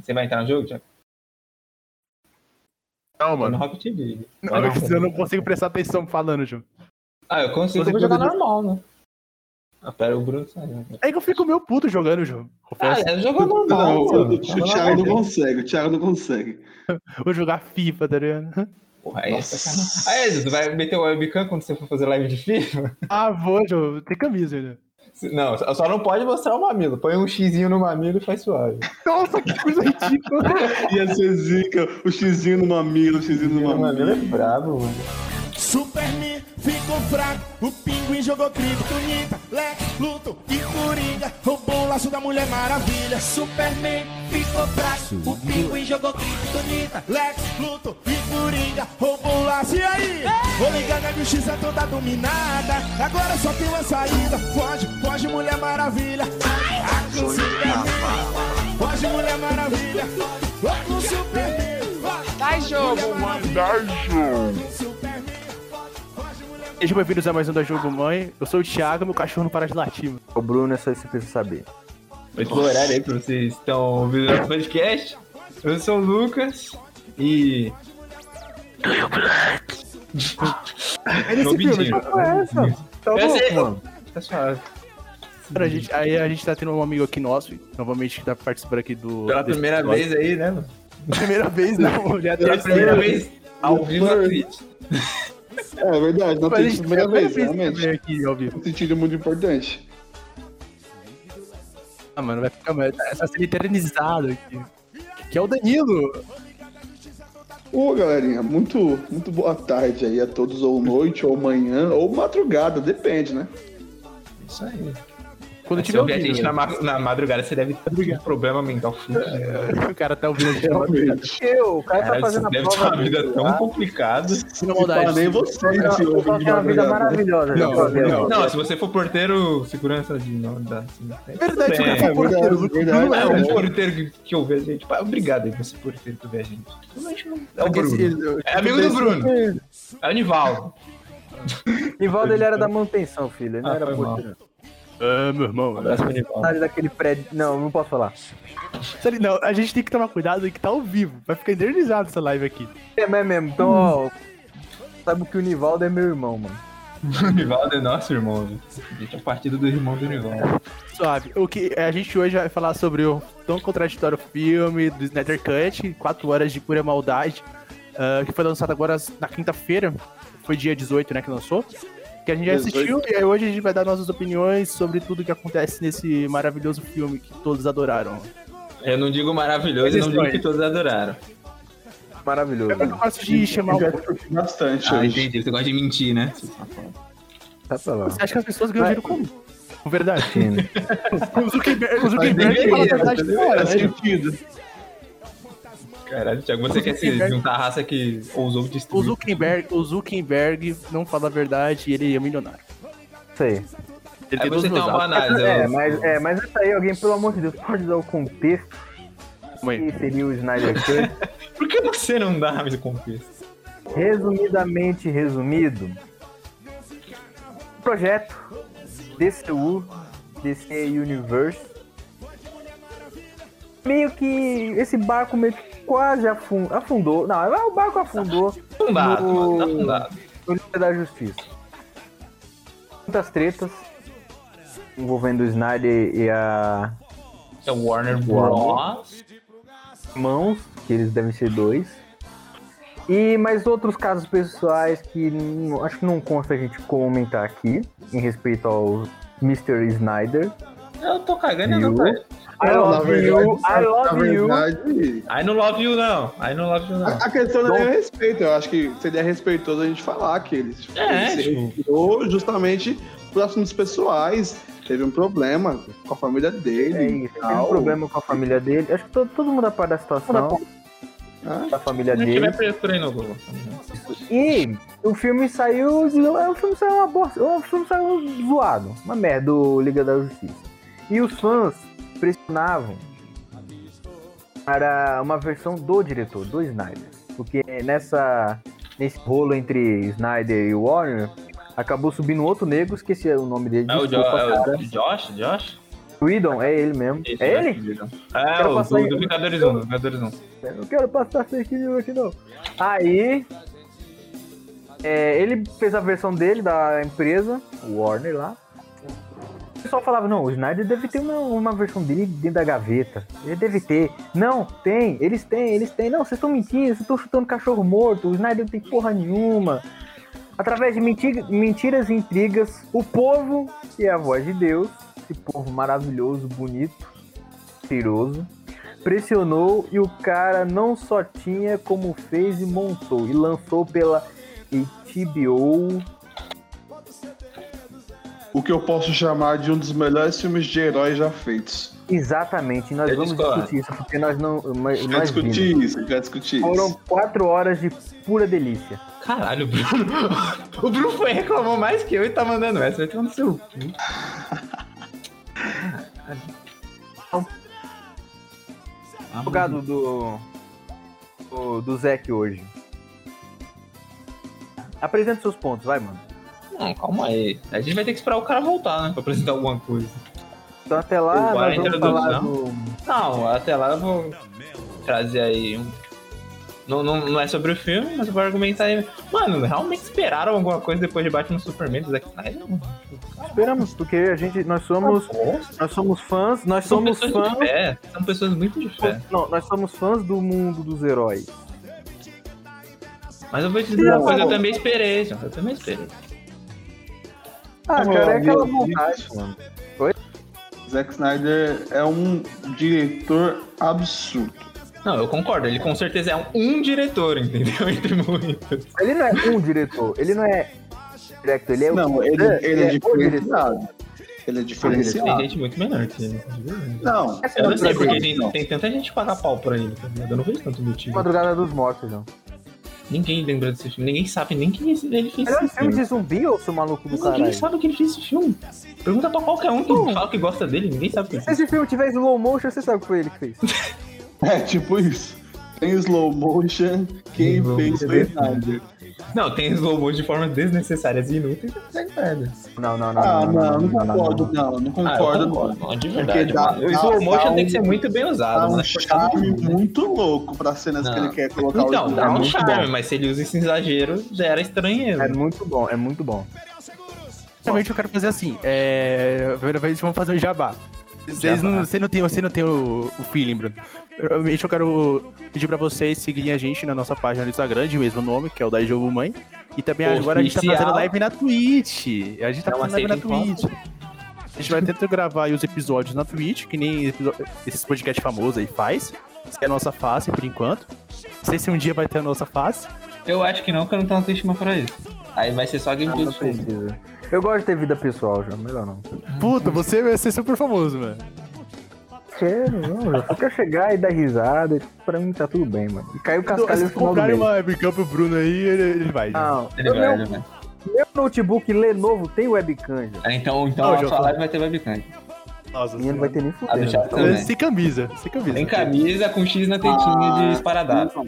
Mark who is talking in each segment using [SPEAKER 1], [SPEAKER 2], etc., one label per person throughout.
[SPEAKER 1] Você vai entrar no jogo, Thiago?
[SPEAKER 2] Não,
[SPEAKER 1] Tô no
[SPEAKER 2] mano.
[SPEAKER 1] Rocket League.
[SPEAKER 2] Não,
[SPEAKER 1] Vai
[SPEAKER 2] eu,
[SPEAKER 1] no
[SPEAKER 2] eu não consigo prestar atenção falando, Ju.
[SPEAKER 1] Ah, eu consigo
[SPEAKER 2] Você
[SPEAKER 1] vou jogar
[SPEAKER 2] precisa-
[SPEAKER 1] normal, né? Ah, pera, o Bruno saiu. né?
[SPEAKER 2] É que eu fico meio puto jogando, Ju.
[SPEAKER 1] Ah,
[SPEAKER 2] Confesso.
[SPEAKER 1] é jogou
[SPEAKER 3] Não,
[SPEAKER 1] normal. mano.
[SPEAKER 3] o, o Thiago não consegue, o Thiago não consegue.
[SPEAKER 2] Vou jogar FIFA, tá ligado?
[SPEAKER 1] Porra, aí é sacanagem. Aí, Jesus, vai meter o webcam quando você for fazer live de FIFA?
[SPEAKER 2] Ah, vou, Ju. Tem camisa né? ainda.
[SPEAKER 1] Não, só só não pode mostrar o mamilo. Põe um xizinho no mamilo e faz suave.
[SPEAKER 2] Nossa, que coisa ridícula.
[SPEAKER 3] Ia ser zica, o xizinho no mamilo, o xizinho no
[SPEAKER 1] O mamilo é
[SPEAKER 3] mamilo.
[SPEAKER 1] brabo, mano.
[SPEAKER 4] Superman ficou fraco, o pinguim jogou criptonita, Lex Luthor e Coringa roubou o laço da Mulher Maravilha. Superman ficou fraco, o pinguim jogou criptonita, Lex Luthor e Coringa roubou o laço. E aí? Vou ligar na justiça toda dominada, agora só tem uma saída. Foge, foge Mulher Maravilha. Vai com Superman, foge Mulher Maravilha. Vai com Superman, vai.
[SPEAKER 5] Dá jogo,
[SPEAKER 4] Mulher
[SPEAKER 5] mano.
[SPEAKER 4] Maravilha, com Superman, foge, foge Mulher
[SPEAKER 2] Sejam bem-vindos a mais um da Jogo Mãe. Eu sou o Thiago, meu cachorro não para de latir, mano.
[SPEAKER 6] O Bruno é só isso que precisa saber.
[SPEAKER 1] Vou explorar aí pra vocês é que estão ouvindo o podcast. Eu sou o Lucas e.
[SPEAKER 2] É nesse
[SPEAKER 1] Tô
[SPEAKER 2] filme,
[SPEAKER 1] mentindo.
[SPEAKER 2] que porra é essa? Tá
[SPEAKER 1] Eu sei,
[SPEAKER 2] louco, mano.
[SPEAKER 1] Tá suave.
[SPEAKER 2] Cara, a gente, aí a gente tá tendo um amigo aqui nosso, novamente, que tá participando aqui do.
[SPEAKER 1] Pela
[SPEAKER 2] desse
[SPEAKER 1] primeira
[SPEAKER 2] episódio.
[SPEAKER 1] vez aí, né, mano?
[SPEAKER 2] Primeira vez, não. Já é
[SPEAKER 1] Pela
[SPEAKER 2] a terceira.
[SPEAKER 1] primeira vez ao vivo na Twitch.
[SPEAKER 3] É verdade, não
[SPEAKER 2] Mas a
[SPEAKER 3] tem
[SPEAKER 2] gente
[SPEAKER 3] primeira vez,
[SPEAKER 2] também
[SPEAKER 3] realmente.
[SPEAKER 2] aqui ao vivo.
[SPEAKER 3] Um sentido muito importante.
[SPEAKER 2] Ah, mano, vai ficar mais. Tá sendo eternizado aqui. Que é o Danilo.
[SPEAKER 3] Ô, galerinha, muito, muito boa tarde aí a todos, ou noite, ou manhã, ou madrugada, depende, né?
[SPEAKER 1] Isso aí.
[SPEAKER 2] Quando
[SPEAKER 1] Se
[SPEAKER 2] tiver
[SPEAKER 1] ouvir a gente
[SPEAKER 2] ouvindo,
[SPEAKER 1] na,
[SPEAKER 2] né?
[SPEAKER 1] ma- na madrugada, você deve ter um problema mental fudido.
[SPEAKER 2] O cara tá ouvindo a gente na
[SPEAKER 3] Realmente.
[SPEAKER 6] Eu, o cara tá
[SPEAKER 1] Caralho,
[SPEAKER 6] fazendo
[SPEAKER 1] você
[SPEAKER 6] a
[SPEAKER 1] deve ter uma
[SPEAKER 6] prova.
[SPEAKER 1] vida
[SPEAKER 2] tá?
[SPEAKER 1] tão complicada.
[SPEAKER 2] Na maldade.
[SPEAKER 3] Fala nem vocês se
[SPEAKER 6] Eu
[SPEAKER 3] ouvem de
[SPEAKER 6] tô tendo uma vida
[SPEAKER 3] madrugada.
[SPEAKER 6] maravilhosa.
[SPEAKER 2] Não,
[SPEAKER 6] né, Fabio?
[SPEAKER 2] não.
[SPEAKER 1] Não, se você for porteiro, segurança de não dá. Assim,
[SPEAKER 2] Verdade,
[SPEAKER 1] Bem,
[SPEAKER 2] tá o cara foi
[SPEAKER 3] é
[SPEAKER 2] porteiro.
[SPEAKER 3] verdade,
[SPEAKER 2] o Bruno
[SPEAKER 3] verdade.
[SPEAKER 2] não
[SPEAKER 1] É,
[SPEAKER 2] é,
[SPEAKER 1] o
[SPEAKER 2] velho.
[SPEAKER 1] porteiro que, que ouve a gente. Pá, Obrigado aí pra esse porteiro que ouve a gente. É o
[SPEAKER 2] Porque esse-
[SPEAKER 1] Bruno.
[SPEAKER 2] ele-
[SPEAKER 1] É amigo do Bruno. É o Nivaldo.
[SPEAKER 6] Nivaldo, ele era da manutenção, filho. Ele não
[SPEAKER 1] Ah,
[SPEAKER 6] era
[SPEAKER 1] foi mal.
[SPEAKER 6] porteiro.
[SPEAKER 2] É, meu irmão.
[SPEAKER 1] Um Abraço pro Nivaldo.
[SPEAKER 6] Sabe daquele prédio. Não, não posso falar.
[SPEAKER 2] Sabe, Não, a gente tem que tomar cuidado que tá ao vivo. Vai ficar eternizado essa live aqui.
[SPEAKER 6] É, mas é mesmo. Então, ó. Sabe que o Nivaldo é meu irmão, mano.
[SPEAKER 1] O Nivaldo é nosso irmão. velho. A gente é partido do irmão do Nivaldo.
[SPEAKER 2] Suave. O que a gente hoje vai falar sobre o tão contraditório filme do Snyder Cut, 4 horas de pura maldade, ah, que foi lançado agora na quinta-feira, foi dia 18, né, que lançou. Que a gente já
[SPEAKER 3] 18.
[SPEAKER 2] assistiu e aí hoje a gente vai dar nossas opiniões sobre tudo que acontece nesse maravilhoso filme que todos adoraram.
[SPEAKER 1] Eu não digo maravilhoso e não digo que todos adoraram.
[SPEAKER 6] Maravilhoso.
[SPEAKER 1] É.
[SPEAKER 2] Eu
[SPEAKER 6] mano.
[SPEAKER 2] gosto de chamar o...
[SPEAKER 3] Vai ter Bastante
[SPEAKER 1] Ah,
[SPEAKER 3] hoje.
[SPEAKER 1] entendi. Você gosta de mentir, né?
[SPEAKER 6] Tá pra lá.
[SPEAKER 2] Acho que as pessoas ganham dinheiro como? Com verdade. O Zuckerberg, o Zuckerberg
[SPEAKER 1] deveria,
[SPEAKER 2] fala a verdade
[SPEAKER 1] mas
[SPEAKER 2] toda hora,
[SPEAKER 3] Faz
[SPEAKER 2] né, gente?
[SPEAKER 3] sentido.
[SPEAKER 1] Caralho, Thiago, você quer se juntar à raça que ousou
[SPEAKER 2] O
[SPEAKER 1] destruir.
[SPEAKER 2] Zuckerberg, o Zuckerberg não fala a verdade e ele é milionário.
[SPEAKER 6] Isso aí.
[SPEAKER 2] Ele
[SPEAKER 1] Aí
[SPEAKER 2] todos
[SPEAKER 1] você tem
[SPEAKER 2] os meus
[SPEAKER 1] uma
[SPEAKER 2] atos.
[SPEAKER 1] análise.
[SPEAKER 6] É,
[SPEAKER 1] eu-
[SPEAKER 6] mas, é, mas isso aí, alguém, pelo amor de Deus, pode dar o contexto
[SPEAKER 2] Mãe.
[SPEAKER 6] que seria o Snyder Cut.
[SPEAKER 1] Por que você não dá mais o contexto?
[SPEAKER 6] Resumidamente resumido, o projeto DCU, DC Universe, meio que esse barco meio que quase afun- afundou. Não, é o barco afundou
[SPEAKER 1] Afundado, mano.
[SPEAKER 6] No-
[SPEAKER 1] Tá afundado.
[SPEAKER 6] no Liga da Justiça. Muitas tretas envolvendo o Snyder e a
[SPEAKER 1] É o Warner Bros.
[SPEAKER 6] mãos, que eles devem ser dois. E mais outros casos pessoais que não- acho que não consta a gente comentar aqui, em respeito ao Mr. Snyder.
[SPEAKER 1] Eu tô cagando e
[SPEAKER 6] Viu?
[SPEAKER 1] não tá.
[SPEAKER 6] I
[SPEAKER 3] Não,
[SPEAKER 6] love you, I
[SPEAKER 3] na
[SPEAKER 6] love you.
[SPEAKER 3] verdade,
[SPEAKER 1] I don't love you, não. I don't love you, não.
[SPEAKER 3] A questão não é
[SPEAKER 6] Bom.
[SPEAKER 3] nem o respeito, eu acho que seria respeitoso a gente falar que ele
[SPEAKER 1] É,
[SPEAKER 3] ele se
[SPEAKER 1] tipo-
[SPEAKER 3] retirou justamente por assuntos pessoais, teve um problema com a família dele.
[SPEAKER 6] É
[SPEAKER 3] e
[SPEAKER 6] isso, ele teve um
[SPEAKER 3] tal.
[SPEAKER 6] problema com a família dele. Acho que todo, todo mundo é par da situação
[SPEAKER 3] Ah,
[SPEAKER 6] da família
[SPEAKER 1] Não tiver
[SPEAKER 6] dele.
[SPEAKER 1] por aí no Google.
[SPEAKER 6] E o filme saiu. O filme saiu uma bosta. O filme saiu zoado. Uma merda do Liga da Justiça. E os fãs pressionavam para uma versão do diretor, do Snyder. Porque nessa. nesse rolo entre Snyder e Warner, acabou subindo outro negro, esqueci o nome dele.
[SPEAKER 1] É o, né? Jo-
[SPEAKER 6] desculpa,
[SPEAKER 1] é o
[SPEAKER 6] cara.
[SPEAKER 1] Josh? Josh?
[SPEAKER 6] Whedon, é ele mesmo. é ele?
[SPEAKER 1] É,
[SPEAKER 6] Quero
[SPEAKER 1] o
[SPEAKER 6] passar
[SPEAKER 1] do,
[SPEAKER 6] em-
[SPEAKER 1] do Vingadores 1, do Vingadores 1.
[SPEAKER 6] Eu não quero passar fake news aqui não. Aí. é, ele fez a versão dele da empresa, Warner lá. O pessoal falava, não, o Snyder deve ter uma, uma versão dele dentro da gaveta. Ele deve ter. Não, tem, eles têm, eles têm. Não, vocês estão mentindo, vocês estão chutando cachorro morto, o Snyder não tem porra nenhuma. Através de menti- mentiras e intrigas, o povo, que é a voz de Deus, esse povo maravilhoso, bonito, cheiroso, pressionou e o cara não só tinha como fez e montou e lançou pela HBO.
[SPEAKER 3] O que eu posso chamar de um dos melhores filmes de heróis já feitos.
[SPEAKER 6] Exatamente, nós
[SPEAKER 1] Eu
[SPEAKER 6] vamos
[SPEAKER 1] discordo.
[SPEAKER 6] discutir isso porque nós não nós,
[SPEAKER 3] Já
[SPEAKER 6] nós vimos.
[SPEAKER 3] discuti isso, já discuti
[SPEAKER 6] Foram
[SPEAKER 3] isso.
[SPEAKER 6] quatro horas de pura delícia.
[SPEAKER 1] Caralho, Bruno. O Bruno foi reclamou mais que eu e tá mandando essa. Vai tomar no seu cu. Ah,
[SPEAKER 6] Jogado do do, do Zeke hoje. Apresenta seus pontos, vai, mano.
[SPEAKER 1] Não, É, calma aí. A gente vai ter que esperar o cara voltar, né? Pra apresentar alguma coisa.
[SPEAKER 6] Então até lá,
[SPEAKER 1] O Warren
[SPEAKER 6] nós vamos
[SPEAKER 1] introduz,
[SPEAKER 6] falar
[SPEAKER 1] não?
[SPEAKER 6] do
[SPEAKER 1] Não, até lá eu vou trazer aí um. Não, não, não é sobre o filme, mas eu vou argumentar aí. Mano, realmente esperaram alguma coisa depois de Batman Superman do Zack Snyder? Mano?
[SPEAKER 6] Esperamos, porque a gente nós somos nós somos fãs, nós
[SPEAKER 1] São
[SPEAKER 6] somos
[SPEAKER 1] pessoas
[SPEAKER 6] fãs
[SPEAKER 1] de fé. São pessoas muito de fé.
[SPEAKER 6] Não, nós somos fãs do mundo dos heróis.
[SPEAKER 1] Mas eu vou te dizer uma
[SPEAKER 3] Não.
[SPEAKER 1] coisa, eu também esperei, gente. Eu também esperei.
[SPEAKER 6] Ah,
[SPEAKER 3] Não,
[SPEAKER 6] cara, é
[SPEAKER 3] meu
[SPEAKER 6] aquela
[SPEAKER 3] Deus.
[SPEAKER 6] vontade, mano.
[SPEAKER 3] Zack Snyder é um diretor absurdo.
[SPEAKER 1] Não, eu concordo. Ele com certeza é um, um diretor, entendeu? Entre muitos.
[SPEAKER 6] Ele não é um diretor, ele não é diretor, ele é
[SPEAKER 3] Não,
[SPEAKER 6] o...
[SPEAKER 3] ele, ele é
[SPEAKER 6] o diretor.
[SPEAKER 3] diferenciado. Ele é
[SPEAKER 1] Tem
[SPEAKER 3] diferenciado.
[SPEAKER 1] gente muito menor que ele. entendeu?
[SPEAKER 3] Não,
[SPEAKER 6] Essa
[SPEAKER 1] Eu não sei porque
[SPEAKER 6] madrugada,
[SPEAKER 1] tem,
[SPEAKER 3] não.
[SPEAKER 1] tem tanta gente que paga pau pra ele, tá ligado? Eu não vejo tanto motivo.
[SPEAKER 6] madrugada dos mortos, não.
[SPEAKER 1] Ninguém lembra desse filme, ninguém sabe nem quem é esse- ele fez
[SPEAKER 6] Melhor
[SPEAKER 1] esse
[SPEAKER 6] é um filme
[SPEAKER 1] filme.
[SPEAKER 6] de zumbi ou seu maluco do
[SPEAKER 1] Ninguém
[SPEAKER 6] caralho?
[SPEAKER 1] sabe que ele fez esse filme. Pergunta pra qualquer um que fala que gosta dele, ninguém sabe quem
[SPEAKER 6] Se
[SPEAKER 1] fez.
[SPEAKER 6] esse filme tiver slow motion, você sabe que foi ele que fez.
[SPEAKER 3] é tipo isso. Tem slow motion, quem
[SPEAKER 1] Slow
[SPEAKER 3] fez
[SPEAKER 1] motion.
[SPEAKER 3] foi Snyder.
[SPEAKER 1] Não, tem slow motion de assim, formas desnecessárias e inúteis. Sem merda.
[SPEAKER 6] Não, não, não.
[SPEAKER 3] Ah, não, não
[SPEAKER 6] não.
[SPEAKER 3] concordo, não, não
[SPEAKER 1] Ah,
[SPEAKER 3] concordo, não.
[SPEAKER 1] não, de
[SPEAKER 3] Porque
[SPEAKER 1] verdade.
[SPEAKER 3] dá-
[SPEAKER 1] mano. O
[SPEAKER 3] dá-
[SPEAKER 1] slow motion
[SPEAKER 3] dá
[SPEAKER 1] tem que
[SPEAKER 3] um-
[SPEAKER 1] ser muito bem
[SPEAKER 3] Dá
[SPEAKER 1] usado,
[SPEAKER 3] um
[SPEAKER 1] né?
[SPEAKER 3] charme muito louco pra cenas que
[SPEAKER 1] Não.
[SPEAKER 3] ele quer colocar
[SPEAKER 1] Então,
[SPEAKER 3] o
[SPEAKER 1] dá um
[SPEAKER 3] Snyder.
[SPEAKER 1] charme, mas se ele usa esse exagero, gera estranheza.
[SPEAKER 6] É muito bom, é muito bom.
[SPEAKER 2] Basicamente, eu quero fazer assim. É... A primeira vez, vamos fazer um jabá. Vocês
[SPEAKER 1] Jabá.
[SPEAKER 2] não, você não tem, você não tem o, o feeling, Bruno. Primeiramente, eu quero pedir pra vocês seguirem a gente na nossa página do Instagram, de mesmo nome, que é o da Jogo Mãe. E também agora a gente tá
[SPEAKER 1] Oficial. É
[SPEAKER 2] fazendo live na Twitch. A gente tá
[SPEAKER 1] Não
[SPEAKER 2] fazendo live na
[SPEAKER 1] aceitem
[SPEAKER 2] Twitch. A gente vai tentar gravar aí os episódios na Twitch, que nem episo- esses podcast famosos aí faz. Essa é a nossa face, por enquanto. Não sei se um dia vai ter a nossa face.
[SPEAKER 1] Eu acho que não, porque eu não tenho uma sistema pra isso. Aí vai ser só gameplay
[SPEAKER 6] Não
[SPEAKER 1] do filme.
[SPEAKER 6] precisa. Eu gosto de ter vida pessoal, já. Melhor não.
[SPEAKER 2] Puta, você vai ser super famoso, mano.
[SPEAKER 6] Sério, não, já. Só quer chegar e dar risada. Pra mim tá tudo bem, mano. E caiu o cascalho no
[SPEAKER 2] Se
[SPEAKER 6] final do
[SPEAKER 2] comprarem
[SPEAKER 6] mês. Ah,
[SPEAKER 2] uma webcam pro Bruno aí, ele, ele vai. já.
[SPEAKER 6] Não,
[SPEAKER 1] Ele
[SPEAKER 6] eu
[SPEAKER 1] vai,
[SPEAKER 6] não-
[SPEAKER 1] ele vai.
[SPEAKER 6] Meu notebook Lenovo tem webcam já.
[SPEAKER 1] Ah, Então, então
[SPEAKER 2] Não,
[SPEAKER 1] a sua
[SPEAKER 2] Jota.
[SPEAKER 1] live vai ter webcam.
[SPEAKER 2] Nossa,
[SPEAKER 6] Minha não vai ter nem
[SPEAKER 1] A do
[SPEAKER 6] fudendo.
[SPEAKER 1] chat também.
[SPEAKER 2] Sem camisa, sem camisa.
[SPEAKER 1] Em camisa com X na tetinha
[SPEAKER 3] Ah,
[SPEAKER 1] de esparadrapo.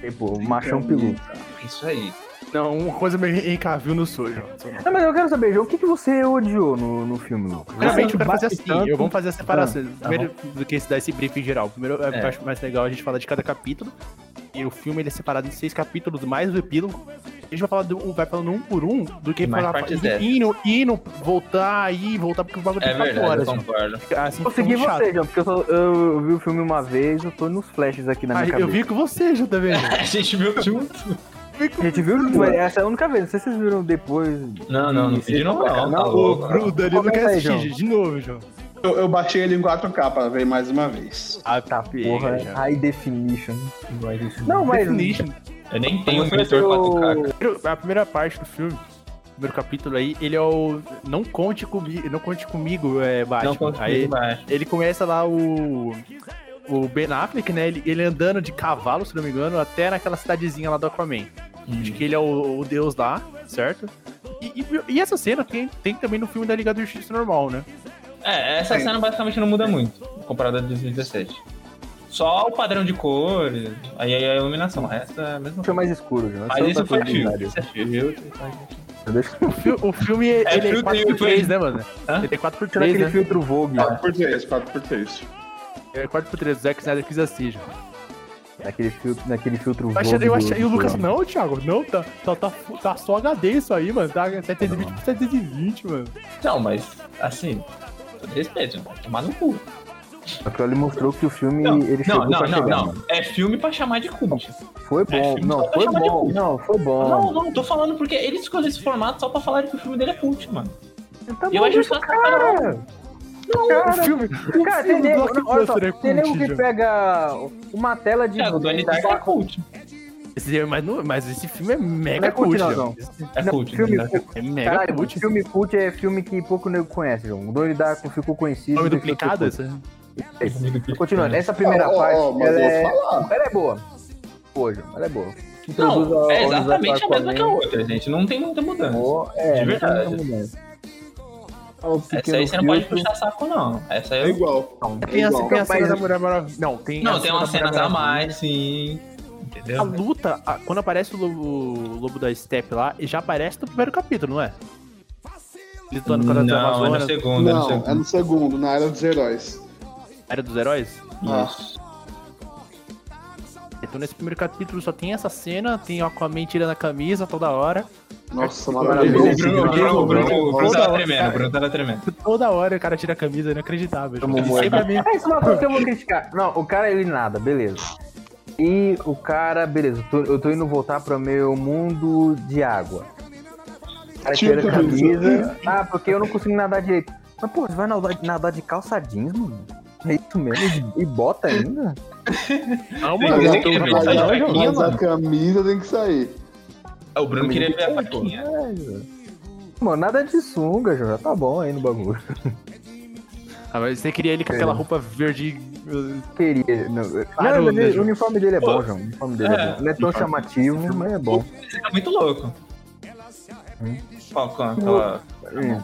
[SPEAKER 6] Tipo, machão peludo.
[SPEAKER 1] Isso aí.
[SPEAKER 2] Não, uma coisa meio encavio no sujo.
[SPEAKER 6] Não, mas eu quero saber, João, o que, que você odiou no, no filme, Lucas?
[SPEAKER 2] Primeiramente, eu quero
[SPEAKER 6] Bate
[SPEAKER 2] fazer assim.
[SPEAKER 6] tanto- Ah,
[SPEAKER 2] Eu vou fazer a separação.
[SPEAKER 1] tá
[SPEAKER 2] Primeiro, do que esse- dar esse brief em geral. Primeiro,
[SPEAKER 1] É.
[SPEAKER 2] eu acho mais legal a gente falar de cada capítulo. E o filme ele é separado em seis capítulos, mais o epílogo. A gente vai, falar do- vai falando um por um do que
[SPEAKER 1] Mais
[SPEAKER 2] falar
[SPEAKER 1] partes dessas.
[SPEAKER 2] e indo, indo, voltar, ir, voltar, porque o bagulho
[SPEAKER 3] Tá
[SPEAKER 1] É
[SPEAKER 2] tem quatro
[SPEAKER 1] verdade, eu
[SPEAKER 2] horas.
[SPEAKER 1] concordo.
[SPEAKER 2] gente. Assim,
[SPEAKER 6] Eu segui
[SPEAKER 2] fica muito
[SPEAKER 6] você, né,
[SPEAKER 2] chato.
[SPEAKER 6] João, porque eu, só- eu vi o filme uma vez, eu tô nos flashes aqui na minha
[SPEAKER 2] Ah,
[SPEAKER 6] cabeça.
[SPEAKER 2] eu vi com você, tá Ju, também.
[SPEAKER 1] A gente viu junto.
[SPEAKER 6] A gente viu, mas essa é a única vez, não sei se vocês viram depois.
[SPEAKER 1] Não, não, não
[SPEAKER 6] Isso,
[SPEAKER 1] pedi não,
[SPEAKER 6] cara,
[SPEAKER 1] não, tá
[SPEAKER 6] não,
[SPEAKER 2] Ô,
[SPEAKER 1] louco.
[SPEAKER 2] Bruno, o Danilo não quer
[SPEAKER 6] Comenta aí,
[SPEAKER 2] assistir,
[SPEAKER 6] João.
[SPEAKER 2] gente, de novo, João.
[SPEAKER 3] Eu, eu baixei ele em 4K pra ver mais uma vez.
[SPEAKER 2] Ah, tá,
[SPEAKER 6] Porra, High Definition. Não, mas.
[SPEAKER 2] Definition.
[SPEAKER 1] Eu nem tenho um
[SPEAKER 6] Vamos
[SPEAKER 1] monitor
[SPEAKER 6] ver o-
[SPEAKER 1] 4K. cara.
[SPEAKER 2] Primeiro- A primeira parte do filme, o primeiro capítulo aí, ele é o Não Conte Comigo, não conte comigo é, Batman.
[SPEAKER 6] né?
[SPEAKER 1] Não consigo
[SPEAKER 2] aí,
[SPEAKER 1] mais.
[SPEAKER 2] ele começa lá o o Ben Affleck, né? Ele, ele andando de cavalo, se não me engano, até naquela cidadezinha lá do Aquaman. Acho que ele é o, o deus lá, certo? E, e- e essa cena tem, tem também no filme da Liga do Justiça normal, né?
[SPEAKER 1] É, essa cena basicamente não muda muito comparada a 2017. Só o padrão de cores, aí a iluminação, o resto é a mesma
[SPEAKER 6] Deixa
[SPEAKER 1] coisa.
[SPEAKER 6] mais escuro, João.
[SPEAKER 1] Mas
[SPEAKER 6] Essa
[SPEAKER 1] isso
[SPEAKER 6] outra
[SPEAKER 1] foi
[SPEAKER 6] coisa,
[SPEAKER 1] filme,
[SPEAKER 6] velho.
[SPEAKER 1] isso é filme. eu-
[SPEAKER 6] né? Deixa
[SPEAKER 2] O, fi- o filme, ele é
[SPEAKER 1] filtro
[SPEAKER 2] 4x3,
[SPEAKER 1] e-
[SPEAKER 2] né, mano?
[SPEAKER 1] Hã?
[SPEAKER 2] Ele é 4x3,
[SPEAKER 6] Será que ele
[SPEAKER 2] né?
[SPEAKER 6] filtra o Vogue?
[SPEAKER 5] Tá.
[SPEAKER 3] 4x3, 4x3.
[SPEAKER 2] Ele é 4x3, o Zack Snyder assim, quis assistir.
[SPEAKER 6] Naquele filtro, naquele filtro
[SPEAKER 2] Eu achei,
[SPEAKER 6] Vogue
[SPEAKER 2] eu
[SPEAKER 6] do-
[SPEAKER 2] achei, e o
[SPEAKER 6] do
[SPEAKER 2] Lucas,
[SPEAKER 6] filme.
[SPEAKER 2] não, Thiago, não, tá, tá, tá, tá só HD isso aí, mano, tá 720 por 720, mano.
[SPEAKER 1] Não, mas, assim, todo respeito, não pode tomar no cu.
[SPEAKER 6] Aquilo ali mostrou que o filme
[SPEAKER 1] Não,
[SPEAKER 6] ele chegou
[SPEAKER 1] não, não,
[SPEAKER 6] pra
[SPEAKER 1] não,
[SPEAKER 6] chegar. né?
[SPEAKER 1] não. É filme pra chamar de cult.
[SPEAKER 6] Foi bom.
[SPEAKER 1] filme só
[SPEAKER 6] Não,
[SPEAKER 1] pra
[SPEAKER 6] foi
[SPEAKER 1] chamar de
[SPEAKER 6] bom.
[SPEAKER 1] cu.
[SPEAKER 6] Não, foi
[SPEAKER 1] Não,
[SPEAKER 6] bom.
[SPEAKER 1] não, tô falando porque ele escolheu esse formato só pra falar que o filme dele é cult, mano.
[SPEAKER 6] Tá
[SPEAKER 1] E eu
[SPEAKER 6] bom,
[SPEAKER 1] acho
[SPEAKER 6] deixa
[SPEAKER 1] que
[SPEAKER 6] o cara.
[SPEAKER 2] o filme, o
[SPEAKER 6] Cara, tem
[SPEAKER 2] filme
[SPEAKER 6] nego,
[SPEAKER 2] do
[SPEAKER 6] olha só,
[SPEAKER 2] Blockbuster é
[SPEAKER 6] tem nego
[SPEAKER 2] cult,
[SPEAKER 6] que
[SPEAKER 2] já.
[SPEAKER 6] pega uma tela de.
[SPEAKER 1] É, o Donnie Darko é cult.
[SPEAKER 2] Esse é- mas, não- mas esse filme é mega
[SPEAKER 6] Não é cult,
[SPEAKER 2] cult,
[SPEAKER 6] não,
[SPEAKER 2] já.
[SPEAKER 6] não.
[SPEAKER 2] Esse
[SPEAKER 1] É
[SPEAKER 6] Não,
[SPEAKER 1] cult,
[SPEAKER 6] filme,
[SPEAKER 1] né?
[SPEAKER 2] É mega
[SPEAKER 6] Caralho,
[SPEAKER 2] cult.
[SPEAKER 6] filme cult é filme que pouco nego conhece, João. O Donnie Darko ficou conhecido.
[SPEAKER 2] Nome
[SPEAKER 6] deixou de ser
[SPEAKER 2] duplicado,
[SPEAKER 6] cult.
[SPEAKER 2] esse?
[SPEAKER 6] Continuando, essa primeira
[SPEAKER 3] Ó, ó, ó,
[SPEAKER 6] parte,
[SPEAKER 3] mas
[SPEAKER 6] ela,
[SPEAKER 3] eu
[SPEAKER 6] é...
[SPEAKER 3] vou falar.
[SPEAKER 6] ela é boa. Boa, João, ela é boa. Introduz
[SPEAKER 1] Não,
[SPEAKER 6] a-
[SPEAKER 1] é
[SPEAKER 6] o
[SPEAKER 1] exatamente a
[SPEAKER 6] Aquaman.
[SPEAKER 1] mesma que a outra, gente. Não tem muita mudança.
[SPEAKER 6] Boa, É,
[SPEAKER 1] De verdade.
[SPEAKER 6] não tem mudança. Ó, o
[SPEAKER 1] Essa aí
[SPEAKER 6] pequeno
[SPEAKER 1] você não pode
[SPEAKER 6] filtro.
[SPEAKER 1] puxar saco, não. Essa
[SPEAKER 3] É
[SPEAKER 1] aí eu...
[SPEAKER 3] igual. É
[SPEAKER 2] Tem a,
[SPEAKER 3] igual.
[SPEAKER 2] tem a
[SPEAKER 6] Não,
[SPEAKER 2] cena
[SPEAKER 6] mas-
[SPEAKER 2] da Mulher Maravilha. Não, tem
[SPEAKER 1] Não, tem
[SPEAKER 2] uma
[SPEAKER 1] umas cenas a mais, sim. Entendeu?
[SPEAKER 2] A luta, a- quando aparece o lobo, o lobo da Steppe lá, já aparece no primeiro capítulo, não é? Lutando contra a
[SPEAKER 1] Não, é no
[SPEAKER 2] Amazonas,
[SPEAKER 1] segundo, é no
[SPEAKER 3] Não, é
[SPEAKER 1] segundo.
[SPEAKER 3] no segundo, na Era dos Heróis.
[SPEAKER 2] Era dos Heróis.
[SPEAKER 3] Isso.
[SPEAKER 2] Então nesse primeiro capítulo só tem essa cena, tem o Aquaman tirando a camisa toda hora.
[SPEAKER 3] Nossa,
[SPEAKER 1] É O
[SPEAKER 3] maravilhoso.
[SPEAKER 1] Bruno, o Bruno, o Bruno, é o Bruno
[SPEAKER 2] Toda
[SPEAKER 1] tava
[SPEAKER 2] hora,
[SPEAKER 1] tremendo, o
[SPEAKER 2] cara.
[SPEAKER 1] Bruno tava tremendo.
[SPEAKER 2] Toda hora o cara tira a camisa, é inacreditável.
[SPEAKER 6] Tamo
[SPEAKER 2] Isso
[SPEAKER 6] morto.
[SPEAKER 2] aí pra mim-
[SPEAKER 6] Ah, isso é uma coisa que eu vou criticar. Não, o cara é ele nada, beleza. E o cara, beleza, eu tô, eu tô indo voltar pro meu mundo de água. O cara tira a
[SPEAKER 3] Tipo
[SPEAKER 6] camisa. Ah, porque eu não consigo nadar direito. Mas, pô, você vai nadar, nadar de calça jeans, mano? É isso mesmo? E, e bota ainda?
[SPEAKER 2] Não,
[SPEAKER 1] Tem
[SPEAKER 3] é
[SPEAKER 2] mano,
[SPEAKER 1] que
[SPEAKER 2] eu
[SPEAKER 1] ver que ele
[SPEAKER 2] tô-
[SPEAKER 1] veio sair de
[SPEAKER 2] não,
[SPEAKER 1] vaquinha,
[SPEAKER 2] não,
[SPEAKER 3] Mas
[SPEAKER 1] mano.
[SPEAKER 3] a camisa tem que sair.
[SPEAKER 1] Ah, O Bruno queria ver a faquinha.
[SPEAKER 6] Caralho. Mano, nada de sunga, já tá bom aí no bagulho.
[SPEAKER 2] Ah, mas você queria ele com aquela roupa verde. uh,
[SPEAKER 6] Queria. Não,
[SPEAKER 2] Claro,
[SPEAKER 6] não, mas
[SPEAKER 2] né,
[SPEAKER 6] ele-
[SPEAKER 2] João?
[SPEAKER 6] o uniforme dele é
[SPEAKER 1] Pô,
[SPEAKER 6] bom, João. O uniforme dele é,
[SPEAKER 1] é.
[SPEAKER 6] bom. Não é tão chamativo, mas é bom.
[SPEAKER 1] Você tá muito louco. Qual,
[SPEAKER 2] Hum.
[SPEAKER 1] qual, aquela-
[SPEAKER 6] É.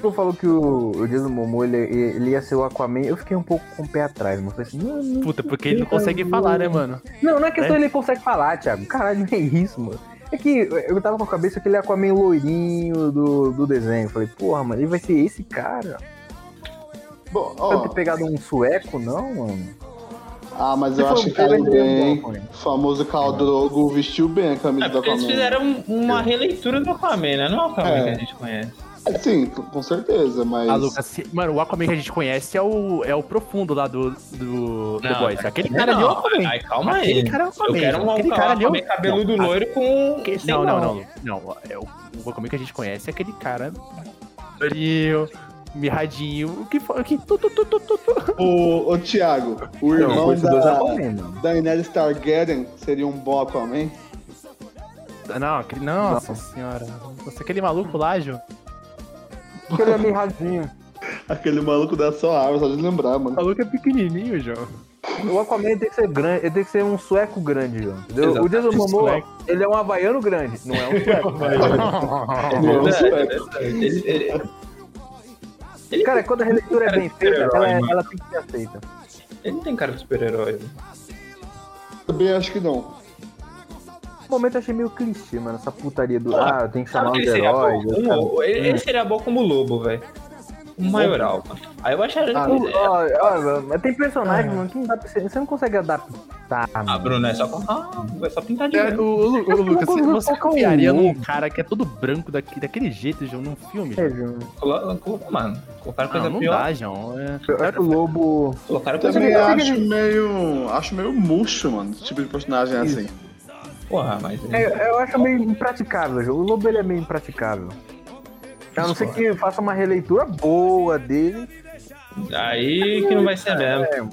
[SPEAKER 6] Tu falou que o, o Jason Momoa ele, ele ia ser o Aquaman, eu fiquei um pouco com o pé atrás, mano. Falei assim, não, não,
[SPEAKER 2] Puta, porque ele não consegue falar, né, mano?
[SPEAKER 6] não, não é questão
[SPEAKER 2] É?
[SPEAKER 6] ele consegue falar, Thiago. Caralho, não é isso, mano. É que eu tava com a cabeça que ele é Aquaman loirinho do, do desenho. Falei, porra, mano, ele vai ser esse cara.
[SPEAKER 3] Bom,
[SPEAKER 6] Não
[SPEAKER 3] ó.
[SPEAKER 6] ter pegado um sueco, não, mano.
[SPEAKER 3] Ah, mas
[SPEAKER 6] Se
[SPEAKER 3] eu
[SPEAKER 6] for
[SPEAKER 3] acho que
[SPEAKER 6] um cara,
[SPEAKER 3] caiu
[SPEAKER 6] ele é
[SPEAKER 3] bem.
[SPEAKER 6] bom, mano.
[SPEAKER 3] O famoso Khal Drogo vestiu bem a
[SPEAKER 1] É
[SPEAKER 3] camisa da
[SPEAKER 1] porque eles
[SPEAKER 3] Aquaman.
[SPEAKER 1] fizeram um- uma releitura do Aquaman, né? Não é o Aquaman
[SPEAKER 3] É.
[SPEAKER 1] que a gente conhece.
[SPEAKER 3] Sim, com certeza, mas.
[SPEAKER 5] É.
[SPEAKER 2] Ah, Lucas, se- mano, o Aquaman que a gente conhece é o, é o profundo lá do, do The
[SPEAKER 1] Não,
[SPEAKER 2] Boys. Aquele cara ali é o Aquaman.
[SPEAKER 1] Ai, calma aí.
[SPEAKER 2] Aquele cara é o Aquaman.
[SPEAKER 1] Eu quero um
[SPEAKER 2] aquele cara ali é o-
[SPEAKER 1] Aquaman cabeludo
[SPEAKER 2] Não,
[SPEAKER 1] loiro com...
[SPEAKER 2] aquele-
[SPEAKER 1] sem
[SPEAKER 2] Não, não,
[SPEAKER 1] mão.
[SPEAKER 2] não. Não, é o, o Aquaman que a gente conhece é aquele cara. Frio, mirradinho. O que foi? Que, tu, tu, tu, tu, tu, tu.
[SPEAKER 3] O, o Thiago, o
[SPEAKER 6] Não,
[SPEAKER 3] irmão
[SPEAKER 6] foi esses dois
[SPEAKER 1] é
[SPEAKER 3] da,
[SPEAKER 6] Aquaman, mano.
[SPEAKER 3] da Inés Targaryen seria um bom Aquaman?
[SPEAKER 2] Não, aquele, nossa senhora. Nossa, aquele maluco lá, Ju.
[SPEAKER 6] Porque ele é mirradinho.
[SPEAKER 3] Aquele maluco dá só água, só de lembrar,
[SPEAKER 2] O
[SPEAKER 3] mano.
[SPEAKER 2] maluco é pequenininho, João.
[SPEAKER 6] O Aquaman ele tem que ser grande, ele tem que ser um sueco grande, João. entendeu? O Jason Momoa,
[SPEAKER 2] Sueco.
[SPEAKER 6] ele é um havaiano grande, não é um
[SPEAKER 1] É,
[SPEAKER 3] Não, isso é.
[SPEAKER 1] é, é, Ele, ele- ele-
[SPEAKER 6] Cara, quando a releitura é
[SPEAKER 1] Cara,
[SPEAKER 6] bem feita,
[SPEAKER 1] super-herói,
[SPEAKER 6] ela,
[SPEAKER 1] mano.
[SPEAKER 6] ela tem que ser aceita.
[SPEAKER 1] ele não tem cara de super-herói. né?
[SPEAKER 3] Também acho que não.
[SPEAKER 6] No momento eu achei meio clichê, mano, essa putaria do.
[SPEAKER 1] Ah,
[SPEAKER 6] Ah, eu tenho que
[SPEAKER 1] Sabe
[SPEAKER 6] chamar
[SPEAKER 1] que
[SPEAKER 6] os
[SPEAKER 1] ele seria bom?
[SPEAKER 6] heróis. eu
[SPEAKER 1] Um-
[SPEAKER 6] quero-
[SPEAKER 1] ele, ele seria bom como lobo, velho. Um maioral. Aí eu acharia...
[SPEAKER 6] Ah,
[SPEAKER 1] ele-
[SPEAKER 6] ó, ó, mas tem personagem, mano, que não dá pra você, você não consegue adaptar.
[SPEAKER 1] Ah, Bruno, é só, com- ah, é só pintar de
[SPEAKER 2] É,
[SPEAKER 1] branco.
[SPEAKER 2] o, o- o Lucas,
[SPEAKER 6] Como
[SPEAKER 2] você
[SPEAKER 6] colocar um
[SPEAKER 2] confiaria num
[SPEAKER 6] ovo?
[SPEAKER 2] cara que é todo branco daqui, daquele jeito, João, num filme?
[SPEAKER 6] É,
[SPEAKER 2] João?
[SPEAKER 6] João.
[SPEAKER 1] Colo- colo- Mano, colocaram coisa
[SPEAKER 2] Ah, Não, não
[SPEAKER 1] pior.
[SPEAKER 2] dá, João. É...
[SPEAKER 6] Eu acho que o lobo.
[SPEAKER 1] Colocaram coisa
[SPEAKER 3] Também
[SPEAKER 1] pior.
[SPEAKER 3] acho meio. Acho meio murcho, mano, esse tipo de personagem assim.
[SPEAKER 1] Porra, mas...
[SPEAKER 6] É, eu acho meio impraticável, João. O lobo ele é meio impraticável. A não ser que faça uma releitura boa dele.
[SPEAKER 1] Aí que não vai ser mesmo.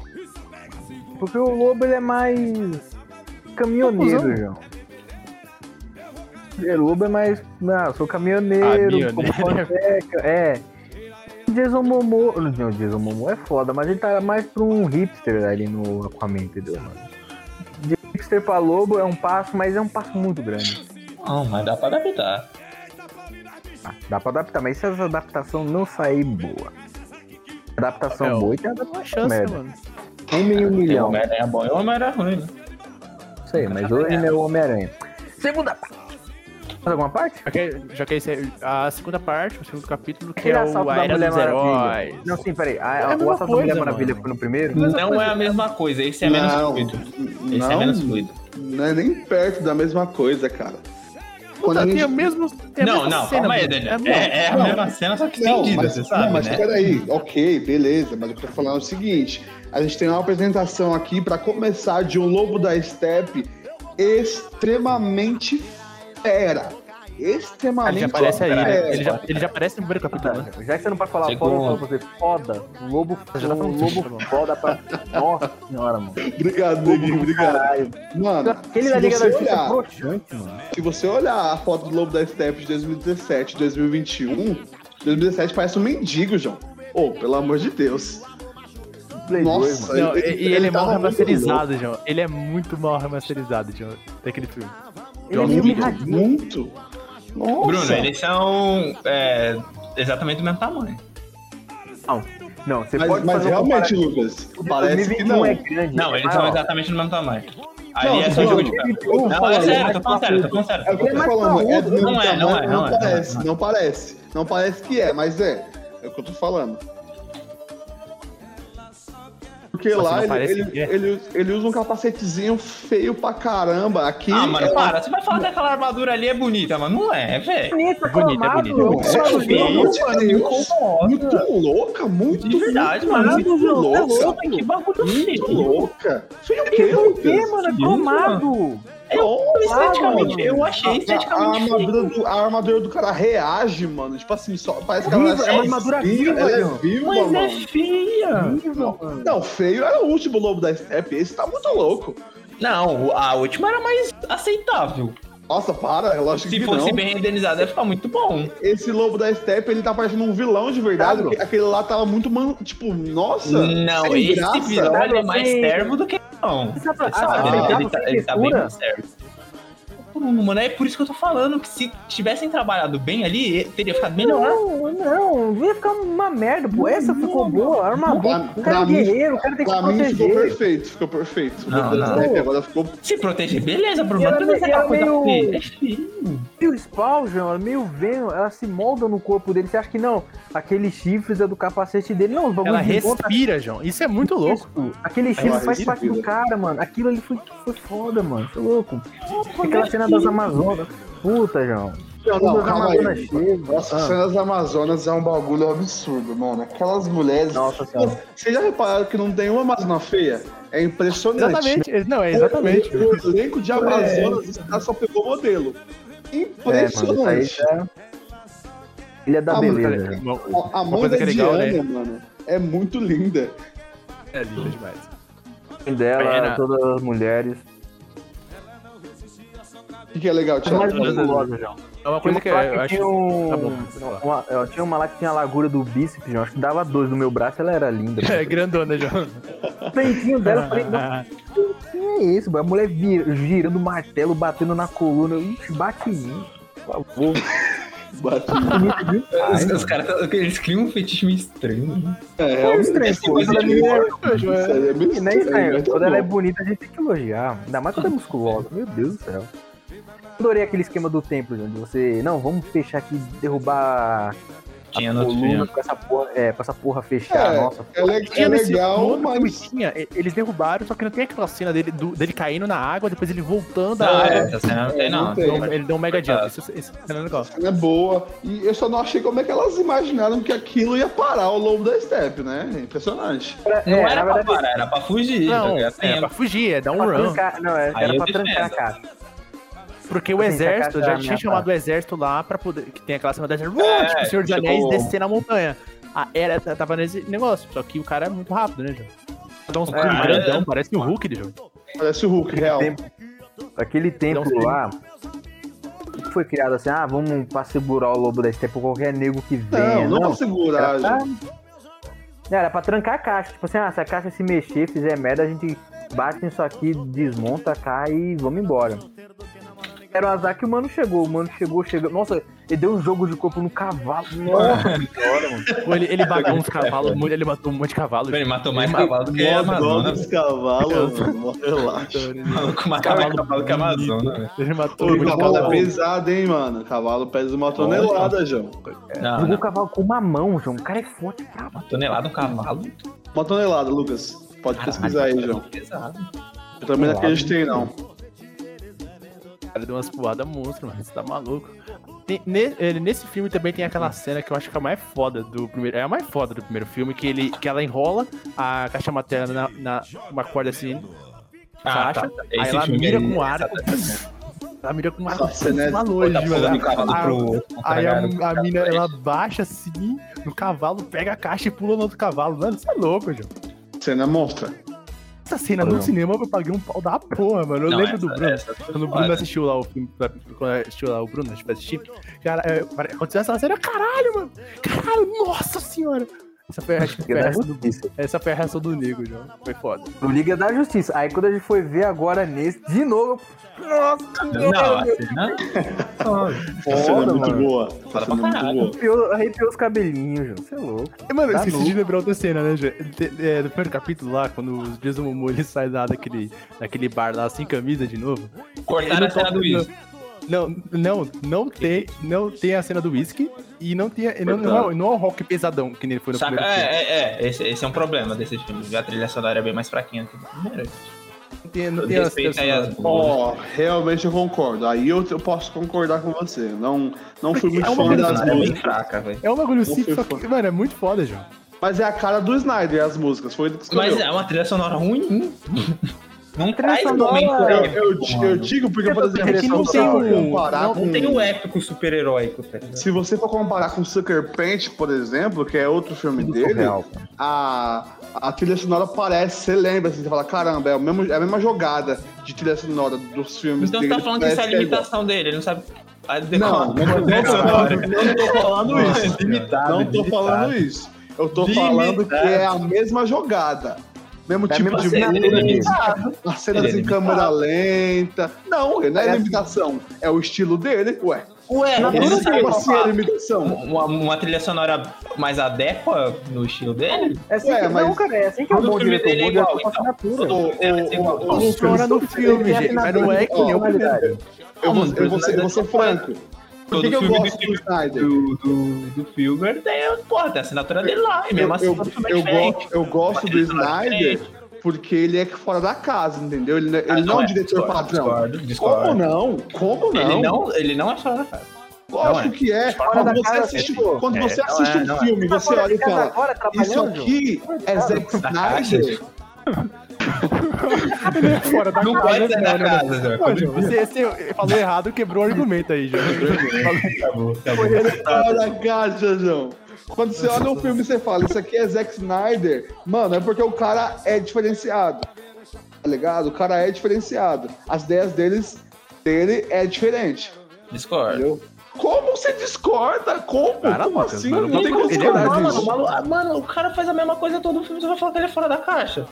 [SPEAKER 6] Porque o lobo ele é mais. caminhoneiro, João. É, O lobo é mais. Não, eu sou caminhoneiro,
[SPEAKER 2] Ah, Caminhoneiro.
[SPEAKER 6] como panteca, é. O Jason Momoa. Não, o Jason Momoa é foda, mas ele tá mais pra um hipster ali no Aquaman, entendeu? mano? De hipster pra lobo é um passo, mas é um passo muito grande.
[SPEAKER 1] Não, mas dá pra adaptar.
[SPEAKER 6] Ah, dá pra adaptar, mas se a adaptação não sair boa. Adaptação
[SPEAKER 2] É, ó,
[SPEAKER 6] boa, tem
[SPEAKER 2] Uma
[SPEAKER 6] adaptação
[SPEAKER 2] chance,
[SPEAKER 6] merda.
[SPEAKER 2] mano.
[SPEAKER 6] Um milhão, um
[SPEAKER 1] Tem
[SPEAKER 6] milhão.
[SPEAKER 1] Homem-Aranha bom e Homem-Aranha ruim, né?
[SPEAKER 6] Isso aí, mas hoje não é o Homem-Aranha. Segunda parte. Mais alguma parte?
[SPEAKER 2] Já que, já que esse é a segunda parte, o segundo capítulo, que
[SPEAKER 6] Aquele
[SPEAKER 2] é
[SPEAKER 6] assalto
[SPEAKER 2] o
[SPEAKER 6] da
[SPEAKER 2] A Era
[SPEAKER 6] Mulher
[SPEAKER 2] dos
[SPEAKER 6] Maravilha.
[SPEAKER 2] Heróis.
[SPEAKER 6] Não, sim, peraí. A,
[SPEAKER 2] É a
[SPEAKER 6] o
[SPEAKER 2] mesma
[SPEAKER 6] assalto da Mulher
[SPEAKER 2] coisa,
[SPEAKER 6] Maravilha
[SPEAKER 2] mano.
[SPEAKER 6] foi no primeiro?
[SPEAKER 1] Não é a mesma coisa, esse é menos
[SPEAKER 5] Não.
[SPEAKER 1] fluido. Esse
[SPEAKER 5] não,
[SPEAKER 1] é menos fluido.
[SPEAKER 5] Não é nem perto da mesma coisa, cara. Quando
[SPEAKER 2] Puta,
[SPEAKER 5] a gente-
[SPEAKER 2] tem o mesmo. tem a
[SPEAKER 1] não,
[SPEAKER 2] mesma
[SPEAKER 1] não,
[SPEAKER 2] cena,
[SPEAKER 1] calma aí,
[SPEAKER 2] mano.
[SPEAKER 1] Daniel.
[SPEAKER 2] mesmo.
[SPEAKER 1] É, é a
[SPEAKER 5] Não.
[SPEAKER 1] mesma cena, só que
[SPEAKER 5] Não,
[SPEAKER 1] estendida,
[SPEAKER 5] mas,
[SPEAKER 1] você sabe,
[SPEAKER 5] não, mas
[SPEAKER 1] né?
[SPEAKER 5] peraí, ok, beleza, mas eu quero falar o seguinte: a gente tem uma apresentação aqui pra começar de um lobo da steppe extremamente fera.
[SPEAKER 2] Ele
[SPEAKER 5] Extremamente
[SPEAKER 2] já aparece aí, né?
[SPEAKER 5] fera.
[SPEAKER 2] Ele já, ele já aparece no primeiro
[SPEAKER 6] Tá,
[SPEAKER 2] capítulo, né?
[SPEAKER 6] já que você não pode falar
[SPEAKER 1] Chegou.
[SPEAKER 6] foda, eu vou fazer foda. Lobo,
[SPEAKER 2] Já tá
[SPEAKER 6] um
[SPEAKER 2] falando
[SPEAKER 6] lobo
[SPEAKER 2] tudo, tá bom.
[SPEAKER 6] foda pra. Nossa senhora, mano.
[SPEAKER 5] Obrigado, Neguinho, obrigado.
[SPEAKER 6] Caralho.
[SPEAKER 5] Mano,
[SPEAKER 6] Aquele da
[SPEAKER 5] se
[SPEAKER 6] Liga
[SPEAKER 5] você,
[SPEAKER 6] da Justiça é
[SPEAKER 5] olhar,
[SPEAKER 6] broxante, mano.
[SPEAKER 5] se você olhar a foto do Lobo da Steppe de 2017 2021, 2017 parece um mendigo, João. Ô, pelo amor de Deus.
[SPEAKER 6] Play
[SPEAKER 5] Nossa.
[SPEAKER 6] 2, mano.
[SPEAKER 2] Não, e
[SPEAKER 5] ele-
[SPEAKER 2] e ele,
[SPEAKER 5] ele
[SPEAKER 2] é mal
[SPEAKER 5] tava muito
[SPEAKER 2] remasterizado, João. Ele é muito mal remasterizado, João, daquele filme.
[SPEAKER 6] Ele é meio mirradinho.
[SPEAKER 5] muito. Nossa.
[SPEAKER 1] Bruno, eles são é, exatamente do mesmo tamanho.
[SPEAKER 6] Não, não, você
[SPEAKER 5] Mas,
[SPEAKER 6] pode
[SPEAKER 5] mas
[SPEAKER 6] fazer um
[SPEAKER 5] realmente, Lucas, parece que não.
[SPEAKER 6] é grande.
[SPEAKER 1] Não,
[SPEAKER 6] é
[SPEAKER 1] eles são
[SPEAKER 6] maior.
[SPEAKER 1] exatamente do mesmo tamanho. Aí
[SPEAKER 5] Ah, Não,
[SPEAKER 1] é só
[SPEAKER 5] não,
[SPEAKER 1] jogo de
[SPEAKER 5] não,
[SPEAKER 1] pé.
[SPEAKER 5] não,
[SPEAKER 1] Não, é
[SPEAKER 5] não,
[SPEAKER 1] sério, tô falando sério, tô falando sério.
[SPEAKER 5] É o que eu
[SPEAKER 6] Ele é
[SPEAKER 5] tô
[SPEAKER 6] mais
[SPEAKER 5] falando, é do
[SPEAKER 6] parrudo.
[SPEAKER 5] mesmo
[SPEAKER 1] Não é, não
[SPEAKER 5] tamanho,
[SPEAKER 1] é,
[SPEAKER 5] não
[SPEAKER 1] não é,
[SPEAKER 5] parece,
[SPEAKER 1] não é.
[SPEAKER 5] não parece. Não parece que é, mas é. É o que eu tô falando. Porque
[SPEAKER 2] Nossa, não
[SPEAKER 5] lá ele,
[SPEAKER 2] parece
[SPEAKER 5] ele,
[SPEAKER 2] que é.
[SPEAKER 5] ele, ele usa um capacetezinho feio pra caramba. Aqui
[SPEAKER 1] Ah,
[SPEAKER 5] é
[SPEAKER 1] mano, para. Você vai falar que aquela armadura ali é bonita, mano. Não é, velho.
[SPEAKER 6] Bonito, é
[SPEAKER 2] Bonito, é
[SPEAKER 6] cromado,
[SPEAKER 2] bonito.
[SPEAKER 6] eu
[SPEAKER 5] É,
[SPEAKER 6] falo,
[SPEAKER 5] feio,
[SPEAKER 6] João,
[SPEAKER 5] mano,
[SPEAKER 1] incomoda.
[SPEAKER 5] muito louca, muito
[SPEAKER 1] De verdade,
[SPEAKER 5] muito,
[SPEAKER 1] mano.
[SPEAKER 5] Muito,
[SPEAKER 1] Muito
[SPEAKER 5] louca.
[SPEAKER 1] Puta, que bagulho
[SPEAKER 5] Muito
[SPEAKER 1] feio.
[SPEAKER 5] louca. Feio o
[SPEAKER 6] Que
[SPEAKER 5] quê,
[SPEAKER 6] por quê,
[SPEAKER 5] Lucas?
[SPEAKER 6] mano? É
[SPEAKER 1] Sim,
[SPEAKER 6] cromado.
[SPEAKER 5] Nossa,
[SPEAKER 1] Esteticamente,
[SPEAKER 5] mano.
[SPEAKER 1] eu achei
[SPEAKER 5] É A, a,
[SPEAKER 1] esteticamente feio.
[SPEAKER 5] armadura do, a armadura do cara reage, mano. Tipo assim, só, parece que ela
[SPEAKER 6] Viva, é uma
[SPEAKER 5] é
[SPEAKER 6] armadura viva,
[SPEAKER 5] ela é
[SPEAKER 6] João.
[SPEAKER 5] viva,
[SPEAKER 1] Mas é
[SPEAKER 5] mano.
[SPEAKER 1] feia.
[SPEAKER 5] Não, feio era o último lobo da Step. Esse tá muito louco.
[SPEAKER 1] Não, a última era mais aceitável.
[SPEAKER 5] Nossa, para, é lógico
[SPEAKER 1] Se
[SPEAKER 5] que
[SPEAKER 1] fosse
[SPEAKER 5] não.
[SPEAKER 1] bem renderizado, ia ficar muito bom.
[SPEAKER 5] Esse lobo da Step, ele tá parecendo um vilão de verdade.
[SPEAKER 6] Claro. Hum.
[SPEAKER 5] porque Aquele lá tava muito, man... tipo, nossa.
[SPEAKER 1] Não,
[SPEAKER 5] sem
[SPEAKER 1] esse
[SPEAKER 5] graça.
[SPEAKER 1] vilão ele é
[SPEAKER 6] Sabe,
[SPEAKER 1] mais
[SPEAKER 6] assim,
[SPEAKER 1] servo do que não.
[SPEAKER 6] sabe,
[SPEAKER 1] Você
[SPEAKER 6] ah,
[SPEAKER 1] sabe, né?
[SPEAKER 6] aceitável,
[SPEAKER 1] Ele tá,
[SPEAKER 6] sem
[SPEAKER 1] ele tá bem
[SPEAKER 6] frescura.
[SPEAKER 1] mais servo. Hum, Mano, é por isso que eu tô falando que se tivessem trabalhado bem ali, teria ficado melhor.
[SPEAKER 6] Não, não, ia ficar uma merda, pô. Essa ficou boa, a armadura.
[SPEAKER 5] Pra-
[SPEAKER 6] O cara
[SPEAKER 5] pra
[SPEAKER 6] é
[SPEAKER 5] mim-
[SPEAKER 6] guerreiro, o cara tem que
[SPEAKER 5] Pra
[SPEAKER 6] se
[SPEAKER 5] mim ficou
[SPEAKER 6] proteger.
[SPEAKER 5] perfeito, ficou perfeito.
[SPEAKER 1] Não,
[SPEAKER 5] Lobo da
[SPEAKER 1] não.
[SPEAKER 5] Step, agora ficou.
[SPEAKER 1] Se proteger, beleza, Bruno.
[SPEAKER 6] E
[SPEAKER 1] Mas
[SPEAKER 6] ela
[SPEAKER 1] precisa
[SPEAKER 6] me-
[SPEAKER 1] ser aquela
[SPEAKER 6] ela
[SPEAKER 1] coisa
[SPEAKER 6] meio-
[SPEAKER 1] feia. É feio.
[SPEAKER 6] E o Spawn, João, ela é meio vendo, ela se molda no corpo dele. Você acha que não? Aqueles chifres é do capacete dele. Não, os bagulhos
[SPEAKER 2] Ela
[SPEAKER 6] de ponta-
[SPEAKER 2] respira, João. Isso é muito louco.
[SPEAKER 6] Isso, Aquele chifre
[SPEAKER 5] Ela
[SPEAKER 6] faz parte do
[SPEAKER 5] respira.
[SPEAKER 6] cara, mano. Aquilo ali foi, foi foda, mano. Tá louco? Aquela cena das Amazonas. Puta, João.
[SPEAKER 5] Não,
[SPEAKER 6] Quando
[SPEAKER 5] não,
[SPEAKER 6] as
[SPEAKER 5] calma
[SPEAKER 6] Amazonas
[SPEAKER 5] aí.
[SPEAKER 6] chegam.
[SPEAKER 5] Nossa,
[SPEAKER 6] Ah.
[SPEAKER 5] as cenas Amazonas é um bagulho absurdo, mano. Aquelas mulheres.
[SPEAKER 6] Nossa senhora.
[SPEAKER 5] Vocês já repararam que não tem uma Amazona feia? É impressionante.
[SPEAKER 2] Exatamente. Não, é exatamente.
[SPEAKER 5] O, o elenco de Amazonas esse cara só pegou modelo.
[SPEAKER 6] É, mano,
[SPEAKER 5] Impressionante.
[SPEAKER 6] isso aí já... Ele é da
[SPEAKER 5] Ah, mano,
[SPEAKER 6] beleza.
[SPEAKER 5] cara,
[SPEAKER 6] João.
[SPEAKER 5] a a
[SPEAKER 2] Uma, uma coisa
[SPEAKER 5] Amanda
[SPEAKER 2] que é legal,
[SPEAKER 5] Diana,
[SPEAKER 2] né?
[SPEAKER 5] mano, é muito linda.
[SPEAKER 2] É linda demais.
[SPEAKER 6] dela,
[SPEAKER 2] Pena.
[SPEAKER 6] todas as mulheres.
[SPEAKER 5] O que, que é legal,
[SPEAKER 6] Mas mais
[SPEAKER 5] Thiago?
[SPEAKER 6] musculosa, João.
[SPEAKER 2] É uma
[SPEAKER 6] Tinha
[SPEAKER 2] coisa
[SPEAKER 6] uma
[SPEAKER 2] que
[SPEAKER 6] lá
[SPEAKER 2] eu
[SPEAKER 6] que
[SPEAKER 2] acho.
[SPEAKER 6] tinha um...
[SPEAKER 2] Tá bom, sei lá.
[SPEAKER 6] uma- eu tinha uma lá que tinha a largura do bíceps, João. Acho que dava dois no meu braço, ela era linda.
[SPEAKER 2] É grandona, João.
[SPEAKER 6] O peitinho dela, eu falei, não, que é isso, mano? A mulher vira- girando o martelo, batendo na coluna. Ixi, bate em mim. Por favor.
[SPEAKER 5] Bate-
[SPEAKER 6] Bonito demais.
[SPEAKER 1] Os, os caras, tão- eles criam um fetiche meio estranho. né?
[SPEAKER 5] É,
[SPEAKER 6] É
[SPEAKER 5] realmente,
[SPEAKER 6] estranho,
[SPEAKER 5] essa
[SPEAKER 6] pô,
[SPEAKER 5] coisa
[SPEAKER 6] ela
[SPEAKER 5] de
[SPEAKER 6] é meio-
[SPEAKER 5] morte, isso aí é meio
[SPEAKER 6] Não é
[SPEAKER 5] estranho, mas
[SPEAKER 6] estranho.
[SPEAKER 5] tá
[SPEAKER 6] Quando ela é
[SPEAKER 5] bom.
[SPEAKER 6] bonita, a gente tem que elogiar. Ainda mais quando é musculosa. Meu Deus do céu. Adorei aquele esquema do templo, João, de você. Não, vamos fechar aqui, derrubar
[SPEAKER 1] Tinha
[SPEAKER 6] a
[SPEAKER 1] no outro
[SPEAKER 6] coluna
[SPEAKER 1] filme.
[SPEAKER 6] com essa porra, é, com essa porra fechar.
[SPEAKER 5] É,
[SPEAKER 6] Nossa,
[SPEAKER 5] é le- é
[SPEAKER 2] Tinha nesse
[SPEAKER 5] legal,
[SPEAKER 2] outro filme
[SPEAKER 5] mas.
[SPEAKER 2] tinha, e- eles derrubaram, só que não tem aquela cena dele, do- dele caindo na água, depois ele voltando à
[SPEAKER 1] Ah, é,
[SPEAKER 2] água.
[SPEAKER 1] essa cena não tem,
[SPEAKER 5] não
[SPEAKER 1] não.
[SPEAKER 5] tem.
[SPEAKER 2] Então, Ele deu um mega jump.
[SPEAKER 1] Ah.
[SPEAKER 2] Isso, isso é legal.
[SPEAKER 5] É boa. E eu só não achei como é que elas imaginaram que aquilo ia parar o lobo da Step, né? Impressionante.
[SPEAKER 1] Não
[SPEAKER 6] É,
[SPEAKER 1] era
[SPEAKER 6] na
[SPEAKER 1] pra
[SPEAKER 6] verdade,
[SPEAKER 1] parar, era pra fugir.
[SPEAKER 2] Não,
[SPEAKER 1] tá
[SPEAKER 2] é
[SPEAKER 1] ligado? Tem-
[SPEAKER 2] pra fugir, é dar um
[SPEAKER 6] pra
[SPEAKER 2] run.
[SPEAKER 6] trancar, não, era
[SPEAKER 1] Aí eu
[SPEAKER 6] pra
[SPEAKER 1] te
[SPEAKER 6] trancar,
[SPEAKER 1] entendo.
[SPEAKER 6] cara.
[SPEAKER 2] Porque o
[SPEAKER 1] Tipo
[SPEAKER 6] Assim,
[SPEAKER 2] exército,
[SPEAKER 6] sacar
[SPEAKER 2] já
[SPEAKER 6] da
[SPEAKER 2] tinha
[SPEAKER 6] minha
[SPEAKER 2] chamado o exército lá pra poder. Que tem aquela cena da tipo,
[SPEAKER 1] É,
[SPEAKER 2] o Senhor dos
[SPEAKER 1] tipo-
[SPEAKER 2] Anéis descer na montanha. A era t- tava nesse negócio, só que o cara é muito rápido, né, João? Dá
[SPEAKER 1] É,
[SPEAKER 2] uns pulos
[SPEAKER 1] cara-
[SPEAKER 2] grandão, parece o Hulk né, do jogo.
[SPEAKER 5] Parece o Hulk, real.
[SPEAKER 6] Tempo- aquele templo
[SPEAKER 1] um
[SPEAKER 2] sei.
[SPEAKER 6] lá foi criado assim, ah, vamos pra segurar o lobo da estepa qualquer nego que
[SPEAKER 5] Não,
[SPEAKER 6] venha.
[SPEAKER 5] não,
[SPEAKER 6] Não, Tá,
[SPEAKER 5] vou segurar.
[SPEAKER 6] era, pra...
[SPEAKER 5] gente.
[SPEAKER 6] Não, era pra trancar a caixa. Tipo assim, ah, se a caixa se mexer, fizer merda, a gente bate nisso aqui, um desmonta, cai e vamos embora. Era o azar que o mano chegou. O mano chegou, chegou. Nossa, Ele deu um jogo de corpo no cavalo. Nossa senhora, mano.
[SPEAKER 2] Pô, Ele, ele bagou uns cavalos, muito- ele matou um monte de cavalos.
[SPEAKER 1] Ele matou mais cavalo do que a
[SPEAKER 5] Mó
[SPEAKER 1] Amazônia.
[SPEAKER 5] dos cavalos, mano. Mó relaxa.
[SPEAKER 1] Maluco matou mais cavalo né? que a Amazônia. velho.
[SPEAKER 2] Ele matou
[SPEAKER 5] Ô,
[SPEAKER 2] muito
[SPEAKER 5] cavalo é
[SPEAKER 2] cavalo.
[SPEAKER 5] pesado, hein, mano. Cavalo pesa uma tonelada, João.
[SPEAKER 1] Não,
[SPEAKER 6] Jogou o
[SPEAKER 1] não.
[SPEAKER 6] cavalo com uma mão, João. O cara é forte pra
[SPEAKER 1] Uma tonelada, um cavalo.
[SPEAKER 5] Uma tonelada, Lucas. Pode
[SPEAKER 1] Caralho,
[SPEAKER 5] pesquisar aí,
[SPEAKER 1] cara,
[SPEAKER 5] João.
[SPEAKER 1] Pesado.
[SPEAKER 5] Eu também não é acreditei, não.
[SPEAKER 2] Ele deu umas porradas monstro, mano. Você tá maluco. Tem- ne- ele- nesse filme também tem aquela cena que eu acho que é a mais foda do primeiro. É a mais foda do primeiro filme, que, ele, que ela enrola a caixa materna na, na- uma corda assim.
[SPEAKER 1] Ah,
[SPEAKER 2] caixa,
[SPEAKER 1] tá.
[SPEAKER 2] Aí
[SPEAKER 1] Esse
[SPEAKER 2] ela
[SPEAKER 1] filme
[SPEAKER 2] mira
[SPEAKER 1] aí,
[SPEAKER 2] com arco. Ela mira com arco
[SPEAKER 5] Nossa, né?
[SPEAKER 2] pra longe,
[SPEAKER 1] Tá
[SPEAKER 2] mano.
[SPEAKER 1] pulando o cavalo
[SPEAKER 2] A-
[SPEAKER 1] pro-
[SPEAKER 2] Ah, Aí
[SPEAKER 1] pra-
[SPEAKER 2] a,
[SPEAKER 1] pra-
[SPEAKER 2] a mina, ela baixa assim no cavalo, pega a caixa e pula no outro cavalo. Mano, você é louco, João.
[SPEAKER 5] Cena monstra.
[SPEAKER 2] Essa cena no cinema eu paguei um pau da porra, mano. Eu
[SPEAKER 1] Não,
[SPEAKER 2] lembro
[SPEAKER 1] essa-
[SPEAKER 2] do Bruno.
[SPEAKER 1] essa foi
[SPEAKER 2] Quando o Bruno
[SPEAKER 1] foda.
[SPEAKER 2] assistiu lá o filme, pra- quando assistiu lá o Bruno, a gente foi assistir, cara, é, pare- aconteceu essa cena, eu, caralho, mano, caralho, nossa senhora. Essa foi, a- foi a
[SPEAKER 6] da
[SPEAKER 2] reação do,
[SPEAKER 6] justiça.
[SPEAKER 2] essa foi a reação do Nigo, João. Foi foda.
[SPEAKER 6] No Liga da Justiça. Aí quando a gente foi ver agora nesse, de novo. eu- Nossa,
[SPEAKER 1] Não,
[SPEAKER 6] meu
[SPEAKER 1] assim, não.
[SPEAKER 5] Essa cena é
[SPEAKER 6] Foda,
[SPEAKER 5] muito
[SPEAKER 6] mano.
[SPEAKER 5] boa. Essa cena é muito
[SPEAKER 1] caralho.
[SPEAKER 5] boa.
[SPEAKER 6] Deus, arrepiou os cabelinhos, João. Você é louco.
[SPEAKER 2] E, Mano, eu
[SPEAKER 6] Tá
[SPEAKER 2] esqueci
[SPEAKER 6] nu.
[SPEAKER 2] de lembrar outra cena, né, João? Ele te- É, no primeiro capítulo lá, quando os dias do Momo ele sai lá daquele, daquele bar lá sem camisa de novo.
[SPEAKER 1] Cortaram a
[SPEAKER 2] Ele não
[SPEAKER 1] cena do
[SPEAKER 2] toca-
[SPEAKER 1] Luiz.
[SPEAKER 2] Não, não, não tem, não tem a cena do whisky e não tem, a- não, não, é, o- não é o rock pesadão que nem ele foi no
[SPEAKER 1] Saca?
[SPEAKER 2] primeiro filme.
[SPEAKER 1] É, é, é. Esse, esse é um problema desse filme. A trilha sonora é bem mais fraquinha do que o primeiro.
[SPEAKER 2] Não tem, não tem a
[SPEAKER 1] Respeita aí as boas.
[SPEAKER 5] Ó, realmente eu concordo. Aí eu, eu posso concordar com você. Não, não fui muito
[SPEAKER 2] É uma
[SPEAKER 5] fã
[SPEAKER 2] coisa
[SPEAKER 5] das
[SPEAKER 1] É bem
[SPEAKER 5] músicas.
[SPEAKER 1] fraca, velho.
[SPEAKER 2] É um bagulho
[SPEAKER 5] Não
[SPEAKER 2] simples,
[SPEAKER 5] foi
[SPEAKER 2] só que, mano, é muito foda, João.
[SPEAKER 5] Mas é a cara do Snyder, as músicas. Foi ele que escolheu.
[SPEAKER 1] Mas é uma trilha sonora ruim. Não
[SPEAKER 6] Trilha
[SPEAKER 1] traz
[SPEAKER 6] sonora-
[SPEAKER 1] momento
[SPEAKER 5] Eu,
[SPEAKER 1] épico.
[SPEAKER 5] eu, di- eu digo porque, por exemplo,
[SPEAKER 2] É que não
[SPEAKER 5] se
[SPEAKER 2] tem
[SPEAKER 5] você for
[SPEAKER 2] um-
[SPEAKER 5] comparar
[SPEAKER 1] Não
[SPEAKER 5] com-
[SPEAKER 1] tem o épico super-heróico, velho.
[SPEAKER 5] se você for comparar com Sucker Punch, por exemplo, que é outro filme dele,
[SPEAKER 6] Surreal, cara.
[SPEAKER 5] a, a trilha sonora parece, você lembra, assim, você fala, caramba, é, o mesmo, é a mesma jogada de trilha sonora dos filmes
[SPEAKER 1] Então você
[SPEAKER 5] dele.
[SPEAKER 1] tá falando que isso é a
[SPEAKER 5] parece igual.
[SPEAKER 1] limitação dele, ele não sabe. a
[SPEAKER 5] Não,
[SPEAKER 1] decorar.
[SPEAKER 5] não tô falando, não tô falando
[SPEAKER 1] Nossa,
[SPEAKER 5] isso.
[SPEAKER 1] limitado,
[SPEAKER 5] não tô
[SPEAKER 1] limitado.
[SPEAKER 5] falando isso. Eu tô
[SPEAKER 1] Limitado.
[SPEAKER 5] falando que é a mesma jogada. Mesmo
[SPEAKER 6] É a
[SPEAKER 5] tipo
[SPEAKER 6] mesma
[SPEAKER 5] de
[SPEAKER 1] cena,
[SPEAKER 5] música,
[SPEAKER 1] ele é limitado.
[SPEAKER 5] as cenas
[SPEAKER 1] Ele é
[SPEAKER 5] em
[SPEAKER 1] limitado.
[SPEAKER 5] câmera lenta. Não, não é
[SPEAKER 6] É assim.
[SPEAKER 5] limitação. É o estilo dele, ué.
[SPEAKER 1] Ué, ele
[SPEAKER 5] Como
[SPEAKER 1] sabe
[SPEAKER 5] assim é
[SPEAKER 1] falar
[SPEAKER 5] limitação?
[SPEAKER 1] uma, uma trilha sonora mais adequa no estilo dele?
[SPEAKER 6] É assim
[SPEAKER 5] Ué,
[SPEAKER 6] que,
[SPEAKER 5] mas-
[SPEAKER 6] Não, cara, é assim que é um
[SPEAKER 1] Todo
[SPEAKER 6] bom
[SPEAKER 1] filme
[SPEAKER 6] diretor.
[SPEAKER 1] dele é
[SPEAKER 6] bom diretor
[SPEAKER 1] igual,
[SPEAKER 6] com assinatura.
[SPEAKER 5] Ô, ô, ô, ô, Lucas,
[SPEAKER 2] funciona no filme,
[SPEAKER 6] Tem
[SPEAKER 2] gente, mas não é que nem o
[SPEAKER 6] personalidade.
[SPEAKER 5] Eu vou, eu vou ser, eu vou ser franco. Por que, que eu gosto do
[SPEAKER 1] filme
[SPEAKER 5] Snyder?
[SPEAKER 1] do, do, do Filmer tem, porra, tem a assinatura dele lá, e
[SPEAKER 5] Eu,
[SPEAKER 1] mesmo assim
[SPEAKER 5] eu,
[SPEAKER 1] tá totalmente
[SPEAKER 5] eu
[SPEAKER 1] diferente.
[SPEAKER 5] gosto, eu gosto do Snyder porque ele é fora da casa, entendeu? Ele, ele
[SPEAKER 1] Ah,
[SPEAKER 5] não é um
[SPEAKER 1] é,
[SPEAKER 5] diretor
[SPEAKER 1] discordo,
[SPEAKER 5] padrão.
[SPEAKER 1] Discordo,
[SPEAKER 5] Como
[SPEAKER 1] discordo.
[SPEAKER 5] não? Como não?
[SPEAKER 1] Ele não, ele não é fora da casa.
[SPEAKER 5] Lógico
[SPEAKER 1] Não é.
[SPEAKER 5] que é.
[SPEAKER 6] Fora da
[SPEAKER 5] Quando você
[SPEAKER 6] casa,
[SPEAKER 5] assiste,
[SPEAKER 6] pô.
[SPEAKER 5] quando você
[SPEAKER 1] não é,
[SPEAKER 5] assiste um
[SPEAKER 1] não é.
[SPEAKER 5] filme, você
[SPEAKER 6] Agora,
[SPEAKER 5] olha e
[SPEAKER 6] cara,
[SPEAKER 5] fala,
[SPEAKER 6] agora
[SPEAKER 5] isso
[SPEAKER 6] atrapalhando, João.
[SPEAKER 5] aqui é Zack Snyder.
[SPEAKER 2] Fora da
[SPEAKER 1] Não pode sair da casa, Zé.
[SPEAKER 2] Pô, João, você, você falou errado, quebrou o argumento aí, João.
[SPEAKER 5] Fora da casa, João. Quando você olha um filme e você fala, isso aqui é Zack Snyder, mano, é porque o cara é diferenciado. Tá ligado? O cara é diferenciado. As ideias deles, dele é diferente.
[SPEAKER 1] Discordo.
[SPEAKER 5] Entendeu? Como você discorda? Como?
[SPEAKER 2] Cara,
[SPEAKER 5] Como
[SPEAKER 2] Lucas,
[SPEAKER 5] assim?
[SPEAKER 2] mano,
[SPEAKER 5] não tem como
[SPEAKER 2] ele é
[SPEAKER 5] discordar
[SPEAKER 1] Mano, o
[SPEAKER 5] disso.
[SPEAKER 1] malu- ah, mano, o cara faz a mesma coisa todo filme, você vai falar que ele é fora da caixa.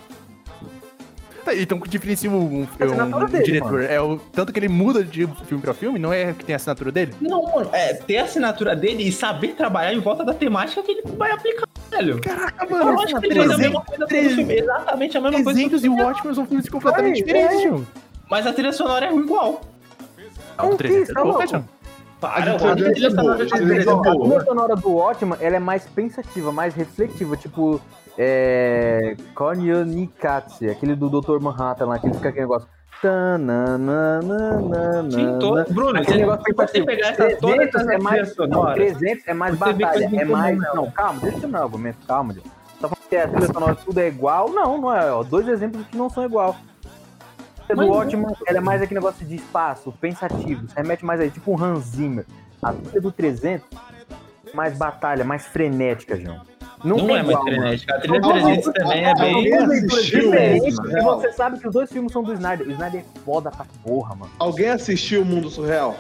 [SPEAKER 2] Tá, Então, o definitivo um, é um
[SPEAKER 6] assinatura dele,
[SPEAKER 2] diretor
[SPEAKER 6] mano.
[SPEAKER 2] é o tanto que ele muda de filme pra filme, não é que tem a assinatura dele?
[SPEAKER 1] Não, mano, é ter a assinatura dele e saber trabalhar em volta da temática que ele vai aplicar, velho.
[SPEAKER 2] Caraca,
[SPEAKER 1] Eu acho que ele faz a
[SPEAKER 2] 300,
[SPEAKER 1] mesma coisa todo filme, exatamente a mesma coisa. todo
[SPEAKER 2] 300 e o
[SPEAKER 1] filme.
[SPEAKER 2] Watchmen são filmes completamente diferentes, João.
[SPEAKER 1] Mas a trilha sonora é igual.
[SPEAKER 6] Não, que isso, tá
[SPEAKER 2] Pô,
[SPEAKER 6] louco?
[SPEAKER 2] João.
[SPEAKER 1] Para,
[SPEAKER 5] A
[SPEAKER 1] mano, a
[SPEAKER 5] trilha
[SPEAKER 1] trilha
[SPEAKER 5] é boa,
[SPEAKER 1] sonora
[SPEAKER 5] a trilha é
[SPEAKER 1] é
[SPEAKER 6] Não,
[SPEAKER 1] boa.
[SPEAKER 6] a
[SPEAKER 5] boa.
[SPEAKER 6] trilha sonora do Watchman, ela é mais pensativa, mais reflexiva, tipo é, Konyonikatsu, aquele do Dr. Manhattan lá, que ele fica aquele negócio tananana,
[SPEAKER 1] Sim, todo- Bruno, você-
[SPEAKER 6] aquele negócio
[SPEAKER 1] é, se você
[SPEAKER 6] pensativo.
[SPEAKER 1] pegar essa, todas
[SPEAKER 6] 300
[SPEAKER 1] essas
[SPEAKER 6] é mais,
[SPEAKER 1] trilhas
[SPEAKER 6] não,
[SPEAKER 1] sonoras,
[SPEAKER 6] 300 é mais
[SPEAKER 1] você vê
[SPEAKER 6] batalha,
[SPEAKER 1] coisa
[SPEAKER 6] é mais,
[SPEAKER 1] incomum,
[SPEAKER 6] não, calma, deixa eu terminar o argumento, calma, Diogo. Tá falando que a trilha sonora tudo é igual? Não, não é, ó, dois exemplos que não são igual. A do
[SPEAKER 1] Mas-
[SPEAKER 6] Watchman, ela é mais aquele negócio de espaço, pensativo, se remete mais aí, tipo um Hans Zimmer. A trilha do 300 mais batalha, mais frenética, João. Não,
[SPEAKER 1] não
[SPEAKER 6] tem
[SPEAKER 1] é mais
[SPEAKER 6] igual, mano.
[SPEAKER 1] frenética. A trilha
[SPEAKER 6] Não,
[SPEAKER 1] 300
[SPEAKER 6] não,
[SPEAKER 1] também é
[SPEAKER 6] São
[SPEAKER 1] bem.
[SPEAKER 5] não,
[SPEAKER 6] duas leituras
[SPEAKER 5] assistiu
[SPEAKER 6] diferentes
[SPEAKER 5] isso,
[SPEAKER 6] e
[SPEAKER 5] não.
[SPEAKER 6] você sabe que os dois filmes são do Snyder. O Snyder é foda pra porra, mano.
[SPEAKER 5] Alguém assistiu o Mundo Surreal?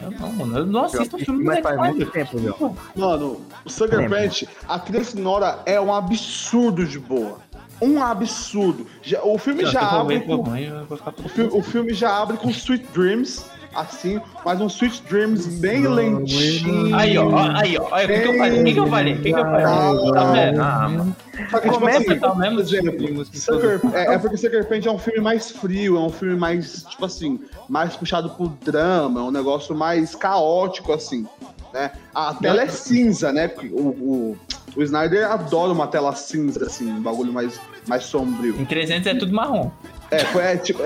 [SPEAKER 1] Não, Não, mano, eu não assisto um filme do
[SPEAKER 6] Mas
[SPEAKER 1] Zack
[SPEAKER 6] faz muito
[SPEAKER 1] Snyder.
[SPEAKER 6] tempo, João.
[SPEAKER 5] Mano, o Sucker
[SPEAKER 6] Lembra.
[SPEAKER 5] Punch, a trilha sonora é um absurdo de boa. Um absurdo. Já- o filme
[SPEAKER 1] Não, se
[SPEAKER 5] já
[SPEAKER 1] eu for
[SPEAKER 5] abre
[SPEAKER 1] ver,
[SPEAKER 5] com.
[SPEAKER 1] pô, mãe, eu vou ficar
[SPEAKER 5] O
[SPEAKER 1] puto.
[SPEAKER 5] fi- o filme já abre com Sweet Dreams, assim, mas um Sweet Dreams bem lentinho.
[SPEAKER 1] Aí, ó, ó, aí, ó. Aí, O que, que eu falei? O que, que eu falei? O que, que eu falei?
[SPEAKER 5] Ah,
[SPEAKER 1] Tá vendo? Ah, mano.
[SPEAKER 5] Só que, tipo,
[SPEAKER 1] Começa
[SPEAKER 5] assim,
[SPEAKER 1] então mesmo,
[SPEAKER 5] por
[SPEAKER 1] tipo, de
[SPEAKER 5] exemplo,
[SPEAKER 1] música
[SPEAKER 5] Sucker, é, é porque Sucker Punch é um filme mais frio, é um filme mais, tipo assim, mais puxado pro drama, é um negócio mais caótico, assim, né? A tela é cinza, né? Porque O, o, o Snyder adora uma tela cinza, assim, um bagulho mais, mais sombrio.
[SPEAKER 1] Em 300 é tudo marrom.
[SPEAKER 5] É, foi- é, tipo...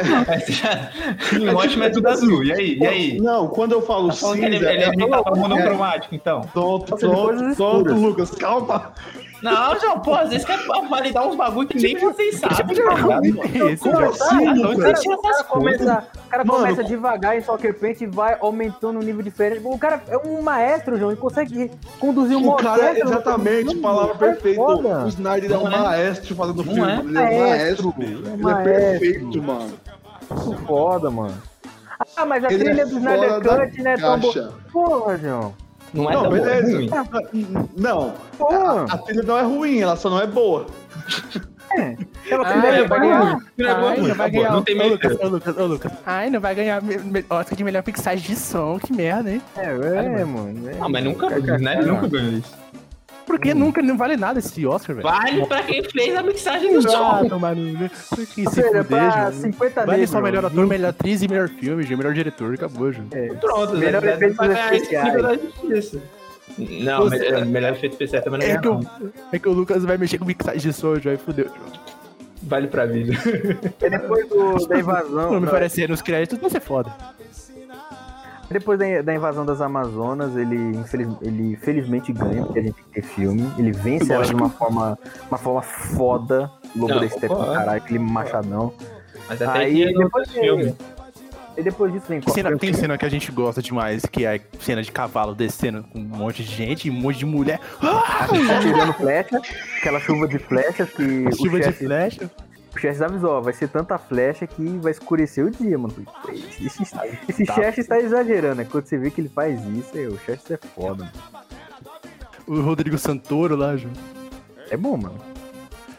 [SPEAKER 1] Em Watchmen é tudo azul. E aí? E aí?
[SPEAKER 5] Não, quando eu falo
[SPEAKER 1] Tá falando que
[SPEAKER 5] cinza...
[SPEAKER 1] ele, ele, ele
[SPEAKER 5] é-
[SPEAKER 1] tava monocromático, então?
[SPEAKER 5] Tonto,
[SPEAKER 6] de
[SPEAKER 5] tonto,
[SPEAKER 6] coisas
[SPEAKER 5] tonto,
[SPEAKER 6] escuras.
[SPEAKER 5] Lucas, calma.
[SPEAKER 1] Não, João, pô, às vezes quer validar uns bagulho que nem vocês sabem. tá ligado?
[SPEAKER 2] Isso,
[SPEAKER 5] Como
[SPEAKER 2] já.
[SPEAKER 5] assim,
[SPEAKER 1] Não
[SPEAKER 5] Lucas?
[SPEAKER 1] existe essas coisas.
[SPEAKER 6] Começa, o cara
[SPEAKER 5] Mano,
[SPEAKER 6] começa devagar em Soccer Punch e vai aumentando o nível de diferente. O cara é um maestro, João, e consegue conduzir um
[SPEAKER 5] O cara, é
[SPEAKER 6] orquestra.
[SPEAKER 5] exatamente,
[SPEAKER 6] Não,
[SPEAKER 5] palavra
[SPEAKER 6] o cara é
[SPEAKER 5] perfeita.
[SPEAKER 6] foda.
[SPEAKER 5] O Snyder é um
[SPEAKER 1] Não é?
[SPEAKER 5] maestro fazendo filme.
[SPEAKER 1] é?
[SPEAKER 5] Ele é um maestro.
[SPEAKER 6] Maestro,
[SPEAKER 5] Ele é
[SPEAKER 6] maestro.
[SPEAKER 5] perfeito, mano.
[SPEAKER 6] Muito foda, mano. Ah, mas a
[SPEAKER 5] Ele
[SPEAKER 6] trilha
[SPEAKER 5] é
[SPEAKER 6] do Snyder
[SPEAKER 5] fora da
[SPEAKER 6] Cut, né, tão
[SPEAKER 5] caixa.
[SPEAKER 6] boa. Porra, João.
[SPEAKER 1] Não é
[SPEAKER 5] Não,
[SPEAKER 1] tão bom, é
[SPEAKER 5] beleza.
[SPEAKER 1] ruim.
[SPEAKER 5] Não,
[SPEAKER 6] Porra.
[SPEAKER 5] a trilha não é ruim, ela só não é boa.
[SPEAKER 2] Ela
[SPEAKER 6] Ai,
[SPEAKER 1] É,
[SPEAKER 2] primeira, vai
[SPEAKER 6] vai
[SPEAKER 2] ganhar.
[SPEAKER 6] ganhar.
[SPEAKER 2] Ai,
[SPEAKER 1] Acabou,
[SPEAKER 2] não vai ganhar.
[SPEAKER 1] não tem
[SPEAKER 2] Ô,
[SPEAKER 1] meio
[SPEAKER 2] Lucas, ô, Lucas, ô, Lucas. Ai, não vai ganhar me- me- Oscar de melhor mixagem de som, que merda, hein?
[SPEAKER 6] É, é, mano. é.
[SPEAKER 1] Não, mas nunca,
[SPEAKER 6] Kkk,
[SPEAKER 1] né?
[SPEAKER 6] mano.
[SPEAKER 1] nunca ganhou isso.
[SPEAKER 2] Porque nunca, não vale nada esse Oscar, velho.
[SPEAKER 1] Vale pra quem fez a mixagem do
[SPEAKER 2] Ah,
[SPEAKER 1] som.
[SPEAKER 2] tomar no- no- Que se fuder,
[SPEAKER 6] Pera, pra
[SPEAKER 2] João.
[SPEAKER 6] 50
[SPEAKER 2] Vale só
[SPEAKER 6] negros, É.
[SPEAKER 2] melhor
[SPEAKER 6] João.
[SPEAKER 2] ator, melhor atriz e melhor filme, João, melhor diretor, acabou, João.
[SPEAKER 1] Pronto,
[SPEAKER 6] Melhor
[SPEAKER 1] Zé, Zé,
[SPEAKER 6] efeitos
[SPEAKER 1] vai ganhar esse
[SPEAKER 6] especiais.
[SPEAKER 1] nível da justiça. Não,
[SPEAKER 2] Você-
[SPEAKER 1] melhor, melhor efeito especial também não
[SPEAKER 2] É
[SPEAKER 1] ganha,
[SPEAKER 2] que, o,
[SPEAKER 1] não.
[SPEAKER 2] é que o Lucas vai mexer com mixagem de som, João, e fudeu, João.
[SPEAKER 1] Vale pra vida.
[SPEAKER 6] É depois do- da invasão.
[SPEAKER 2] Não me
[SPEAKER 6] da-
[SPEAKER 2] parecer nos créditos, mas é foda.
[SPEAKER 6] Depois da, da invasão das Amazonas, ele, infeliz, ele felizmente ganha, porque a gente tem filme. Ele vence ela de uma forma, uma forma foda. Lobo
[SPEAKER 1] Não,
[SPEAKER 6] da Steppe,
[SPEAKER 1] concordo.
[SPEAKER 6] caralho, aquele machadão.
[SPEAKER 1] Mas até
[SPEAKER 6] Aí,
[SPEAKER 1] que no
[SPEAKER 6] depois
[SPEAKER 1] outro
[SPEAKER 6] que-
[SPEAKER 1] filme.
[SPEAKER 6] E depois disso vem
[SPEAKER 2] Que cena-
[SPEAKER 6] Cochrane.
[SPEAKER 2] tem cena que a gente gosta demais, que é a cena de cavalo descendo com um monte de gente e um monte de mulher. Ah,
[SPEAKER 6] atirando tá flecha, aquela chuva de flechas que o
[SPEAKER 2] chuva de
[SPEAKER 6] chefe,
[SPEAKER 2] flecha.
[SPEAKER 6] o chefe avisou, ó, vai ser tanta flecha que vai escurecer o dia, mano. Esse, esse
[SPEAKER 2] Tá.
[SPEAKER 6] chefe está exagerando, né? Quando você vê que ele faz isso, é, o chefe é foda, mano.
[SPEAKER 2] O Rodrigo Santoro lá, Ju.
[SPEAKER 6] É bom, mano.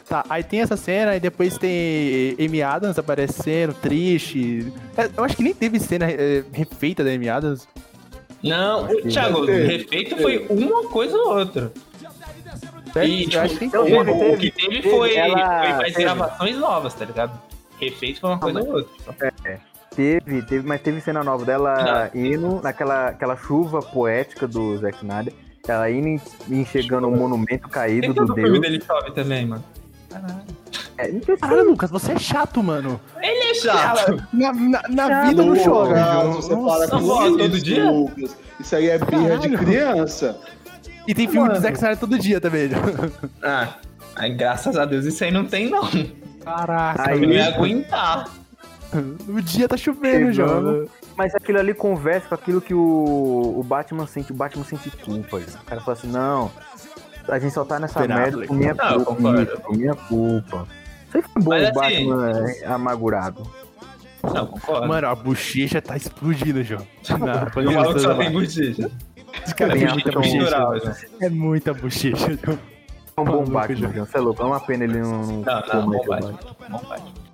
[SPEAKER 2] Tá, aí tem essa cena, e depois tem Amy Adams aparecendo, triste. É, Eu acho que nem teve cena é, refeita da Amy Adams.
[SPEAKER 1] Não,
[SPEAKER 6] Acho
[SPEAKER 1] o
[SPEAKER 6] que-
[SPEAKER 1] Thiago, o
[SPEAKER 5] Teve,
[SPEAKER 1] refeito foi uma coisa ou outra. E,
[SPEAKER 2] Sério?
[SPEAKER 1] tipo,
[SPEAKER 2] Eu acho que
[SPEAKER 6] então,
[SPEAKER 2] tem.
[SPEAKER 1] o, o
[SPEAKER 6] teve,
[SPEAKER 1] que teve,
[SPEAKER 6] teve,
[SPEAKER 1] foi,
[SPEAKER 6] ela-
[SPEAKER 1] foi mais
[SPEAKER 6] teve. Ah,
[SPEAKER 1] gravações novas, tá ligado? Refeito foi uma coisa ou outra.
[SPEAKER 6] Teve, teve, mas teve cena nova dela indo naquela aquela chuva poética do Zack Snyder. Ela indo em- em chegando um monumento caído
[SPEAKER 1] Tem
[SPEAKER 6] do
[SPEAKER 1] todo o filme
[SPEAKER 6] Deus.
[SPEAKER 1] dele chove também, mano.
[SPEAKER 6] É, não sei se-
[SPEAKER 2] Caralho, Lucas, você é chato, mano.
[SPEAKER 1] Ele é chato.
[SPEAKER 2] Na, na-
[SPEAKER 6] Ah,
[SPEAKER 2] na vida não
[SPEAKER 5] Lucas,
[SPEAKER 2] chove, Ju.
[SPEAKER 5] Você
[SPEAKER 2] Nossa.
[SPEAKER 5] para com
[SPEAKER 1] Nossa,
[SPEAKER 5] isso,
[SPEAKER 1] todo dia?
[SPEAKER 5] Lucas. Isso aí é birra de
[SPEAKER 2] Caralho.
[SPEAKER 5] criança.
[SPEAKER 2] E tem filme do Zack Snyder todo dia também, Ju.
[SPEAKER 1] Ah, aí, graças a Deus isso aí não tem, não.
[SPEAKER 2] Caraca,
[SPEAKER 6] Aí, né?
[SPEAKER 1] Eu não ia
[SPEAKER 2] velho.
[SPEAKER 1] aguentar.
[SPEAKER 2] o dia tá chovendo, João.
[SPEAKER 6] Chegando. Mas aquilo ali conversa com aquilo que o, o Batman sente. O Batman sente culpa. gente. O cara fala assim, não, a gente só tá nessa
[SPEAKER 2] Ben
[SPEAKER 6] merda
[SPEAKER 2] Affleck.
[SPEAKER 6] por minha
[SPEAKER 1] Ah, eu
[SPEAKER 6] culpa,
[SPEAKER 1] concordo.
[SPEAKER 6] isso, por minha culpa. Isso aí foi bom,
[SPEAKER 1] Mas
[SPEAKER 6] o
[SPEAKER 1] assim-
[SPEAKER 6] Batman é amargurado.
[SPEAKER 1] Não, concordo.
[SPEAKER 2] Mano, a bochecha tá explodindo, João. Não,
[SPEAKER 1] o maluco só tem bochecha.
[SPEAKER 2] cara,
[SPEAKER 1] É né?
[SPEAKER 6] Tem
[SPEAKER 1] bochecha
[SPEAKER 6] alta
[SPEAKER 1] mistural, já.
[SPEAKER 2] é muita bochecha, João.
[SPEAKER 6] É um bom
[SPEAKER 2] Maluco,
[SPEAKER 6] Batman,
[SPEAKER 2] João.
[SPEAKER 6] João. Você é louco, é uma pena ele não...
[SPEAKER 1] Não,
[SPEAKER 6] ficou
[SPEAKER 1] não,
[SPEAKER 6] mais
[SPEAKER 1] bom
[SPEAKER 6] com o Batman.
[SPEAKER 1] Batman. Bom Batman.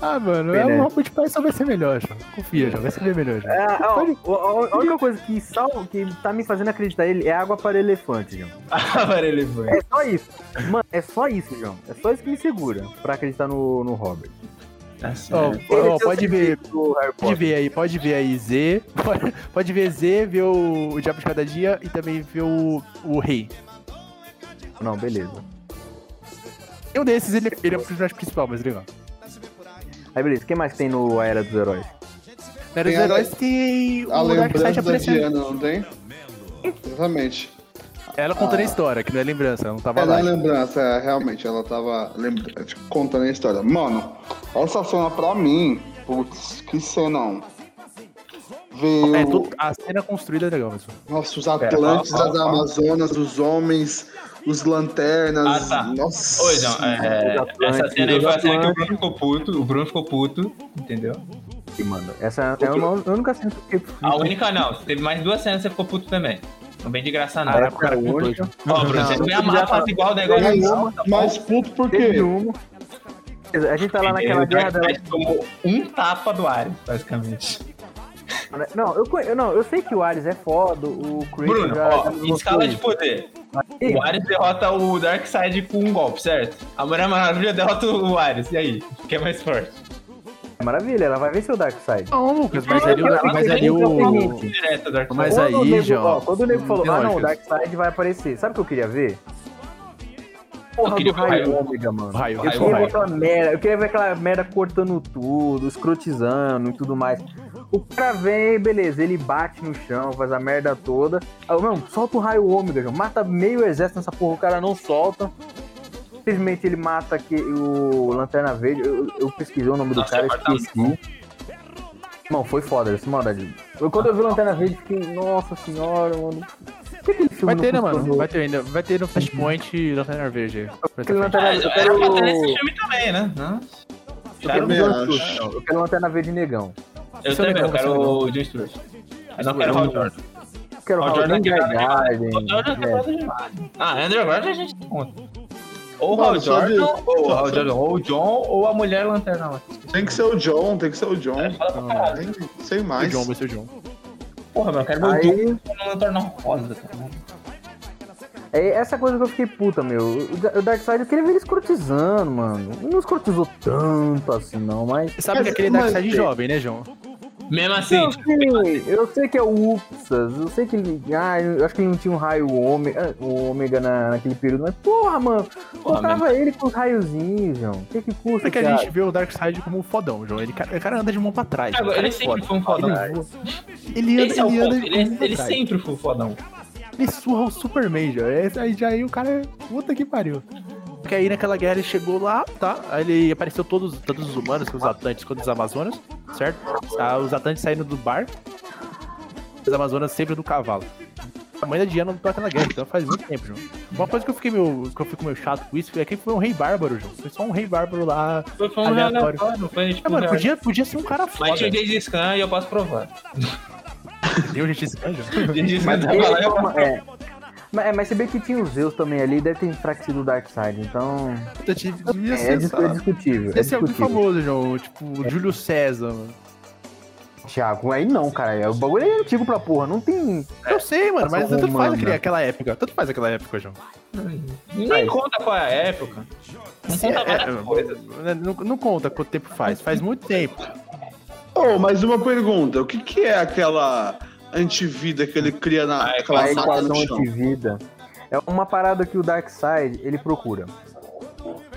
[SPEAKER 2] Ah, mano, é
[SPEAKER 6] Beleza.
[SPEAKER 2] um Robert Pattinson vai ser melhor, João. Confia, João, vai ser bem melhor, João.
[SPEAKER 6] né? É, ó, ó, a única coisa que, sal, que tá me fazendo acreditar ele é água para elefante, João.
[SPEAKER 1] Ah, mano, ele foi.
[SPEAKER 6] É só isso. Mano, é só isso, João. É só isso que me segura pra acreditar no, no Robert.
[SPEAKER 1] Assim,
[SPEAKER 2] Ó,
[SPEAKER 1] né?
[SPEAKER 2] ó,
[SPEAKER 6] Ele tem
[SPEAKER 2] pode
[SPEAKER 6] o
[SPEAKER 2] ver,
[SPEAKER 6] sentido do Harry
[SPEAKER 2] pode
[SPEAKER 6] Potter.
[SPEAKER 2] ver aí, pode ver aí Z, pode, pode ver Z, ver o, o Diabo de Cada Dia e também ver o, o Rei.
[SPEAKER 6] Não, beleza.
[SPEAKER 2] Um desses, ele, ele é o personagem principal, mas legal.
[SPEAKER 6] Aí beleza, o que mais tem no A Era dos Heróis?
[SPEAKER 2] Na Era dos
[SPEAKER 5] Tem a-
[SPEAKER 2] Heróis tem
[SPEAKER 5] A
[SPEAKER 2] o Darkseid
[SPEAKER 5] lembrança da
[SPEAKER 2] aparecendo.
[SPEAKER 5] Diana, não tem? Exatamente.
[SPEAKER 2] Ela contando a história, que não é lembrança, ela não tava
[SPEAKER 5] Ela
[SPEAKER 2] lá.
[SPEAKER 5] é lembrança, é, realmente, ela tava lembra- é, tipo, contando a história. Mano, essa cena pra mim, putz, que cena. Veio...
[SPEAKER 2] É, tu- a cena construída é legal, mas...
[SPEAKER 5] Nossa, os Atlantes,
[SPEAKER 1] fala,
[SPEAKER 5] as
[SPEAKER 1] fala, fala.
[SPEAKER 5] Amazonas, os homens, os lanternas.
[SPEAKER 1] Ah, tá.
[SPEAKER 5] Nossa.
[SPEAKER 1] Ô, João, é,
[SPEAKER 6] Os Atlantes,
[SPEAKER 1] essa cena aí foi a
[SPEAKER 6] os
[SPEAKER 1] cena que o
[SPEAKER 6] Atlantes.
[SPEAKER 1] Bruno ficou puto, o Bruno ficou puto, entendeu?
[SPEAKER 6] E, mano, essa é uma a única cena que eu
[SPEAKER 1] A única não, teve mais duas cenas que você ficou puto também. Não vem de graça não.
[SPEAKER 2] Caraca, o cara
[SPEAKER 6] é
[SPEAKER 2] putou,
[SPEAKER 6] hoje.
[SPEAKER 2] João.
[SPEAKER 1] Ó, Bruno, você
[SPEAKER 6] não,
[SPEAKER 1] não ia
[SPEAKER 6] eu já
[SPEAKER 1] amar,
[SPEAKER 6] tava-
[SPEAKER 1] faz igual o
[SPEAKER 3] é
[SPEAKER 1] negócio.
[SPEAKER 5] Mas,
[SPEAKER 1] não, tá bom?
[SPEAKER 5] mas puto por
[SPEAKER 6] teve
[SPEAKER 5] quê?
[SPEAKER 6] uma. Beleza, A gente tá lá naquela
[SPEAKER 1] Ele-
[SPEAKER 6] guerra
[SPEAKER 1] ele
[SPEAKER 6] da...
[SPEAKER 1] tomou um tapa do Ares, basicamente.
[SPEAKER 6] né? Não, eu, conhe- eu não, eu sei que o Ares é foda, o Chris
[SPEAKER 1] Bruno,
[SPEAKER 6] já, é
[SPEAKER 1] ó,
[SPEAKER 6] já
[SPEAKER 1] em
[SPEAKER 6] mostrou
[SPEAKER 1] escala de
[SPEAKER 6] isso.
[SPEAKER 1] poder.
[SPEAKER 6] Ih,
[SPEAKER 1] O Ares derrota o Darkseid com um golpe, certo? A Mulher Maravilha derrota o Ares. E aí? Quem é mais forte?
[SPEAKER 6] Maravilha, ela vai vencer o Darkseid.
[SPEAKER 2] Não, Lucas, mas ali,
[SPEAKER 6] Ela
[SPEAKER 2] o- mas
[SPEAKER 6] tem
[SPEAKER 2] ali
[SPEAKER 6] um
[SPEAKER 2] o.
[SPEAKER 6] seguinte.
[SPEAKER 1] Direto, o Darkseid.
[SPEAKER 2] Mas
[SPEAKER 6] Quando
[SPEAKER 2] aí,
[SPEAKER 6] o nego,
[SPEAKER 2] João,
[SPEAKER 6] ó, quando o nego
[SPEAKER 2] não
[SPEAKER 6] falou,
[SPEAKER 2] tem
[SPEAKER 6] ah não, o
[SPEAKER 2] lógica.
[SPEAKER 6] Darkseid vai aparecer. Sabe o que eu queria ver? Porra
[SPEAKER 1] queria
[SPEAKER 6] do
[SPEAKER 1] ver o raio.
[SPEAKER 6] raio ômega, mano.
[SPEAKER 2] Raio,
[SPEAKER 6] eu
[SPEAKER 1] raio,
[SPEAKER 6] queria ver
[SPEAKER 1] raio.
[SPEAKER 6] aquela merda, eu queria ver aquela merda cortando tudo, escrotizando e tudo mais. O cara vem, beleza, ele bate no chão, faz a merda toda. Aí, eu, não, solta o raio ômega, João. Mata meio exército nessa porra, o cara não solta. Simplesmente ele mata que, o Lanterna Verde. Eu, eu assim. pesquisei o nome do
[SPEAKER 1] Nossa, é
[SPEAKER 6] cara,
[SPEAKER 1] eu guardava
[SPEAKER 6] esqueci. Não, foi foda, essa maldade. Eu, quando eu vi o Lanterna Verde, fiquei, nossa senhora, mano. Por que aquele filme
[SPEAKER 2] Vai
[SPEAKER 6] não
[SPEAKER 2] ter, né,
[SPEAKER 6] funcionou?
[SPEAKER 2] mano? Vai ter ainda. Vai ter no Flashpoint e Lanterna Verde. aí.
[SPEAKER 6] Aquele Lanterna
[SPEAKER 1] Ah,
[SPEAKER 6] Verde. Eu
[SPEAKER 1] era
[SPEAKER 6] quero,
[SPEAKER 1] pra ter nesse filme também, né? Hã?
[SPEAKER 6] eu quero
[SPEAKER 1] Cara,
[SPEAKER 6] o
[SPEAKER 3] também,
[SPEAKER 6] John
[SPEAKER 3] acho.
[SPEAKER 6] Stewart, não. Eu quero o Lanterna Verde negão.
[SPEAKER 1] Eu
[SPEAKER 2] Isso é
[SPEAKER 1] também,
[SPEAKER 2] legal,
[SPEAKER 1] eu quero
[SPEAKER 2] isso é legal.
[SPEAKER 1] o John Stewart. Eu não quero o Hal Jordan.
[SPEAKER 6] Eu quero o
[SPEAKER 1] Hal
[SPEAKER 6] Hal
[SPEAKER 1] Jordan que era
[SPEAKER 6] Garden.
[SPEAKER 1] Hal Jordan é
[SPEAKER 6] é.
[SPEAKER 1] foda demais. Ah, Andrew Garfield a gente não conta. Ou o
[SPEAKER 3] Mano,
[SPEAKER 1] Hal
[SPEAKER 3] só de-
[SPEAKER 1] Jordan, ou o
[SPEAKER 3] só-
[SPEAKER 1] Hal
[SPEAKER 3] só-
[SPEAKER 1] Jordan, ou o John, ou a Mulher Lanterna lá.
[SPEAKER 3] Tem que ser o John, tem que ser o John.
[SPEAKER 1] Fala pra caralho.
[SPEAKER 3] Tem- Sem
[SPEAKER 2] Vai ser
[SPEAKER 3] mais.
[SPEAKER 2] o John, vai ser o John.
[SPEAKER 1] Porra, meu, eu quero ver o John
[SPEAKER 6] Aí,
[SPEAKER 1] na Lanterna Rosa. cara.
[SPEAKER 6] é essa coisa que eu fiquei puta, meu. O Da- O Darkseid, eu queria ver ele escrotizando, mano. Ele Não escrotizou tanto assim, não, mas...
[SPEAKER 2] Você sabe
[SPEAKER 3] Mas-
[SPEAKER 2] que aquele
[SPEAKER 3] mas-
[SPEAKER 2] Darkseid jovem, né, João?
[SPEAKER 1] Mesmo assim,
[SPEAKER 6] Eu sei, eu sei que é o Upsas, eu sei que ele. Ah, eu acho que ele não tinha um raio ômega, o ômega na, naquele período, mas porra, mano, botava ele com os raiozinhos, João. O que que custa?
[SPEAKER 2] Porque É a
[SPEAKER 6] cara?
[SPEAKER 2] gente vê o Darkseid como um fodão, João. Ele, cara- o cara anda de mão pra trás.
[SPEAKER 1] Agora,
[SPEAKER 2] cara,
[SPEAKER 1] ele
[SPEAKER 2] é
[SPEAKER 1] sempre
[SPEAKER 2] foda.
[SPEAKER 1] foi um fodão.
[SPEAKER 2] Ele, ele anda,
[SPEAKER 1] Esse é o
[SPEAKER 2] ele
[SPEAKER 1] ponto,
[SPEAKER 2] anda de
[SPEAKER 1] ele,
[SPEAKER 2] mão pra
[SPEAKER 1] ele
[SPEAKER 2] trás.
[SPEAKER 1] sempre foi um fodão.
[SPEAKER 2] Ele surra o Superman, já. Esse aí já aí o cara. é Puta que pariu. Porque aí naquela guerra ele chegou lá, tá? Aí ele apareceu todos, todos os humanos, os Atlantes contra os Amazonas, certo? Ah, Os Atlantes saindo do barco. Os Amazonas sempre do cavalo. A mãe da Diana lutou aquela guerra, então faz muito tempo, João. Uma coisa que eu fiquei meio, que eu fico meio chato com isso é que foi um rei bárbaro, João. Foi só um rei bárbaro lá.
[SPEAKER 1] Foi, foi um
[SPEAKER 2] Aleatório.
[SPEAKER 1] relatório, foi tipo.
[SPEAKER 2] Ah, mano,
[SPEAKER 1] um
[SPEAKER 2] podia, podia ser um cara foda.
[SPEAKER 1] Mas tinha o Gengis Khan e eu posso provar.
[SPEAKER 2] Deu gente esse cara, João.
[SPEAKER 1] O Gengis Khan
[SPEAKER 6] Mas,
[SPEAKER 1] tava lá e eu
[SPEAKER 6] ele- é. Mas, é, mas se bem que tinha o Zeus também ali, deve ter enfraquecido o Darkseid, então.
[SPEAKER 2] Puta, devia
[SPEAKER 6] É, é,
[SPEAKER 2] ser,
[SPEAKER 6] dis- é
[SPEAKER 2] sabe?
[SPEAKER 6] discutível. É
[SPEAKER 2] Esse é alguém
[SPEAKER 6] discutível.
[SPEAKER 2] famoso, João. Tipo, Júlio César, mano.
[SPEAKER 6] Thiago, aí não, cara. O bagulho é antigo pra porra, não tem.
[SPEAKER 2] Eu sei, mano, mas
[SPEAKER 6] Passou
[SPEAKER 2] tanto faz
[SPEAKER 6] romana.
[SPEAKER 2] aquele, aquela época. Tanto faz aquela época, João.
[SPEAKER 1] Nem conta qual é a época. Não conta
[SPEAKER 2] É,
[SPEAKER 1] várias
[SPEAKER 2] é,
[SPEAKER 1] coisas.
[SPEAKER 2] não, não conta quanto tempo faz. Faz muito tempo.
[SPEAKER 3] Oh, mais uma pergunta. O que, que é aquela antivida que ele cria na
[SPEAKER 1] Ah, é
[SPEAKER 3] aquela
[SPEAKER 1] claro.
[SPEAKER 3] sala
[SPEAKER 6] equação
[SPEAKER 3] no chão?
[SPEAKER 6] de vida. É uma parada que o Darkseid, ele procura.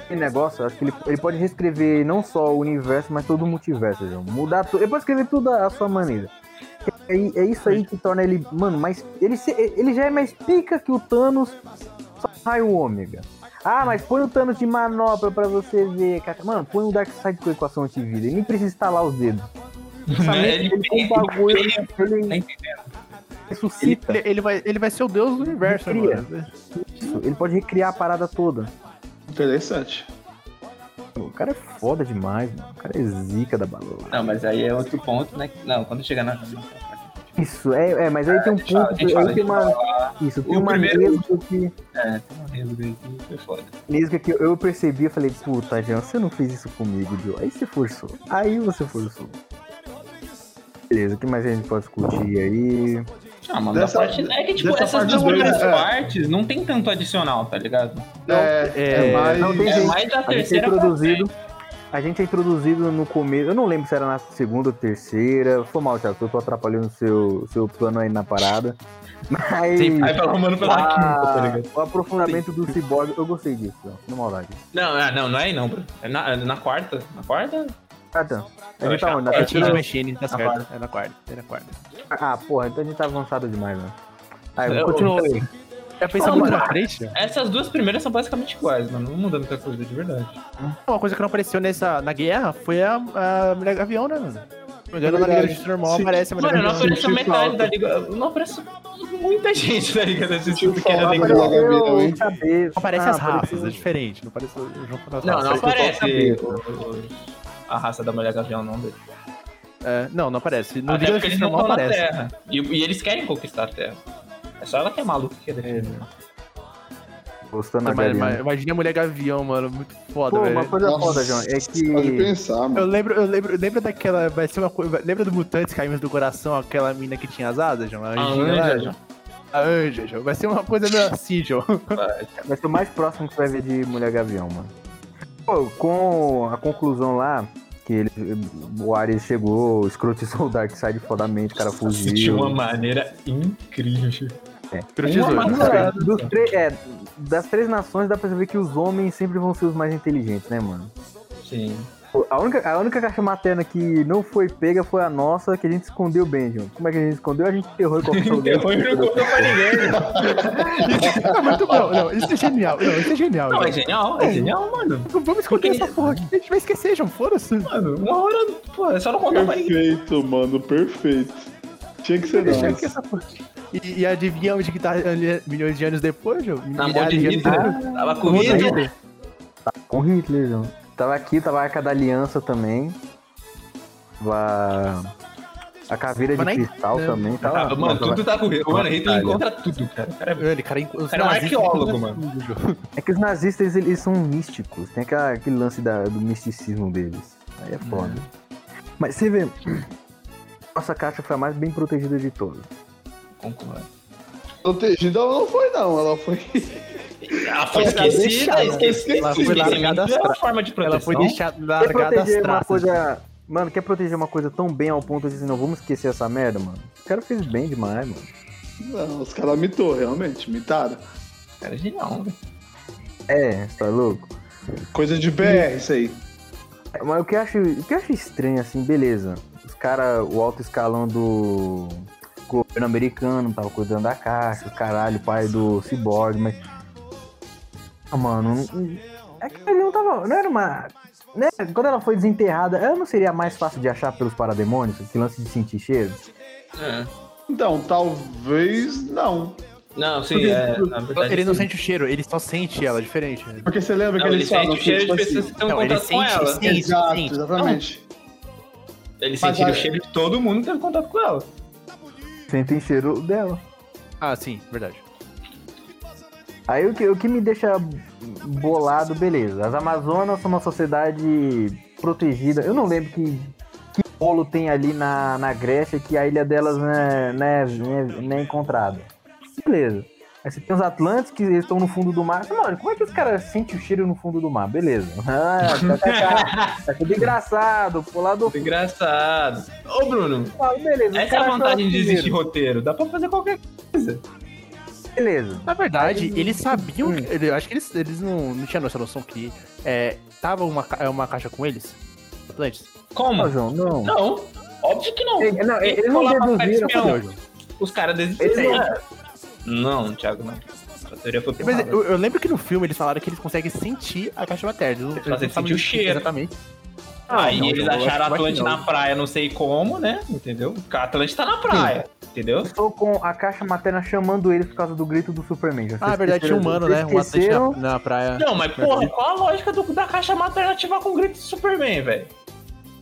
[SPEAKER 6] Esse negócio, eu acho que ele, ele pode reescrever não só o universo, mas todo o multiverso, João. Mudar tudo. Ele pode escrever tudo à sua maneira. É, é isso aí que torna ele, mano, mais. Ele, se- ele já é mais pica que o Thanos, só raio ômega. Ah, mas põe o Thanos de manopla pra você ver, cara. Mano, põe o Darkseid com equação antivida. Ele nem precisa instalar os dedos. Essa
[SPEAKER 1] Mas
[SPEAKER 6] mente,
[SPEAKER 1] ele
[SPEAKER 6] ele tem um bagulho, ele, ele
[SPEAKER 2] Ele,
[SPEAKER 6] ressuscita.
[SPEAKER 2] ele- ele vai, ele vai ser o deus do universo
[SPEAKER 6] tá. Cria.
[SPEAKER 2] agora.
[SPEAKER 6] Isso, Ele pode recriar a parada toda.
[SPEAKER 3] Interessante.
[SPEAKER 6] O cara é foda demais, mano. O cara é zica da balão.
[SPEAKER 1] Não, mas aí é outro ponto, né? Não, quando chegar na.
[SPEAKER 6] Isso, é, é, mas aí tem um
[SPEAKER 1] deixa eu-
[SPEAKER 6] ponto.
[SPEAKER 1] deixa eu-
[SPEAKER 6] Aí tem
[SPEAKER 1] deixa eu
[SPEAKER 6] uma. Isso, tem
[SPEAKER 1] O
[SPEAKER 6] uma
[SPEAKER 1] primeiro-
[SPEAKER 6] nesga que.
[SPEAKER 1] É, tem um resgo aí que foi foda.
[SPEAKER 6] Nesga que eu percebi, eu falei, puta, Jean, você não fez isso comigo, Joe. Aí você forçou. Aí você forçou. Beleza, o que mais a gente pode discutir aí?
[SPEAKER 1] Ah, mano,
[SPEAKER 3] Dessa-
[SPEAKER 1] da parte. É que, tipo,
[SPEAKER 3] dessa
[SPEAKER 1] essas
[SPEAKER 3] parte
[SPEAKER 1] duas
[SPEAKER 3] dois,
[SPEAKER 1] primeiras
[SPEAKER 3] é.
[SPEAKER 1] partes não tem tanto adicional, tá ligado?
[SPEAKER 3] é, é,
[SPEAKER 2] é,
[SPEAKER 3] mais.
[SPEAKER 6] não tem
[SPEAKER 1] É
[SPEAKER 6] Sim.
[SPEAKER 1] mais da
[SPEAKER 6] A gente é
[SPEAKER 1] terceira. pra
[SPEAKER 6] introduzido. A gente é introduzido no começo. Eu não lembro se era na segunda ou terceira. Foi mal, Thiago, eu tô atrapalhando o seu, seu plano aí na parada. Mas.
[SPEAKER 1] frente. Aí pela Romano pela quinta, tá
[SPEAKER 6] Ah,
[SPEAKER 1] ligado?
[SPEAKER 6] o aprofundamento do cyborg, eu gostei disso, ó, na maldade.
[SPEAKER 1] Não, ah, não, não é aí não, Bruno. É na, na quarta. Na quarta?
[SPEAKER 6] Ah, tá. A
[SPEAKER 1] Eu
[SPEAKER 6] gente tá
[SPEAKER 1] achava-
[SPEAKER 6] onde? Na
[SPEAKER 1] é, eu
[SPEAKER 2] Tira
[SPEAKER 6] terceira?
[SPEAKER 2] o machine, tá certo.
[SPEAKER 1] quarta.
[SPEAKER 2] É na quarta. É na quarta.
[SPEAKER 6] Ah, porra, então a gente tá avançado demais, mano. Aí,
[SPEAKER 1] Eu-
[SPEAKER 6] continua É, aí.
[SPEAKER 2] Já pensou
[SPEAKER 1] Não,
[SPEAKER 2] muito
[SPEAKER 1] mano.
[SPEAKER 2] na frente? né?
[SPEAKER 1] Essas duas primeiras são basicamente iguais, mano. Não muda muita coisa de verdade.
[SPEAKER 2] Uma coisa que não apareceu nessa, na guerra foi a, a Mulher Gavião, né, mano? Se não me
[SPEAKER 6] É
[SPEAKER 2] engano, na
[SPEAKER 3] Verdade.
[SPEAKER 2] Liga da Justiça Normal
[SPEAKER 3] Sim.
[SPEAKER 2] aparece a Mulher
[SPEAKER 1] Mano, não
[SPEAKER 2] Gavião.
[SPEAKER 1] apareceu
[SPEAKER 3] senti
[SPEAKER 1] metade
[SPEAKER 3] falta.
[SPEAKER 1] da liga. Não apareceu muita gente da liga da justiça que era
[SPEAKER 3] falta
[SPEAKER 1] legal.
[SPEAKER 3] da Mulher Gavião, hein?
[SPEAKER 6] Eu saber-
[SPEAKER 2] Não aparece
[SPEAKER 6] Ah,
[SPEAKER 2] as raças,
[SPEAKER 6] apareceu-
[SPEAKER 2] é diferente. Não aparece o João das
[SPEAKER 1] Não, não
[SPEAKER 2] raças.
[SPEAKER 1] aparece
[SPEAKER 6] cabeça.
[SPEAKER 1] o- o- a raça da Mulher Gavião, não dele.
[SPEAKER 2] É, não, não aparece. No
[SPEAKER 1] Até
[SPEAKER 2] Liga da
[SPEAKER 1] porque eles
[SPEAKER 2] Justiça
[SPEAKER 1] não
[SPEAKER 2] Normal
[SPEAKER 1] estão na
[SPEAKER 2] aparece.
[SPEAKER 1] Terra. E, e eles querem conquistar a Terra. É só ela que é maluca que é defender.
[SPEAKER 6] Gostando da
[SPEAKER 2] Mas- mas-
[SPEAKER 6] Gariana.
[SPEAKER 2] imagina a mulher gavião, mano. Muito foda,
[SPEAKER 6] Pô,
[SPEAKER 2] velho.
[SPEAKER 6] uma coisa
[SPEAKER 5] Nossa,
[SPEAKER 6] foda, João, é
[SPEAKER 5] Pode
[SPEAKER 6] que.
[SPEAKER 5] pensar, mano.
[SPEAKER 2] Eu lembro, eu lembro, lembra daquela. Vai ser uma coisa. Lembra do Mutantes Caímos do Coração, aquela mina que tinha as asas, João? A
[SPEAKER 1] Ah,
[SPEAKER 2] anjinha lá,
[SPEAKER 1] Anja,
[SPEAKER 2] João? A anja, João. Vai ser uma coisa meio assim, João.
[SPEAKER 6] Vai ser o mais próximo que você vai ver de Mulher Gavião, mano. Pô, com a conclusão lá, que ele, o Ares chegou, escrotizou o Darkseid fodamente, o cara fugiu.
[SPEAKER 1] De uma maneira incrível.
[SPEAKER 2] Crotizou.
[SPEAKER 1] Uma
[SPEAKER 2] João.
[SPEAKER 1] maneira-
[SPEAKER 6] Cara, dos tre- é, das três nações dá pra saber que os homens sempre vão ser os mais inteligentes, né, mano?
[SPEAKER 1] Sim.
[SPEAKER 6] Pô, A única, a única caixa materna que não foi pega foi a nossa, que a gente escondeu bem, John. Como é que a gente escondeu? A gente enterrou e colocou alguém.
[SPEAKER 1] Terror É não contou pra ninguém. né?
[SPEAKER 2] Não, muito bom. Não, isso é genial. Não, isso é genial.
[SPEAKER 1] Não, é
[SPEAKER 2] João.
[SPEAKER 1] genial, é genial, mano.
[SPEAKER 2] Não vamos esconder
[SPEAKER 1] Porque-
[SPEAKER 2] essa porra aqui. A gente vai esquecer, João. Foda-se.
[SPEAKER 1] Mano, uma hora, pô, é só não contar pra ninguém.
[SPEAKER 5] Perfeito, mano, perfeito. Tinha que ser
[SPEAKER 2] Deixa
[SPEAKER 5] nós.
[SPEAKER 2] aqui essa porra. E, e adivinha onde que tá ali- milhões de anos depois, João?
[SPEAKER 1] Na mão de Hitler, tava com
[SPEAKER 2] Muda
[SPEAKER 1] Hitler.
[SPEAKER 2] Hitler.
[SPEAKER 6] Tá Com Hitler, John. Tava aqui, tava a arca da aliança também. Tava a caveira de
[SPEAKER 2] Mas nem-
[SPEAKER 6] cristal
[SPEAKER 2] não.
[SPEAKER 6] também. Tava,
[SPEAKER 1] Ah, mano,
[SPEAKER 6] tava-
[SPEAKER 1] tudo tá com Hitler. Mano, Hitler
[SPEAKER 6] Itália.
[SPEAKER 1] encontra tudo, cara. O cara é-
[SPEAKER 2] Mano, cara, os
[SPEAKER 1] Cara, é um
[SPEAKER 2] nazistas-
[SPEAKER 1] arqueólogo, mano.
[SPEAKER 6] É que os nazistas, eles são místicos. Tem aquela- aquele lance da- do misticismo deles. Aí é foda.
[SPEAKER 2] Hum.
[SPEAKER 6] Mas você vê... Nossa caixa foi a mais bem protegida de todas.
[SPEAKER 1] Concordo.
[SPEAKER 5] Protegida ela não foi, não. Ela foi.
[SPEAKER 1] Ela Ah, foi
[SPEAKER 2] Ela foi
[SPEAKER 1] esquecida,
[SPEAKER 2] deixada,
[SPEAKER 1] esquecida.
[SPEAKER 2] Ela foi largada às
[SPEAKER 1] Era uma
[SPEAKER 2] tra-
[SPEAKER 1] forma de proteção.
[SPEAKER 2] Ela foi deixada
[SPEAKER 6] Quer
[SPEAKER 2] largada as
[SPEAKER 6] proteger uma
[SPEAKER 2] traças.
[SPEAKER 6] coisa... Mano, quer proteger uma coisa tão bem ao ponto de dizer, não, vamos esquecer essa merda, mano? O cara fez bem demais, mano.
[SPEAKER 5] Não, os caras mitou, realmente, mitaram.
[SPEAKER 1] Cara, é genial. né?
[SPEAKER 6] É, tá louco?
[SPEAKER 5] Coisa de BR, isso aí.
[SPEAKER 6] É, Mas o que eu acho, o que eu acho estranho, assim, beleza. Os caras, o alto escalão do governo americano tava cuidando da caixa, o caralho, o pai do Cyborg, mas. Ah, mano, não- não- é que ele não tava. Não era uma. né, Quando ela foi desenterrada, ela não seria mais fácil de achar pelos parademônios? Esse lance de sentir cheiro?
[SPEAKER 1] É.
[SPEAKER 5] Então, talvez não.
[SPEAKER 1] Não, sim, é, na verdade.
[SPEAKER 2] Ele não
[SPEAKER 1] sim.
[SPEAKER 2] sente o cheiro, ele só sente ela, diferente. né?
[SPEAKER 5] Porque você lembra
[SPEAKER 1] Não,
[SPEAKER 5] que
[SPEAKER 1] ele
[SPEAKER 5] eles falam
[SPEAKER 1] sente o
[SPEAKER 5] que,
[SPEAKER 1] cheiro
[SPEAKER 5] tipo
[SPEAKER 1] de
[SPEAKER 5] assim,
[SPEAKER 1] pessoas que estão em
[SPEAKER 2] Não, ele
[SPEAKER 1] contato com
[SPEAKER 2] sente,
[SPEAKER 1] ela. né?
[SPEAKER 2] sim. Isso,
[SPEAKER 5] Exato,
[SPEAKER 2] sim.
[SPEAKER 5] exatamente.
[SPEAKER 1] Ele
[SPEAKER 5] Mas
[SPEAKER 1] sentiu
[SPEAKER 5] a-
[SPEAKER 1] o cheiro de todo mundo que tava em contato com ela.
[SPEAKER 6] Sentem cheiro dela.
[SPEAKER 2] Ah, sim, verdade.
[SPEAKER 6] Aí o que, o que me deixa bolado, beleza. As Amazonas são uma sociedade protegida. Eu não lembro que, que bolo tem ali na, na Grécia que a ilha delas não é, não é- não é- não é encontrada. Beleza. Aí você tem os Atlantes que eles estão no fundo do mar. Mano, como é que os caras sentem o cheiro no fundo do mar? Beleza. Ah, kkk. tá tudo engraçado. Pô, lá do fundo,
[SPEAKER 1] Engraçado. Ô, Bruno,
[SPEAKER 6] beleza. os
[SPEAKER 1] essa é
[SPEAKER 6] caras assim
[SPEAKER 1] a vantagem
[SPEAKER 6] acham
[SPEAKER 1] de existir
[SPEAKER 6] primeiro.
[SPEAKER 1] roteiro. Dá pra fazer qualquer coisa.
[SPEAKER 6] Beleza.
[SPEAKER 2] Na verdade, eles sabiam.
[SPEAKER 6] Hum.
[SPEAKER 2] que- Eu acho que eles, eles não, não tinham essa noção que é, tava uma, ca- uma caixa com eles. Atlantis.
[SPEAKER 6] Não,
[SPEAKER 1] Como?
[SPEAKER 6] João, não.
[SPEAKER 1] Não. é Óbvio que não.
[SPEAKER 6] Ele- não, eles não
[SPEAKER 1] Olá, papai
[SPEAKER 6] deduziram.
[SPEAKER 1] João.
[SPEAKER 2] Entendeu, João?
[SPEAKER 1] Os caras
[SPEAKER 6] Eles
[SPEAKER 1] desistiram.
[SPEAKER 6] não-
[SPEAKER 1] Não, Thiago, não. A teoria foi
[SPEAKER 2] é. Mas
[SPEAKER 1] porrada.
[SPEAKER 2] eu, eu lembro que no filme eles falaram que eles conseguem sentir a caixa materna. Eles,
[SPEAKER 1] fazem
[SPEAKER 2] não sabem
[SPEAKER 1] sentir o cheiro.
[SPEAKER 2] Exatamente.
[SPEAKER 1] Aí
[SPEAKER 2] não,
[SPEAKER 1] Ah, eles
[SPEAKER 2] eu acho-
[SPEAKER 1] acharam a
[SPEAKER 2] eu acho que
[SPEAKER 1] Atlante na
[SPEAKER 2] não.
[SPEAKER 1] praia, não sei como, né? Entendeu? Porque a Atlante tá na praia, entendeu?
[SPEAKER 6] Estou com a caixa materna chamando eles por causa do grito do Superman. Vocês
[SPEAKER 2] Ah, é verdade, tinha um
[SPEAKER 6] esqueceram-
[SPEAKER 2] humano, né? Um
[SPEAKER 6] vocês
[SPEAKER 2] Atlante
[SPEAKER 6] esqueceram?
[SPEAKER 2] na, na praia.
[SPEAKER 1] Não, mas porra, qual a lógica do- da caixa materna ativar com o grito de Superman, velho?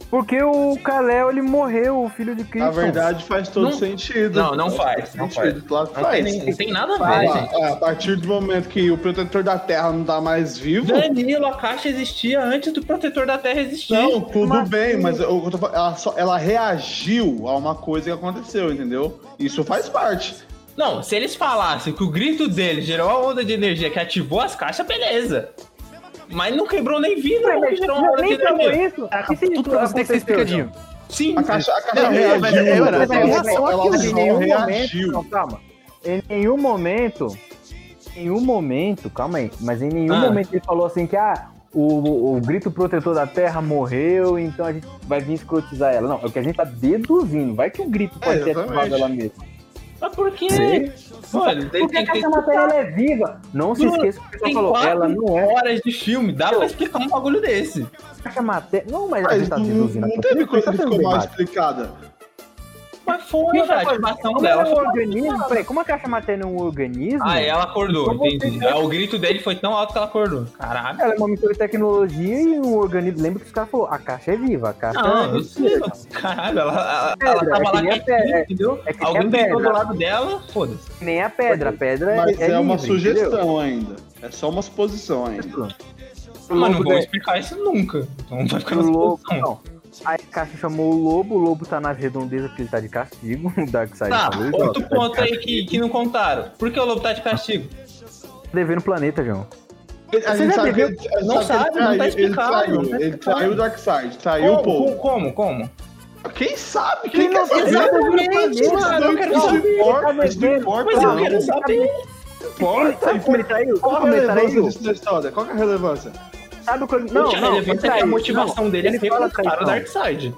[SPEAKER 6] Porque o Kal-El, ele morreu, o filho de Krypton.
[SPEAKER 5] Na verdade, faz todo
[SPEAKER 1] Não-
[SPEAKER 5] sentido.
[SPEAKER 1] Não, não faz, não faz.
[SPEAKER 5] sentido, claro que
[SPEAKER 1] Não tem,
[SPEAKER 5] faz.
[SPEAKER 1] nem- não tem nada a ver,
[SPEAKER 5] Ah,
[SPEAKER 1] gente.
[SPEAKER 5] ah, a partir do momento que o protetor da Terra não tá mais vivo,
[SPEAKER 1] Danilo, a caixa existia antes do protetor da Terra existir.
[SPEAKER 5] não, tudo
[SPEAKER 6] mas-
[SPEAKER 5] bem, mas eu- eu tô falando, ela, só- ela reagiu a uma coisa que aconteceu, entendeu? Isso faz parte.
[SPEAKER 1] Não, se eles falassem que o grito dele gerou a onda de energia que ativou as caixas, beleza. Mas não quebrou nem vidro,
[SPEAKER 6] Ué,
[SPEAKER 1] não
[SPEAKER 6] mas
[SPEAKER 5] então,
[SPEAKER 1] gerou uma onda de
[SPEAKER 6] nem falou
[SPEAKER 1] energia.
[SPEAKER 6] isso. E se
[SPEAKER 2] Tá, Tudo pra você ter que ser
[SPEAKER 6] aconteceu,
[SPEAKER 2] explicadinho.
[SPEAKER 1] Sim,
[SPEAKER 5] A caixa, a caixa
[SPEAKER 2] Não,
[SPEAKER 5] reagiu.
[SPEAKER 2] mas é, mano,
[SPEAKER 5] mas
[SPEAKER 6] Mas
[SPEAKER 2] Em
[SPEAKER 6] em
[SPEAKER 5] ela
[SPEAKER 2] relação
[SPEAKER 5] só-
[SPEAKER 2] àquilo,
[SPEAKER 5] ela
[SPEAKER 2] àquilo,
[SPEAKER 5] só
[SPEAKER 6] em nenhum momento,
[SPEAKER 5] reagiu.
[SPEAKER 6] não, calma. Em nenhum momento, em nenhum momento, calma aí, mas em nenhum
[SPEAKER 1] Ah.
[SPEAKER 6] momento ele falou assim que ah, o, o- o grito protetor da Terra morreu, então a gente vai vir escrotizar ela. Não, é o que a gente tá deduzindo. Vai que o grito pode
[SPEAKER 5] É,
[SPEAKER 6] ser
[SPEAKER 5] exatamente.
[SPEAKER 6] ativado ela mesma.
[SPEAKER 1] mas por quê?
[SPEAKER 6] Sim.
[SPEAKER 1] Mano, tem,
[SPEAKER 6] Porque a
[SPEAKER 1] tem, tem,
[SPEAKER 6] caixa materna ela é viva. Não se
[SPEAKER 1] Bruno,
[SPEAKER 6] esqueça o que o pessoal
[SPEAKER 1] tem
[SPEAKER 6] falou.
[SPEAKER 1] quatro
[SPEAKER 6] Ela não é
[SPEAKER 1] horas de filme, dá pra explicar um bagulho desse.
[SPEAKER 6] caixa materna. Não, mas, a
[SPEAKER 5] Mas
[SPEAKER 6] gente tá
[SPEAKER 5] não,
[SPEAKER 6] deduzindo.
[SPEAKER 5] não teve coisa que ficou mal
[SPEAKER 6] mais.
[SPEAKER 5] explicada.
[SPEAKER 1] Mas foi,
[SPEAKER 6] outra
[SPEAKER 1] velho. A
[SPEAKER 6] coisa,
[SPEAKER 1] ativação
[SPEAKER 6] Como
[SPEAKER 1] dela
[SPEAKER 6] ela é um
[SPEAKER 1] foi.
[SPEAKER 6] organismo? Peraí, como a caixa materna é um organismo?
[SPEAKER 1] Ah, ela acordou,
[SPEAKER 6] Como
[SPEAKER 1] entendi. Ah, O grito dele foi tão alto que ela acordou. Caralho.
[SPEAKER 6] Ela é uma mistura de tecnologia e um organismo. Lembra que os caras falaram, a caixa é viva, a caixa é
[SPEAKER 1] Não, eu
[SPEAKER 6] mentira.
[SPEAKER 1] sei, mano. Caralho, ela, ela,
[SPEAKER 6] Pedra,
[SPEAKER 1] ela tava
[SPEAKER 6] é
[SPEAKER 1] lá
[SPEAKER 6] que nem a
[SPEAKER 1] quietinha,
[SPEAKER 6] pedra,
[SPEAKER 1] entendeu?
[SPEAKER 6] é que nem a
[SPEAKER 1] Alguém pegou do
[SPEAKER 6] pedra.
[SPEAKER 1] lado dela, foda-se.
[SPEAKER 6] Que Nem a pedra, a pedra é,
[SPEAKER 5] Mas é, uma
[SPEAKER 6] livre,
[SPEAKER 5] sugestão
[SPEAKER 6] entendeu?
[SPEAKER 5] ainda. É só uma suposição ainda.
[SPEAKER 1] Mas não
[SPEAKER 6] lobo
[SPEAKER 1] vou
[SPEAKER 6] da-
[SPEAKER 1] explicar isso nunca. Então vai ficar
[SPEAKER 6] O
[SPEAKER 1] na
[SPEAKER 6] lobo,
[SPEAKER 1] suposição.
[SPEAKER 6] não. Aí a caixa chamou o lobo, o lobo tá nas redondezas porque ele tá de castigo. O Darkseid
[SPEAKER 1] Tá,
[SPEAKER 6] falou isso, ó,
[SPEAKER 1] outro
[SPEAKER 6] tá de
[SPEAKER 1] ponto aí
[SPEAKER 6] castigo.
[SPEAKER 1] que, que não contaram. Por que o lobo tá de castigo?
[SPEAKER 6] Devendo o planeta, João.
[SPEAKER 5] A
[SPEAKER 1] Você já
[SPEAKER 5] que
[SPEAKER 1] deveu-
[SPEAKER 5] ele-
[SPEAKER 1] não sabe,
[SPEAKER 5] que ele
[SPEAKER 1] não tá
[SPEAKER 5] traiu,
[SPEAKER 1] explicado,
[SPEAKER 5] Ele
[SPEAKER 1] não tá
[SPEAKER 5] traiu, ele
[SPEAKER 1] explicado.
[SPEAKER 5] traiu o Darkseid, traiu o
[SPEAKER 1] como,
[SPEAKER 5] povo.
[SPEAKER 1] como, como?
[SPEAKER 5] Quem sabe? Quem quer saber?
[SPEAKER 1] Exatamente,
[SPEAKER 5] Isso
[SPEAKER 1] mano, eu
[SPEAKER 5] não-
[SPEAKER 1] quero
[SPEAKER 5] isso não
[SPEAKER 1] saber.
[SPEAKER 5] importa, isso não importa,
[SPEAKER 1] Mas eu
[SPEAKER 5] não.
[SPEAKER 1] quero saber.
[SPEAKER 6] Sabe como ele traiu?
[SPEAKER 5] Qual
[SPEAKER 6] Sabe
[SPEAKER 5] a
[SPEAKER 6] como ele
[SPEAKER 5] relevância
[SPEAKER 6] traiu?
[SPEAKER 5] disso na história? Qual que é a relevância?
[SPEAKER 6] Sabe o que ele- Não,
[SPEAKER 1] Gente,
[SPEAKER 6] não, ele
[SPEAKER 1] relevância é que
[SPEAKER 6] traiu.
[SPEAKER 1] a motivação
[SPEAKER 6] Não,
[SPEAKER 1] dele é
[SPEAKER 6] ele fala
[SPEAKER 1] recrutar o
[SPEAKER 6] traição.
[SPEAKER 1] Darkseid.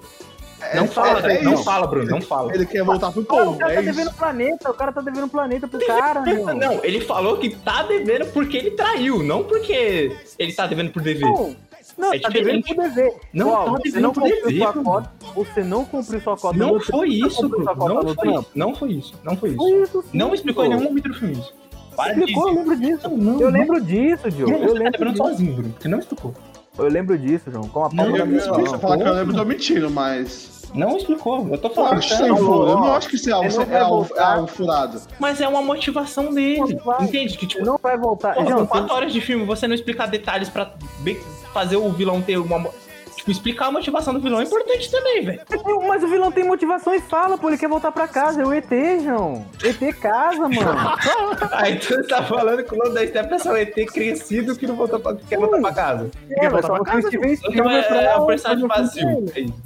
[SPEAKER 5] É-
[SPEAKER 1] Não fala,
[SPEAKER 5] é- é
[SPEAKER 1] não
[SPEAKER 5] isso.
[SPEAKER 1] fala, Bruno, não fala.
[SPEAKER 5] Ele quer voltar pro
[SPEAKER 6] Cara, o
[SPEAKER 5] povo,
[SPEAKER 6] cara
[SPEAKER 5] é
[SPEAKER 6] tá
[SPEAKER 5] isso.
[SPEAKER 6] devendo planeta, o cara tá devendo planeta pro cara, meu.
[SPEAKER 1] Não, ele falou que tá devendo porque ele traiu, não porque ele tá devendo por dever.
[SPEAKER 6] Não, não
[SPEAKER 1] É
[SPEAKER 6] tá devendo
[SPEAKER 1] diferente.
[SPEAKER 6] por dever.
[SPEAKER 1] Não,
[SPEAKER 6] Uau,
[SPEAKER 1] tá
[SPEAKER 6] você
[SPEAKER 1] devendo
[SPEAKER 6] não
[SPEAKER 1] por
[SPEAKER 6] cumpriu
[SPEAKER 1] dever,
[SPEAKER 6] sua
[SPEAKER 1] mano.
[SPEAKER 6] cota, você não cumpriu sua cota.
[SPEAKER 1] Não
[SPEAKER 6] no-
[SPEAKER 1] foi isso,
[SPEAKER 6] cumpriu
[SPEAKER 1] Bruno.
[SPEAKER 6] sua cota
[SPEAKER 1] Não
[SPEAKER 6] no
[SPEAKER 1] foi
[SPEAKER 6] trampo.
[SPEAKER 1] isso. Não foi isso. Não foi
[SPEAKER 6] Foi
[SPEAKER 1] isso.
[SPEAKER 6] isso, sim,
[SPEAKER 1] Não explicou em
[SPEAKER 6] pô.
[SPEAKER 1] nenhum microfilme isso. Para de-
[SPEAKER 6] Explicou, eu lembro disso.
[SPEAKER 1] Não, não,
[SPEAKER 6] eu
[SPEAKER 1] não.
[SPEAKER 6] lembro disso, Gil.
[SPEAKER 1] Bruno, você
[SPEAKER 6] Eu
[SPEAKER 1] tá
[SPEAKER 6] lembro
[SPEAKER 1] lembrando
[SPEAKER 6] disso.
[SPEAKER 1] sozinho, Bruno, porque não explicou.
[SPEAKER 6] Eu lembro disso, João. Com a
[SPEAKER 1] Não,
[SPEAKER 6] palma da
[SPEAKER 5] Eu,
[SPEAKER 6] minha
[SPEAKER 5] eu,
[SPEAKER 6] mão.
[SPEAKER 5] se eu falar que eu lembro, eu tô mentindo, mas.
[SPEAKER 1] Não explicou, eu tô
[SPEAKER 5] Eu
[SPEAKER 1] falando.
[SPEAKER 5] acho que isso é
[SPEAKER 1] sério.
[SPEAKER 5] um furo, eu não
[SPEAKER 6] ó,
[SPEAKER 5] acho que isso é algo,
[SPEAKER 6] ele não
[SPEAKER 5] é
[SPEAKER 6] vai
[SPEAKER 5] algo, é
[SPEAKER 6] voltar.
[SPEAKER 5] algo furado.
[SPEAKER 1] Mas é uma motivação dele.
[SPEAKER 6] Vai.
[SPEAKER 1] Entende? Que tipo,
[SPEAKER 6] Não vai voltar.
[SPEAKER 1] porra,
[SPEAKER 6] João,
[SPEAKER 1] são
[SPEAKER 6] você-
[SPEAKER 1] quatro horas de filme, você não explicar detalhes pra bem- fazer o vilão ter uma. mo- Tipo, explicar a motivação do vilão é importante também, velho.
[SPEAKER 6] Mas o vilão tem motivação e fala, pô, ele quer voltar pra casa. É o ET, João. ET casa, mano.
[SPEAKER 1] Aí tu tá falando que o Lobo da Step é só um ET crescido que não voltou pra, quer voltar pra casa.
[SPEAKER 6] É, mas só você tiver esse
[SPEAKER 1] Então
[SPEAKER 6] filme
[SPEAKER 1] é,
[SPEAKER 6] pra-
[SPEAKER 1] é um personagem
[SPEAKER 6] pra-
[SPEAKER 1] vazio. É isso.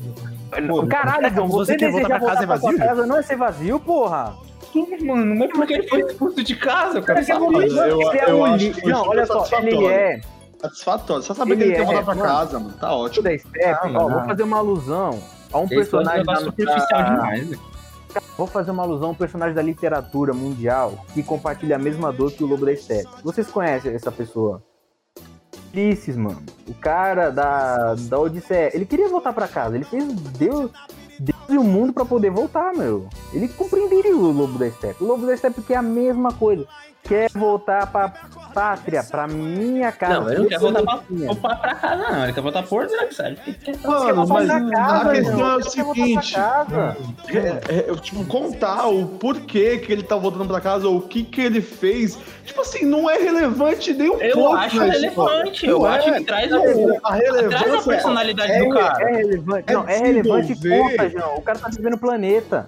[SPEAKER 1] Pô,
[SPEAKER 6] Caralho, João, você,
[SPEAKER 7] você quer voltar pra casa, é
[SPEAKER 6] sua
[SPEAKER 7] vazio?
[SPEAKER 6] Casa, não é ser vazio, porra.
[SPEAKER 1] Mano, não é porque ele foi expulso de casa, eu quero
[SPEAKER 6] Ele é
[SPEAKER 1] saber.
[SPEAKER 5] Mas eu-
[SPEAKER 6] Ele é
[SPEAKER 5] eu
[SPEAKER 6] um
[SPEAKER 5] acho
[SPEAKER 6] li-
[SPEAKER 5] que foi
[SPEAKER 6] Não, olha
[SPEAKER 5] super
[SPEAKER 6] só, ele
[SPEAKER 5] satisfatório.
[SPEAKER 6] é
[SPEAKER 5] Satisfatório. Só saber que
[SPEAKER 6] Ele
[SPEAKER 5] ele quer
[SPEAKER 6] é,
[SPEAKER 5] voltar pra
[SPEAKER 6] mano.
[SPEAKER 5] casa, mano, tá
[SPEAKER 6] Tio
[SPEAKER 5] ótimo.
[SPEAKER 6] da é Step,
[SPEAKER 1] Ah,
[SPEAKER 6] ó,
[SPEAKER 1] mano.
[SPEAKER 6] vou fazer uma alusão a
[SPEAKER 1] Esse foi
[SPEAKER 6] um
[SPEAKER 1] um
[SPEAKER 6] personagem da,
[SPEAKER 1] negócio superficial
[SPEAKER 6] da-
[SPEAKER 1] demais, velho.
[SPEAKER 6] Vou fazer uma alusão a um personagem da literatura mundial que compartilha a mesma dor que o Lobo da Steppe. Vocês conhecem essa pessoa? Ulisses, mano. O cara da, da Odisseia. Ele queria voltar pra casa. Ele fez Deus, Deus e o mundo pra poder voltar, meu. Ele compreenderia o Lobo da Steppe. O Lobo da Steppe quer a mesma coisa. Quer voltar pra pátria, pra minha casa.
[SPEAKER 1] Não, ele não quer voltar pra,
[SPEAKER 6] Minha.
[SPEAKER 1] pra, pra casa, não. Ele quer voltar por dentro, sabe? Ele quer-
[SPEAKER 5] Mano,
[SPEAKER 6] Voltar
[SPEAKER 5] mas
[SPEAKER 6] pra casa,
[SPEAKER 5] a questão
[SPEAKER 6] meu.
[SPEAKER 5] é o
[SPEAKER 6] Ele quer voltar pra
[SPEAKER 5] seguinte.
[SPEAKER 6] casa.
[SPEAKER 5] É, é, tipo, contar o porquê que ele tá voltando pra casa ou o que que ele fez. Tipo assim, não é relevante nem um
[SPEAKER 1] Eu
[SPEAKER 5] pouco.
[SPEAKER 1] acho
[SPEAKER 5] na história.
[SPEAKER 1] relevante. Eu
[SPEAKER 5] Não
[SPEAKER 1] acho
[SPEAKER 5] é.
[SPEAKER 1] que traz,
[SPEAKER 5] Não,
[SPEAKER 1] o,
[SPEAKER 5] a
[SPEAKER 1] traz a
[SPEAKER 5] relevância
[SPEAKER 1] personalidade
[SPEAKER 5] é-
[SPEAKER 1] do cara.
[SPEAKER 6] É relevante.
[SPEAKER 5] É
[SPEAKER 6] não, é relevante e
[SPEAKER 5] desenvolver.
[SPEAKER 6] conta, João. O cara tá vivendo o planeta.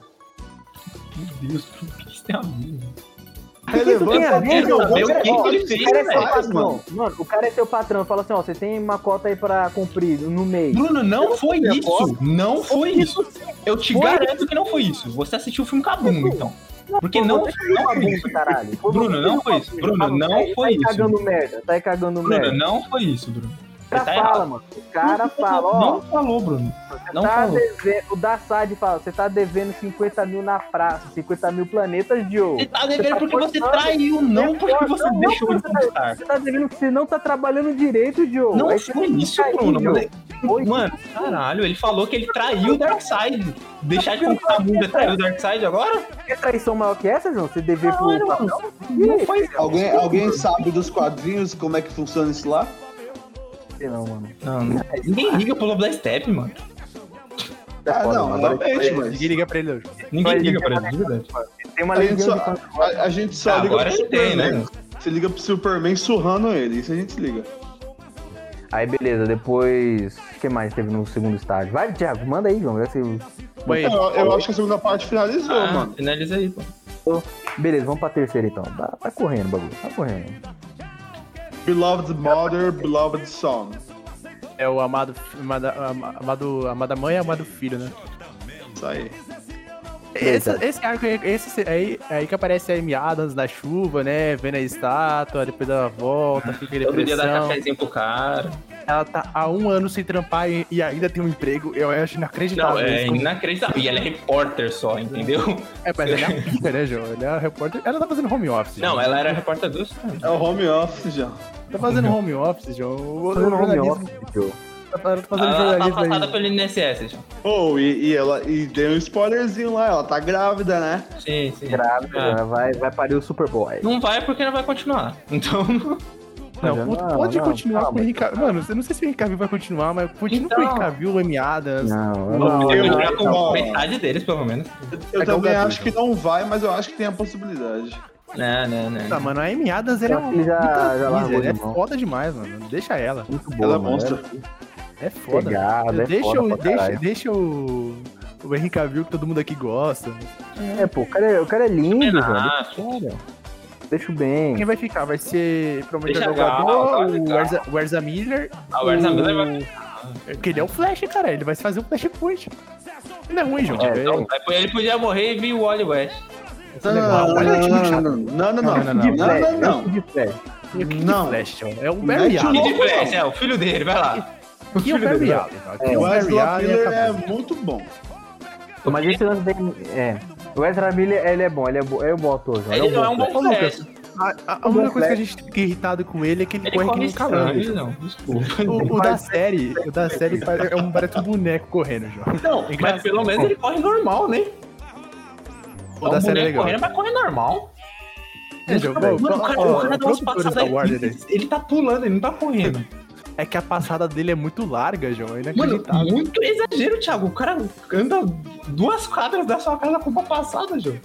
[SPEAKER 1] Meu Deus, o que isso tem a ver?
[SPEAKER 5] a
[SPEAKER 6] O que isso tem
[SPEAKER 5] relevância
[SPEAKER 6] a ver,
[SPEAKER 5] é
[SPEAKER 1] João?
[SPEAKER 6] João?
[SPEAKER 1] saber o que
[SPEAKER 6] Ó,
[SPEAKER 1] que ele
[SPEAKER 6] o
[SPEAKER 1] fez,
[SPEAKER 6] cara é seu
[SPEAKER 5] velho.
[SPEAKER 6] patrão. Mano, o cara é seu patrão. Fala assim, ó, você tem uma cota aí pra cumprir no mês.
[SPEAKER 1] Bruno, não foi
[SPEAKER 5] tenho
[SPEAKER 1] isso. Não foi isso. Eu te
[SPEAKER 6] Foi.
[SPEAKER 1] garanto que não foi isso. Você assistiu o filme Cabum, então. Porque
[SPEAKER 6] pô,
[SPEAKER 1] não-
[SPEAKER 6] você fez
[SPEAKER 1] não
[SPEAKER 6] uma
[SPEAKER 1] foi
[SPEAKER 6] bunda,
[SPEAKER 1] isso.
[SPEAKER 6] caralho. Pô,
[SPEAKER 1] Bruno,
[SPEAKER 6] você
[SPEAKER 1] não
[SPEAKER 6] fez
[SPEAKER 1] foi
[SPEAKER 6] uma
[SPEAKER 1] isso.
[SPEAKER 6] bunda.
[SPEAKER 1] Bruno,
[SPEAKER 6] Fala,
[SPEAKER 1] não
[SPEAKER 6] tá aí-
[SPEAKER 1] foi isso.
[SPEAKER 6] Tá aí cagando merda. Tá aí cagando
[SPEAKER 1] Bruno,
[SPEAKER 6] merda.
[SPEAKER 1] não foi isso, Bruno.
[SPEAKER 6] O
[SPEAKER 1] Você
[SPEAKER 6] cara
[SPEAKER 1] tá
[SPEAKER 6] fala,
[SPEAKER 1] errado.
[SPEAKER 6] mano. O cara fala, ó.
[SPEAKER 1] Não falou, Bruno. Não
[SPEAKER 6] tá
[SPEAKER 1] falou.
[SPEAKER 6] devendo, o Dassad fala, você tá devendo 50 mil na praça, 50 mil planetas, Joe.
[SPEAKER 1] Você tá devendo porque você
[SPEAKER 6] forçando.
[SPEAKER 1] traiu, não
[SPEAKER 6] Você
[SPEAKER 1] porque
[SPEAKER 6] for-
[SPEAKER 1] você
[SPEAKER 6] não, não
[SPEAKER 1] deixou de
[SPEAKER 6] porque você-
[SPEAKER 1] conquistar.
[SPEAKER 6] Você tá devendo que você não tá trabalhando direito, Joe.
[SPEAKER 1] Não
[SPEAKER 6] Aí você
[SPEAKER 1] foi
[SPEAKER 6] tem que
[SPEAKER 1] isso,
[SPEAKER 6] cair,
[SPEAKER 1] Bruno.
[SPEAKER 6] Joe.
[SPEAKER 1] Mano,
[SPEAKER 6] Foi
[SPEAKER 1] Mano, caralho, ele falou que ele traiu o Darkseid. Deixar de conquistar o mundo é trair o Darkseid agora?
[SPEAKER 6] Quer traição maior que essa, João? Você dever pro
[SPEAKER 1] Caralho,
[SPEAKER 6] patrão?
[SPEAKER 1] mano. Não foi isso.
[SPEAKER 5] Alguém, alguém sabe dos quadrinhos como é que funciona isso lá?
[SPEAKER 6] Não sei Não, mano.
[SPEAKER 1] Não, ninguém liga pro Lobo da Step, mano.
[SPEAKER 5] Ah,
[SPEAKER 6] É foda,
[SPEAKER 5] não,
[SPEAKER 6] mano.
[SPEAKER 5] realmente, mas.
[SPEAKER 2] Ninguém liga pra ele hoje.
[SPEAKER 1] Ninguém
[SPEAKER 6] Mas
[SPEAKER 1] liga
[SPEAKER 6] ele
[SPEAKER 1] pra
[SPEAKER 6] tá
[SPEAKER 1] ele, de verdade.
[SPEAKER 6] Tem uma
[SPEAKER 5] A gente
[SPEAKER 6] legião
[SPEAKER 5] só,
[SPEAKER 6] de fãs.
[SPEAKER 5] a- a gente só
[SPEAKER 1] Ah,
[SPEAKER 5] liga
[SPEAKER 1] agora
[SPEAKER 5] pro
[SPEAKER 1] ele tem,
[SPEAKER 5] Superman.
[SPEAKER 1] né?
[SPEAKER 5] Você liga pro Superman surrando ele, isso a gente liga.
[SPEAKER 6] Aí, beleza, depois... O que mais teve no segundo estágio? Vai, Thiago, manda aí, João. já sei.
[SPEAKER 2] Foi
[SPEAKER 5] Eu, eu acho que a segunda parte finalizou,
[SPEAKER 1] Ah,
[SPEAKER 5] mano.
[SPEAKER 1] finaliza aí, pô.
[SPEAKER 6] Beleza, vamos pra terceira, então. Tá, tá correndo, o bagulho. Tá correndo.
[SPEAKER 5] Beloved Mother, Beloved Son.
[SPEAKER 2] É o amado, amada, ama- amado, amada mãe e amado filho, né?
[SPEAKER 5] Isso aí.
[SPEAKER 2] Esse, esse arco aí, esse, aí, aí que aparece a Amy Adams na chuva, né? Vendo a estátua, depois ela volta, fica em
[SPEAKER 1] Todo dia dá
[SPEAKER 2] depressão.
[SPEAKER 1] cafezinho pro cara.
[SPEAKER 2] Ela tá há um ano sem trampar e, e ainda tem um emprego. Eu acho inacreditável.
[SPEAKER 1] Não, é
[SPEAKER 2] isso. Como-
[SPEAKER 1] inacreditável. E ela é repórter só, entendeu?
[SPEAKER 2] É, mas ela é a pica, né, João? Ela é a repórter. Ela tá fazendo home office.
[SPEAKER 1] Não, ela era repórter do
[SPEAKER 5] É o home office já.
[SPEAKER 2] João. Tá fazendo home office, João. O, o
[SPEAKER 6] Fazendo home
[SPEAKER 2] jornalismo-
[SPEAKER 6] office, Joe.
[SPEAKER 2] O tá fazendo
[SPEAKER 1] Ela tá
[SPEAKER 2] jornalismo aí.
[SPEAKER 1] passada pelo INSS. tipo.
[SPEAKER 5] Oh, e, e ela e deu um spoilerzinho lá, ela tá grávida, né?
[SPEAKER 1] Sim, sim. Ah.
[SPEAKER 6] Grávida,
[SPEAKER 5] Ah.
[SPEAKER 6] né? vai, vai parir o Superboy.
[SPEAKER 1] Não vai porque não vai continuar. Então,
[SPEAKER 2] Não,
[SPEAKER 6] Não,
[SPEAKER 2] puto, pode
[SPEAKER 6] não,
[SPEAKER 2] continuar
[SPEAKER 6] calma.
[SPEAKER 2] com o Henrique Cavill. Mano, eu não sei se o Henrique Cavill vai continuar, mas continua
[SPEAKER 1] Então.
[SPEAKER 2] com o Henrique Cavill, Amy Adams.
[SPEAKER 6] Não, é
[SPEAKER 5] não,
[SPEAKER 1] eu
[SPEAKER 5] não,
[SPEAKER 1] já com
[SPEAKER 5] não.
[SPEAKER 1] metade deles, pelo menos.
[SPEAKER 5] Eu também
[SPEAKER 2] É Gal Gadot,
[SPEAKER 5] acho que não vai, mas eu acho que tem a possibilidade.
[SPEAKER 1] Não, não, não.
[SPEAKER 2] Tá, mano, a Amy Adams, ela é
[SPEAKER 6] Eu acho
[SPEAKER 2] uma
[SPEAKER 6] que já-
[SPEAKER 2] puta
[SPEAKER 6] já largou
[SPEAKER 2] atriz, ela é
[SPEAKER 6] de mão.
[SPEAKER 2] foda demais, mano. Deixa ela.
[SPEAKER 6] muito
[SPEAKER 5] ela é
[SPEAKER 6] mano.
[SPEAKER 5] monstro.
[SPEAKER 2] É foda.
[SPEAKER 6] Pegada, é
[SPEAKER 2] deixa,
[SPEAKER 6] foda
[SPEAKER 2] o,
[SPEAKER 6] pra
[SPEAKER 2] deixa,
[SPEAKER 6] caralho.
[SPEAKER 2] deixa o, o Henrique Cavill, que todo mundo aqui gosta.
[SPEAKER 6] É, pô, o cara é, o cara é lindo, velho.
[SPEAKER 1] Ah,
[SPEAKER 6] Deixa o bem.
[SPEAKER 2] Quem vai ficar? Vai ser provavelmente
[SPEAKER 1] Deixa
[SPEAKER 2] o Galgador,
[SPEAKER 1] a Gal,
[SPEAKER 2] o
[SPEAKER 1] Gal.
[SPEAKER 2] Erza- o Erza Miller.
[SPEAKER 1] a Warner Miller vai
[SPEAKER 2] Porque ele é o Flash, cara. Ele vai fazer o Flashpoint. Ele é ruim, gente.
[SPEAKER 6] É,
[SPEAKER 2] velho.
[SPEAKER 6] então-
[SPEAKER 1] Aí Ele podia morrer e vir o Wally West.
[SPEAKER 5] Não,
[SPEAKER 2] legal.
[SPEAKER 5] não,
[SPEAKER 2] Olha aí,
[SPEAKER 5] não,
[SPEAKER 2] Thiago.
[SPEAKER 5] não, não, não, não, não,
[SPEAKER 2] Não, não, não.
[SPEAKER 5] não, não,
[SPEAKER 6] é o
[SPEAKER 5] não.
[SPEAKER 6] Kid Flash.
[SPEAKER 2] E o Kid
[SPEAKER 5] Não.
[SPEAKER 2] Flash, ó, é o
[SPEAKER 5] Mete
[SPEAKER 2] Barry
[SPEAKER 5] o
[SPEAKER 2] Allen.
[SPEAKER 1] Kid
[SPEAKER 5] louco,
[SPEAKER 1] Flash, é, o filho dele, vai lá.
[SPEAKER 2] Aqui é o Barry Allen. ó. Aqui é
[SPEAKER 5] O
[SPEAKER 2] o Barry
[SPEAKER 5] Ezra
[SPEAKER 2] Allen.
[SPEAKER 5] Miller é
[SPEAKER 2] acabou.
[SPEAKER 5] muito bom.
[SPEAKER 6] Mas esse lance dele. É. O Ezra Miller, ele é bom, ele é, bo... é um bom ator. João,
[SPEAKER 1] Ele
[SPEAKER 6] Ele
[SPEAKER 1] não é um
[SPEAKER 6] ator.
[SPEAKER 1] bom Flash.
[SPEAKER 2] A, a- a única coisa que a gente fica irritado com ele é que ele,
[SPEAKER 1] Ele
[SPEAKER 2] corre que
[SPEAKER 1] corre
[SPEAKER 2] nem um calango.
[SPEAKER 1] estranho, não. Desculpa.
[SPEAKER 2] O, o da série, o da série faz- é um parece um boneco correndo, João.
[SPEAKER 1] Não, mas pelo menos ele corre normal, né?
[SPEAKER 2] O da série é legal.
[SPEAKER 1] um Correndo, mas corre normal.
[SPEAKER 2] É, João,
[SPEAKER 1] Mano,
[SPEAKER 2] pô,
[SPEAKER 1] o cara,
[SPEAKER 2] ó,
[SPEAKER 1] o cara
[SPEAKER 2] os
[SPEAKER 1] dá umas
[SPEAKER 2] produtores
[SPEAKER 1] passadas
[SPEAKER 2] da Warner,
[SPEAKER 1] ele, ele tá pulando, ele não tá correndo.
[SPEAKER 2] É que a passada dele é muito larga, João. é Ele
[SPEAKER 1] Mano, muito exagero, Thiago. O cara anda duas quadras da sua casa com uma passada, João.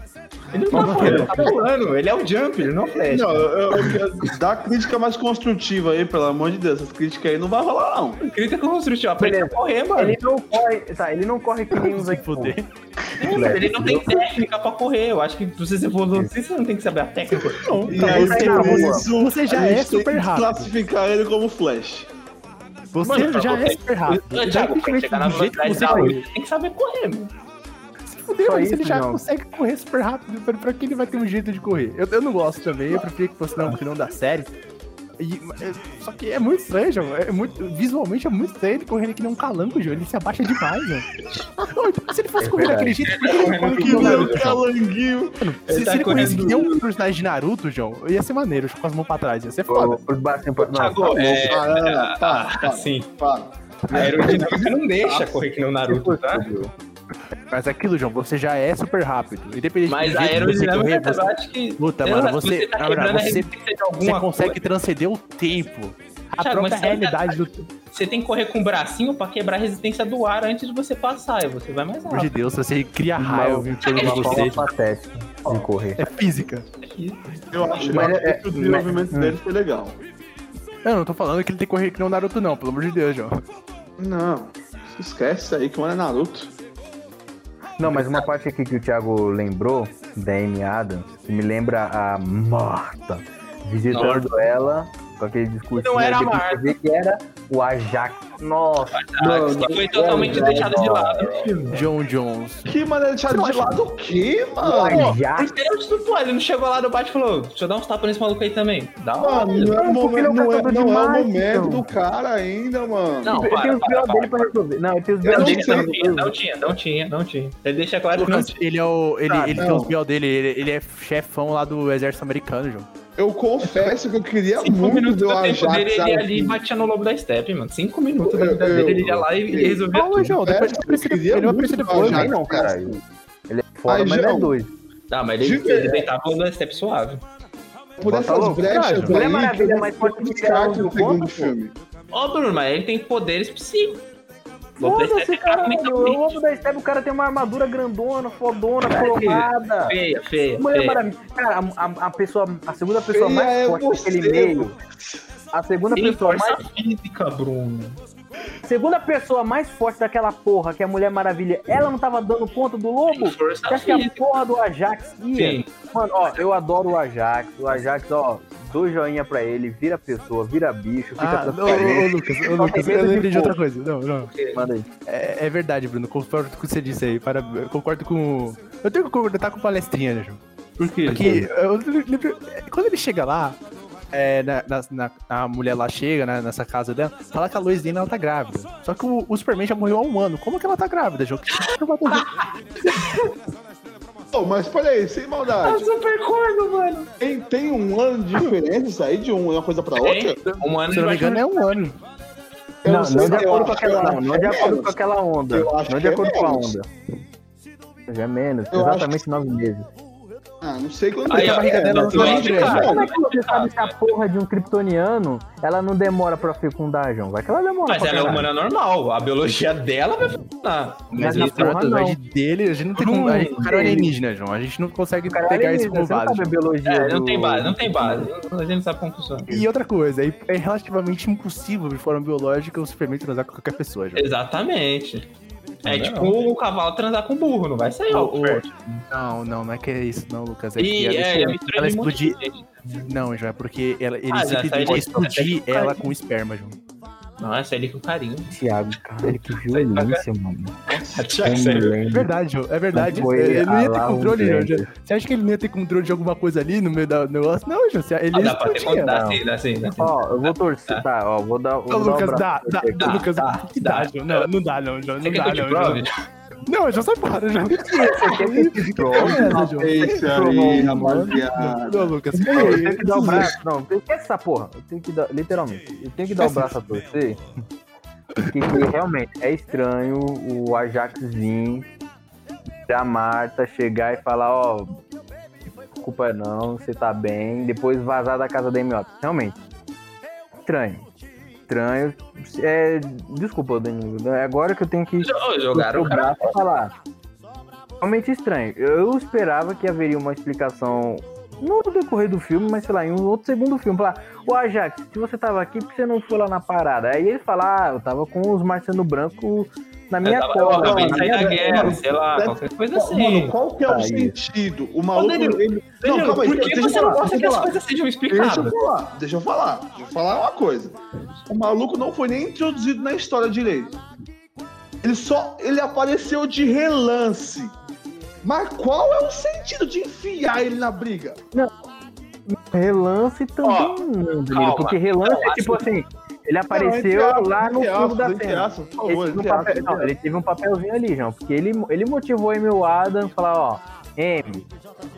[SPEAKER 1] Ele não tá correndo, ele tá pulando. Ele é o jump, ele não é o flash.
[SPEAKER 5] Não, eu, eu, eu- dá crítica mais construtiva aí, pelo amor de Deus. Essas críticas aí não vai rolar, não.
[SPEAKER 1] Crítica construtiva, aprende a
[SPEAKER 6] Beleza.
[SPEAKER 1] correr, mano.
[SPEAKER 6] Ele não corre. Tá, ele não corre que nem os
[SPEAKER 2] se fuder.
[SPEAKER 1] Nossa, Ele não tem técnica pra correr. Eu acho que pra você ser velocista, você não tem que saber a técnica. Não.
[SPEAKER 5] E
[SPEAKER 2] Tá
[SPEAKER 5] aí,
[SPEAKER 2] bom,
[SPEAKER 5] por
[SPEAKER 2] tá bom.
[SPEAKER 5] isso,
[SPEAKER 2] Você já
[SPEAKER 5] a gente
[SPEAKER 2] é super
[SPEAKER 5] tem um que
[SPEAKER 2] rápido.
[SPEAKER 5] classificar ele como Flash.
[SPEAKER 2] Você
[SPEAKER 1] Mano,
[SPEAKER 2] já
[SPEAKER 1] pra
[SPEAKER 2] é super rápido.
[SPEAKER 1] Ô, Thiago, pra
[SPEAKER 2] Independentemente
[SPEAKER 1] chegar na
[SPEAKER 2] do jeito que
[SPEAKER 1] velocidade
[SPEAKER 2] você
[SPEAKER 1] da luz,
[SPEAKER 2] corre.
[SPEAKER 1] você tem que saber correr, mano.
[SPEAKER 2] Se fuder,
[SPEAKER 6] Só
[SPEAKER 2] mano, se
[SPEAKER 6] isso,
[SPEAKER 2] ele já
[SPEAKER 6] João.
[SPEAKER 2] consegue correr super rápido, pra, pra que ele vai ter um jeito de correr? Eu, eu não gosto também, eu prefiro que fosse na opinião da série. E- é- só que é muito estranho, João. É muito, visualmente é muito estranho ele correndo que nem um calango, João. Ele se abaixa demais, João. Não, então, se ele
[SPEAKER 1] É
[SPEAKER 2] fosse correr daquele jeito, por que ele corre que nem
[SPEAKER 5] Que
[SPEAKER 2] um calango?
[SPEAKER 5] meu calanguinho.
[SPEAKER 2] Se,
[SPEAKER 1] Ele tá
[SPEAKER 2] se ele corresse que
[SPEAKER 1] correndo.
[SPEAKER 2] nem um personagem de Naruto, João, ia ser maneiro, com as mãos pra trás, ia ser foda.
[SPEAKER 6] Os bacinhos pra trás.
[SPEAKER 1] Thiago, é,
[SPEAKER 5] Para, para,
[SPEAKER 1] ah,
[SPEAKER 5] para,
[SPEAKER 1] assim,
[SPEAKER 5] para.
[SPEAKER 1] a aerodinâmica não deixa correr que nem o Naruto, tá?
[SPEAKER 2] Mas aquilo, João, você já é super rápido. Independente
[SPEAKER 1] Mas
[SPEAKER 2] do
[SPEAKER 1] a é
[SPEAKER 2] jeito que você correr,
[SPEAKER 1] aerodinâmica,
[SPEAKER 2] você
[SPEAKER 1] eu acho que...
[SPEAKER 2] Puta,
[SPEAKER 1] sei
[SPEAKER 2] mano,
[SPEAKER 1] lá,
[SPEAKER 2] você-
[SPEAKER 1] tá
[SPEAKER 2] na verdade,
[SPEAKER 1] quebrando a
[SPEAKER 2] você-
[SPEAKER 1] resistência de alguma
[SPEAKER 2] Você consegue transcender o tempo. A
[SPEAKER 1] Thiago, mas
[SPEAKER 2] própria
[SPEAKER 1] você vai
[SPEAKER 2] realidade do tempo.
[SPEAKER 1] coisa. Você tem que correr com o bracinho pra quebrar a resistência do ar antes de você passar, e você vai mais
[SPEAKER 2] Pelo amor
[SPEAKER 1] rápido.
[SPEAKER 2] de Deus, você cria raiva
[SPEAKER 6] Raio,
[SPEAKER 2] pelo
[SPEAKER 1] Ele- é
[SPEAKER 6] uma
[SPEAKER 2] você.
[SPEAKER 6] forma patética de correr.
[SPEAKER 2] É física.
[SPEAKER 5] Eu acho eu
[SPEAKER 6] Mas
[SPEAKER 5] acho
[SPEAKER 6] é-
[SPEAKER 5] que o desenvolvimento dele foi legal.
[SPEAKER 2] Eu não tô falando que ele tem que correr que não Naruto, não, pelo amor de Deus, João.
[SPEAKER 5] Não, esquece isso aí que mano é Naruto.
[SPEAKER 6] Não, mas uma parte aqui que o Thiago lembrou, da Amy Adams, que me lembra a Marta visitando ela com aquele discurso.
[SPEAKER 1] Não
[SPEAKER 6] né,
[SPEAKER 1] era a
[SPEAKER 6] depois
[SPEAKER 1] Martha.
[SPEAKER 6] você vê que era o Ajax. Nossa,
[SPEAKER 1] Tá? Que foi totalmente
[SPEAKER 6] velho,
[SPEAKER 1] deixado de
[SPEAKER 6] mano.
[SPEAKER 1] lado.
[SPEAKER 2] John Jones.
[SPEAKER 5] Que mano é deixado de lado o quê, mano?
[SPEAKER 1] Por
[SPEAKER 6] Ajax.
[SPEAKER 1] isso que ele estupou, ele não chegou lá no bate e falou, deixa eu dar uns tapas nesse maluco aí também. Dá uma
[SPEAKER 5] Mano, não é, o
[SPEAKER 6] ele é
[SPEAKER 5] momento,
[SPEAKER 6] um
[SPEAKER 5] não é,
[SPEAKER 6] catador
[SPEAKER 5] não é o
[SPEAKER 6] demais,
[SPEAKER 5] momento
[SPEAKER 6] então.
[SPEAKER 5] do cara ainda, mano.
[SPEAKER 1] Não,
[SPEAKER 6] Ele tem
[SPEAKER 1] para, para,
[SPEAKER 6] os B.O.
[SPEAKER 1] para,
[SPEAKER 6] dele pra resolver. Não, ele tem os
[SPEAKER 5] Eu
[SPEAKER 1] Não
[SPEAKER 5] não
[SPEAKER 6] B.O. dele
[SPEAKER 1] tinha,
[SPEAKER 5] sei.
[SPEAKER 6] pra
[SPEAKER 1] não
[SPEAKER 6] resolver.
[SPEAKER 1] tinha, não tinha, não tinha, não tinha. Ele deixa claro que não tinha.
[SPEAKER 2] Ele é o. Ele,
[SPEAKER 5] Ah,
[SPEAKER 2] ele
[SPEAKER 5] não.
[SPEAKER 2] tem os pior dele, ele, ele é chefão lá do exército americano, João.
[SPEAKER 5] Eu confesso que eu queria
[SPEAKER 1] Cinco
[SPEAKER 5] muito
[SPEAKER 1] minutos
[SPEAKER 5] ver o
[SPEAKER 1] do tempo
[SPEAKER 5] Ajax
[SPEAKER 1] dele, ele ia ali e
[SPEAKER 5] aqui.
[SPEAKER 1] batia no lobo da Step, mano. Cinco minutos da
[SPEAKER 5] Eu-
[SPEAKER 1] vida
[SPEAKER 5] eu-
[SPEAKER 1] dele, ele ia lá e, e resolvia
[SPEAKER 2] Não,
[SPEAKER 6] é
[SPEAKER 1] tudo.
[SPEAKER 2] João, depois
[SPEAKER 5] confesso
[SPEAKER 2] ele
[SPEAKER 5] que eu queria
[SPEAKER 2] aparece depois, ele
[SPEAKER 5] muito
[SPEAKER 2] aparece depois,
[SPEAKER 5] o
[SPEAKER 2] né?
[SPEAKER 5] Ajax.
[SPEAKER 6] Não, não, caralho. Ele é foda,
[SPEAKER 5] Ai,
[SPEAKER 6] mas não é
[SPEAKER 5] João.
[SPEAKER 6] dois.
[SPEAKER 1] Não, Tá, mas ele,
[SPEAKER 5] De
[SPEAKER 1] ele
[SPEAKER 5] verdade.
[SPEAKER 1] deitava o lobo da Step suave.
[SPEAKER 5] Por
[SPEAKER 6] Bota
[SPEAKER 5] essas
[SPEAKER 6] Tá louco,
[SPEAKER 5] brechas
[SPEAKER 2] cara.
[SPEAKER 6] Mulher
[SPEAKER 5] aí,
[SPEAKER 6] Maravilha,
[SPEAKER 5] que eu
[SPEAKER 6] mas pode tirar
[SPEAKER 5] descarto
[SPEAKER 6] o
[SPEAKER 5] o segundo
[SPEAKER 6] ponto,
[SPEAKER 5] filme.
[SPEAKER 1] Ó, Bruno, mas ele tem poderes psíquicos. Lobo da
[SPEAKER 6] Foda-se,
[SPEAKER 1] Step é
[SPEAKER 6] caralho.
[SPEAKER 1] mentalmente
[SPEAKER 6] O lobo da Step, o cara tem uma armadura grandona, fodona,
[SPEAKER 1] Caralho.
[SPEAKER 6] cromada.
[SPEAKER 1] feia, feia,
[SPEAKER 6] Mulher
[SPEAKER 1] feia.
[SPEAKER 6] Maravilha. Cara, a, a- a pessoa, a segunda pessoa
[SPEAKER 5] Feia
[SPEAKER 6] mais
[SPEAKER 5] é
[SPEAKER 6] forte
[SPEAKER 5] você,
[SPEAKER 6] daquele meio. A segunda
[SPEAKER 1] Tem
[SPEAKER 6] pessoa
[SPEAKER 1] força
[SPEAKER 6] mais.
[SPEAKER 1] física, Bruno.
[SPEAKER 6] a Segunda pessoa mais forte daquela porra, que é a Mulher Maravilha, ela não tava dando conta do lobo?
[SPEAKER 1] Tem força
[SPEAKER 6] Você acha que a
[SPEAKER 1] física.
[SPEAKER 6] porra do Ajax ia?
[SPEAKER 1] Sim.
[SPEAKER 6] Mano, ó, eu adoro o Ajax. O Ajax, ó, dou joinha pra ele, vira pessoa, vira bicho, fica
[SPEAKER 2] Ah, ô, ô, ô,
[SPEAKER 6] transparente.
[SPEAKER 2] Lucas, ô,
[SPEAKER 6] Só tem
[SPEAKER 2] Lucas, eu
[SPEAKER 6] medo
[SPEAKER 2] lembrei de
[SPEAKER 6] porco.
[SPEAKER 2] outra coisa. Não, não.
[SPEAKER 6] Manda aí.
[SPEAKER 2] É, é verdade, Bruno. Concordo com o que você disse aí. Para, eu concordo com. Eu tenho que concordar com o palestrinha, né, João?
[SPEAKER 1] Por quê?
[SPEAKER 2] Porque eu lembro. Quando ele chega lá, é, na, na- na- a mulher lá chega na- nessa casa dela, fala que a Lois Lane ela tá grávida. Só que o, o Superman já morreu há um ano. Como que ela tá grávida, João? Que- que- que- que-
[SPEAKER 5] Pô, mas peraí, sem maldade.
[SPEAKER 1] super corno, mano.
[SPEAKER 5] Tem, tem um ano de diferença isso aí de uma um, coisa pra outra?
[SPEAKER 1] Um ano
[SPEAKER 2] Se eu não me engano, é um ano.
[SPEAKER 5] Eu
[SPEAKER 6] Não,
[SPEAKER 5] sei
[SPEAKER 6] não
[SPEAKER 5] se
[SPEAKER 6] de
[SPEAKER 5] eu
[SPEAKER 6] acordo com
[SPEAKER 5] acho, eu
[SPEAKER 6] aquela
[SPEAKER 5] acho
[SPEAKER 6] onda.
[SPEAKER 5] que
[SPEAKER 6] Não de
[SPEAKER 5] é
[SPEAKER 6] acordo
[SPEAKER 5] menos.
[SPEAKER 6] com aquela onda.
[SPEAKER 5] Eu acho
[SPEAKER 6] Não de
[SPEAKER 5] que é
[SPEAKER 6] acordo com a
[SPEAKER 5] menos.
[SPEAKER 6] onda. Mas É menos,
[SPEAKER 5] Eu acho é
[SPEAKER 6] exatamente nove meses.
[SPEAKER 5] Ah, não sei quanto
[SPEAKER 1] Aí,
[SPEAKER 5] tempo
[SPEAKER 1] ó,
[SPEAKER 5] a barriga
[SPEAKER 1] é,
[SPEAKER 5] dela
[SPEAKER 1] não,
[SPEAKER 5] não
[SPEAKER 1] tu
[SPEAKER 5] tá
[SPEAKER 1] entra,
[SPEAKER 5] grande.
[SPEAKER 1] cara.
[SPEAKER 6] Como é que você sabe se a porra de um kryptoniano ela não demora pra fecundar, João? Vai que ela demora.
[SPEAKER 1] Mas
[SPEAKER 6] pra
[SPEAKER 1] ela é
[SPEAKER 6] caralho.
[SPEAKER 1] humana normal. A biologia dela vai funcionar.
[SPEAKER 2] Mas
[SPEAKER 6] Mas na
[SPEAKER 2] ele tem uma
[SPEAKER 6] porra, não.
[SPEAKER 2] tatuagem dele, a gente não tem como. A gente, o cara é alienígena, João. A gente não consegue
[SPEAKER 6] Cara, é
[SPEAKER 2] pegar isso
[SPEAKER 6] alienígena,
[SPEAKER 2] como
[SPEAKER 6] você não
[SPEAKER 2] base.
[SPEAKER 6] sabe a
[SPEAKER 2] João.
[SPEAKER 6] biologia
[SPEAKER 1] É, não
[SPEAKER 6] do-
[SPEAKER 1] tem base, não tem base. A gente não sabe como funciona.
[SPEAKER 2] E outra coisa, é, é relativamente impossível de forma biológica o Superman transar com qualquer pessoa, João.
[SPEAKER 1] Exatamente. É tipo o cavalo transar com o burro, não vai sair algo
[SPEAKER 2] O- o-
[SPEAKER 1] perto.
[SPEAKER 2] Não, não, não é que é isso, não, Lucas. É que
[SPEAKER 1] E
[SPEAKER 2] ela,
[SPEAKER 1] é, é
[SPEAKER 2] ela,
[SPEAKER 1] mistura de um monte de
[SPEAKER 2] explodir.
[SPEAKER 1] gente.
[SPEAKER 2] Não, João, é porque ela, ele
[SPEAKER 1] Ah, já
[SPEAKER 2] sempre
[SPEAKER 1] tá,
[SPEAKER 2] tenta
[SPEAKER 1] ele-
[SPEAKER 2] explodir
[SPEAKER 1] tá, ele-
[SPEAKER 2] ela com esperma, João.
[SPEAKER 1] Nossa, ele com carinho.
[SPEAKER 6] Thiago, cara, que violência, mano.
[SPEAKER 1] Tiago,
[SPEAKER 6] Eu me
[SPEAKER 1] sério.
[SPEAKER 2] É
[SPEAKER 6] lembro.
[SPEAKER 2] verdade, João. É verdade.
[SPEAKER 6] Não foi
[SPEAKER 2] ele não ia ter
[SPEAKER 6] a lá um
[SPEAKER 2] controle, João.
[SPEAKER 6] velho.
[SPEAKER 2] Você acha que ele não ia ter controle de alguma coisa ali no meio do negócio? Não, João. você- Ele
[SPEAKER 1] Ah, dá pra ter
[SPEAKER 2] explodia.
[SPEAKER 1] contato, dá sim, dá sim, dá sim.
[SPEAKER 6] Ó, eu vou torcer, tá? Ó, vou dar.
[SPEAKER 2] Ô,
[SPEAKER 6] Vou dar um
[SPEAKER 2] Lucas,
[SPEAKER 6] abraço
[SPEAKER 2] dá,
[SPEAKER 6] pra
[SPEAKER 2] dá,
[SPEAKER 6] você.
[SPEAKER 2] dá, Lucas,
[SPEAKER 1] dá,
[SPEAKER 2] o que que
[SPEAKER 1] dá.
[SPEAKER 2] dá, João? Não, não dá, não, João,
[SPEAKER 1] Você
[SPEAKER 2] não
[SPEAKER 1] quer que
[SPEAKER 2] dá,
[SPEAKER 1] eu te
[SPEAKER 2] não, João.
[SPEAKER 1] prove?
[SPEAKER 2] Não, João, sai fora, João.
[SPEAKER 5] Não, Isso aí, rapaziada.
[SPEAKER 2] Não, Lucas,
[SPEAKER 6] Não, eu
[SPEAKER 2] peraí.
[SPEAKER 6] tenho que dar um o braço. Não, esquece essa porra. Eu tenho que dar, literalmente, eu tenho que dar o braço a torcer. Porque que realmente é estranho o Ajax vir da Marta chegar e falar, ó, culpa não, você tá bem, depois vazar da casa da M.O. Realmente. Estranho. Estranho. É, desculpa, Danilo. É agora que eu tenho que
[SPEAKER 1] Jo- Jogaram o
[SPEAKER 6] o
[SPEAKER 1] cara.
[SPEAKER 6] braço pra tá lá. Realmente estranho. Eu esperava que haveria uma explicação não no decorrer do filme, mas sei lá, em um outro segundo filme. Falar, o Ajax, se você tava aqui, por que você não foi lá na parada? Aí ele fala, ah, eu tava com os marcianos brancos na minha
[SPEAKER 1] Eu tava- eu
[SPEAKER 6] cola.
[SPEAKER 1] acabei de
[SPEAKER 6] na
[SPEAKER 1] sair
[SPEAKER 6] minha-
[SPEAKER 1] da guerra,
[SPEAKER 5] mano,
[SPEAKER 1] sei lá,
[SPEAKER 5] deve-
[SPEAKER 1] qualquer coisa
[SPEAKER 5] Qual- Mano,
[SPEAKER 1] assim.
[SPEAKER 5] qual que é o
[SPEAKER 6] Aí.
[SPEAKER 5] sentido? O maluco.
[SPEAKER 1] Danilo,
[SPEAKER 5] ele- Não,
[SPEAKER 1] Entendeu?
[SPEAKER 5] calma aí,
[SPEAKER 1] Por que
[SPEAKER 5] deixa eu
[SPEAKER 1] você não
[SPEAKER 5] falar,
[SPEAKER 1] gosta
[SPEAKER 5] deixa eu
[SPEAKER 1] que as
[SPEAKER 5] falar.
[SPEAKER 1] coisas sejam
[SPEAKER 5] Deixa eu
[SPEAKER 1] explicadas?
[SPEAKER 5] falar, deixa eu falar. Deixa eu falar uma coisa. O maluco não foi nem introduzido na história direito. Ele só. Ele apareceu de relance. Mas qual é o sentido de enfiar ele na briga?
[SPEAKER 6] Relance também
[SPEAKER 1] Ó,
[SPEAKER 6] não, Danilo,
[SPEAKER 1] calma.
[SPEAKER 6] porque relance
[SPEAKER 1] Eu
[SPEAKER 6] é tipo assim, ele
[SPEAKER 5] Não,
[SPEAKER 6] apareceu
[SPEAKER 5] é entre
[SPEAKER 6] lá
[SPEAKER 5] aspas,
[SPEAKER 6] no
[SPEAKER 5] entre
[SPEAKER 6] fundo da
[SPEAKER 5] aspas, entre
[SPEAKER 6] cena.
[SPEAKER 5] aspas, por
[SPEAKER 6] Ele
[SPEAKER 5] favor,
[SPEAKER 6] teve, um
[SPEAKER 5] entre
[SPEAKER 6] papel-
[SPEAKER 5] aspas,
[SPEAKER 6] não,
[SPEAKER 5] entre
[SPEAKER 6] ele teve um papelzinho ali, João, porque ele, ele motivou a Emil Adam a falar, ó, M,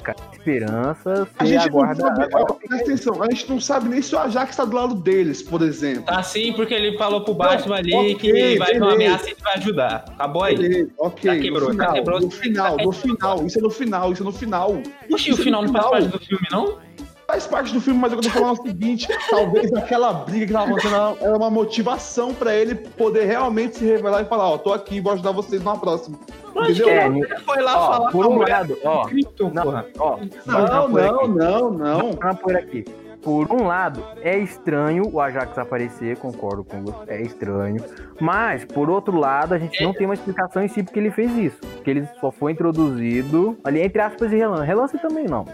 [SPEAKER 6] cara, esperança,
[SPEAKER 5] A
[SPEAKER 6] você
[SPEAKER 5] gente
[SPEAKER 6] aguarda.
[SPEAKER 5] não sabe, é,
[SPEAKER 6] aguarda-
[SPEAKER 5] ó, presta atenção, a gente não sabe nem se o Ajax está do lado deles, por exemplo.
[SPEAKER 1] Tá sim, porque ele falou pro Batman ali
[SPEAKER 5] ok,
[SPEAKER 1] que vai ter uma
[SPEAKER 5] beleza.
[SPEAKER 1] ameaça e ele vai ajudar. Acabou aí.
[SPEAKER 5] Beleza, ok,
[SPEAKER 1] Tá quebrou,
[SPEAKER 5] no
[SPEAKER 1] tá
[SPEAKER 5] final,
[SPEAKER 1] quebrou,
[SPEAKER 5] no
[SPEAKER 1] tá
[SPEAKER 5] final, no
[SPEAKER 1] quebrou.
[SPEAKER 5] final, isso é no final, isso é no final.
[SPEAKER 1] Oxi, o
[SPEAKER 5] Isso é
[SPEAKER 1] final
[SPEAKER 5] no
[SPEAKER 1] não faz parte do filme, não?
[SPEAKER 5] Faz parte do filme, mas eu tô falando o seguinte: talvez aquela briga que tava acontecendo ela- era uma motivação pra ele poder realmente se revelar e falar: Ó, tô aqui, vou ajudar vocês na próxima.
[SPEAKER 1] Lógico que
[SPEAKER 6] É,
[SPEAKER 1] não. Foi lá
[SPEAKER 6] ó,
[SPEAKER 1] falar
[SPEAKER 6] por
[SPEAKER 1] com
[SPEAKER 6] um
[SPEAKER 1] a mulher
[SPEAKER 6] lado, ó,
[SPEAKER 1] do Krypton,
[SPEAKER 6] não,
[SPEAKER 1] porra.
[SPEAKER 6] ó,
[SPEAKER 5] Não,
[SPEAKER 6] por
[SPEAKER 5] não,
[SPEAKER 6] aqui.
[SPEAKER 5] não,
[SPEAKER 6] Não,
[SPEAKER 5] não.
[SPEAKER 6] não, por aqui. Por um lado, é estranho o Ajax aparecer, concordo com você, é estranho. Mas, por outro lado, a gente não tem uma explicação em si porque ele fez isso. Porque ele só foi introduzido ali, entre aspas, e relance. Relance também não.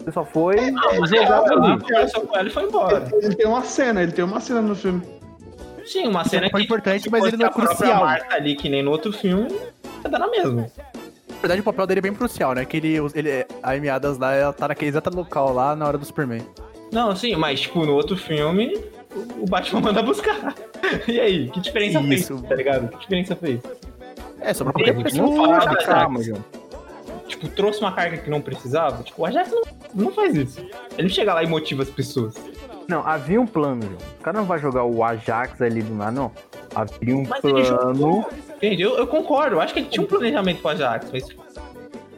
[SPEAKER 6] Ele só foi
[SPEAKER 1] É,
[SPEAKER 6] jogado
[SPEAKER 1] Foi lá,
[SPEAKER 6] ali.
[SPEAKER 1] conversou com ela e foi embora.
[SPEAKER 5] Ele tem uma cena, ele tem uma cena no filme.
[SPEAKER 1] Sim, uma cena
[SPEAKER 2] foi
[SPEAKER 1] que tipo,
[SPEAKER 2] importante,
[SPEAKER 1] se
[SPEAKER 2] mas ele
[SPEAKER 1] fosse
[SPEAKER 2] não é
[SPEAKER 1] a própria
[SPEAKER 2] crucial.
[SPEAKER 1] Marta ali, que nem no outro filme, vai dar na mesma.
[SPEAKER 2] Na verdade, o papel dele é bem crucial, né? Que ele, ele, a Amy Adams lá, ela tá naquele exato local lá na hora do Superman.
[SPEAKER 1] Não, sim, mas tipo, no outro filme, o- o Batman manda buscar. E aí, que diferença
[SPEAKER 2] Isso.
[SPEAKER 1] fez, tá ligado? Que diferença fez?
[SPEAKER 2] É, só pra
[SPEAKER 1] Porque
[SPEAKER 2] qualquer
[SPEAKER 1] a gente
[SPEAKER 2] pessoa.
[SPEAKER 1] não fala né? do Ajax.
[SPEAKER 6] Calma, João.
[SPEAKER 1] Tipo, trouxe uma carga que não precisava. Tipo, o Ajax não, não faz isso. Ele não chega lá e motiva as pessoas.
[SPEAKER 6] Não, havia um plano, João. O cara não vai jogar o Ajax ali do nada, não. Havia um
[SPEAKER 1] Mas ele
[SPEAKER 6] plano.
[SPEAKER 1] Entende? Eu, eu concordo, eu acho que ele tinha um planejamento com o Ajax, mas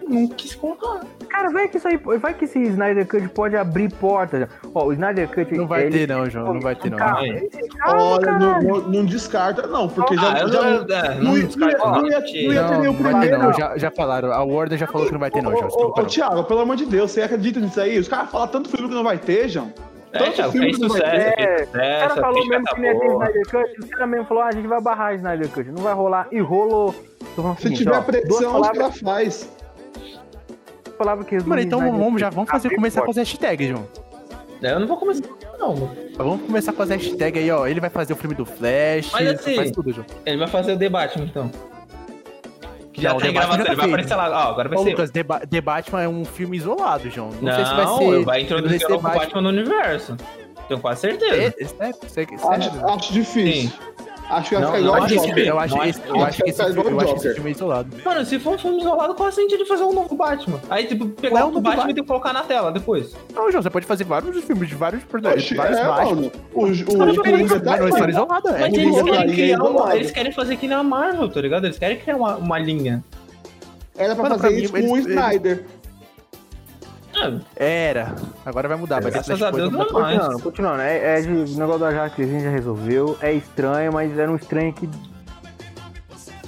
[SPEAKER 1] não quis colocar.
[SPEAKER 6] Cara, vai que isso aí. Vai que esse Snyder Cut pode abrir portas. Ó, o Snyder Cut.
[SPEAKER 2] Não vai
[SPEAKER 6] ele-
[SPEAKER 2] ter, não, João. Não vai ter, não.
[SPEAKER 6] Calma,
[SPEAKER 1] né?
[SPEAKER 6] esse-
[SPEAKER 5] Olha, não, não- não descarta, não, porque já.
[SPEAKER 1] Ah, eu
[SPEAKER 5] já-
[SPEAKER 1] não- é, não
[SPEAKER 5] não ia-
[SPEAKER 1] descarto,
[SPEAKER 5] não ia-
[SPEAKER 1] porque-
[SPEAKER 5] não ia-
[SPEAKER 2] Não,
[SPEAKER 5] nem o
[SPEAKER 2] não vai ter, não.
[SPEAKER 5] primeiro.
[SPEAKER 2] Já, já falaram. A Warner já falou que não vai ter, não, João.
[SPEAKER 5] Ô, ô,
[SPEAKER 2] Desculpa,
[SPEAKER 5] ô,
[SPEAKER 2] não.
[SPEAKER 5] Thiago, pelo amor de Deus, você acredita nisso aí? Os caras falam tanto filme que não vai ter, João.
[SPEAKER 1] É,
[SPEAKER 5] Tanto
[SPEAKER 1] Thiago,
[SPEAKER 5] filme
[SPEAKER 1] fez
[SPEAKER 5] que não vai
[SPEAKER 1] sucesso,
[SPEAKER 6] ter.
[SPEAKER 1] fez
[SPEAKER 6] É,
[SPEAKER 1] sucesso.
[SPEAKER 6] O cara falou
[SPEAKER 1] a
[SPEAKER 6] mesmo
[SPEAKER 1] crítica
[SPEAKER 6] que não ia ter
[SPEAKER 1] boa.
[SPEAKER 6] Snyder Cut, o cara mesmo falou, ah, a gente vai barrar a Snyder Cut, não vai rolar, e rolou. Tô falando o
[SPEAKER 5] Se
[SPEAKER 2] assim,
[SPEAKER 6] seguinte, ó,
[SPEAKER 5] tiver
[SPEAKER 6] duas
[SPEAKER 5] pressão, os
[SPEAKER 6] palavras,
[SPEAKER 5] caras faz.
[SPEAKER 6] palavras que
[SPEAKER 2] Mano,
[SPEAKER 6] resumem
[SPEAKER 2] então
[SPEAKER 6] Snyder
[SPEAKER 2] vamos,
[SPEAKER 6] Cut.
[SPEAKER 2] já vamos fazer,
[SPEAKER 6] Abre
[SPEAKER 2] começar com
[SPEAKER 6] porta.
[SPEAKER 2] as hashtags, João.
[SPEAKER 1] Eu não vou começar, não, mano.
[SPEAKER 2] Vamos começar com as hashtags aí, ó. Ele vai fazer o filme do Flash,
[SPEAKER 1] Mas assim,
[SPEAKER 2] faz tudo, João.
[SPEAKER 1] Ele vai fazer o debate, então. Que já
[SPEAKER 2] Não,
[SPEAKER 1] tá
[SPEAKER 2] o
[SPEAKER 1] em
[SPEAKER 2] debate
[SPEAKER 1] gravação,
[SPEAKER 2] já tá
[SPEAKER 1] ele vai aparecer
[SPEAKER 2] feito.
[SPEAKER 1] lá. Ó, agora vai
[SPEAKER 2] Ô,
[SPEAKER 1] ser.
[SPEAKER 2] Lucas, Deba The Batman é um filme isolado, João. Não,
[SPEAKER 1] não,
[SPEAKER 2] sei se vai ser.
[SPEAKER 1] vai
[SPEAKER 2] vai
[SPEAKER 1] introduzir
[SPEAKER 2] ser
[SPEAKER 1] o novo
[SPEAKER 2] Batman.
[SPEAKER 1] Batman no universo. Tenho quase certeza.
[SPEAKER 2] É, é, sério, sério,
[SPEAKER 5] Acho,
[SPEAKER 2] sério.
[SPEAKER 5] acho difícil.
[SPEAKER 1] Sim.
[SPEAKER 5] Acho que vai
[SPEAKER 1] Não,
[SPEAKER 5] ficar
[SPEAKER 1] não
[SPEAKER 5] igual
[SPEAKER 1] Eu
[SPEAKER 2] Eu
[SPEAKER 5] o
[SPEAKER 1] acho
[SPEAKER 2] acho,
[SPEAKER 1] que
[SPEAKER 5] Joker.
[SPEAKER 1] sim.
[SPEAKER 2] eu acho,
[SPEAKER 1] Eu
[SPEAKER 2] que
[SPEAKER 1] acho
[SPEAKER 2] esse, eu acho que esse,
[SPEAKER 5] tá igual
[SPEAKER 2] filme- eu
[SPEAKER 5] o
[SPEAKER 2] acho que esse
[SPEAKER 5] Joker.
[SPEAKER 2] filme é isolado.
[SPEAKER 1] Mano, se for um filme isolado, qual é o sentido de fazer um novo Batman? Aí, tipo,
[SPEAKER 2] Qual é
[SPEAKER 1] pegar
[SPEAKER 2] o
[SPEAKER 1] o
[SPEAKER 2] novo
[SPEAKER 1] Batman
[SPEAKER 2] Batman? É,
[SPEAKER 1] e ter que colocar na tela depois.
[SPEAKER 2] Não, João, você pode fazer vários filmes de vários personagens,
[SPEAKER 5] Oxe,
[SPEAKER 2] vários
[SPEAKER 5] é,
[SPEAKER 2] Batman.
[SPEAKER 5] mano. O,
[SPEAKER 1] Cara,
[SPEAKER 5] o,
[SPEAKER 1] eu
[SPEAKER 5] o
[SPEAKER 1] falei, mas
[SPEAKER 5] Coringa tá
[SPEAKER 2] Mas não é
[SPEAKER 5] igual.
[SPEAKER 2] história isolada. É
[SPEAKER 1] Mas
[SPEAKER 5] que
[SPEAKER 1] eles
[SPEAKER 5] o
[SPEAKER 1] querem,
[SPEAKER 5] Coringa é
[SPEAKER 1] criar uma,
[SPEAKER 5] isolado.
[SPEAKER 1] eles querem fazer que nem a Marvel, tá ligado? Eles querem criar uma, uma linha.
[SPEAKER 5] Era pra
[SPEAKER 2] Mano,
[SPEAKER 5] fazer
[SPEAKER 2] pra mim,
[SPEAKER 5] isso
[SPEAKER 2] eles-
[SPEAKER 5] com o
[SPEAKER 2] eles-
[SPEAKER 5] Snyder.
[SPEAKER 1] Ah,
[SPEAKER 2] Era. Agora vai mudar, vai ter
[SPEAKER 1] Graças
[SPEAKER 2] bastante
[SPEAKER 1] a Deus
[SPEAKER 2] coisa.
[SPEAKER 1] não é mais.
[SPEAKER 6] Continuando, continuando. É, é de o negócio da Jaque que a gente já resolveu. É estranho, mas era um estranho que. Tem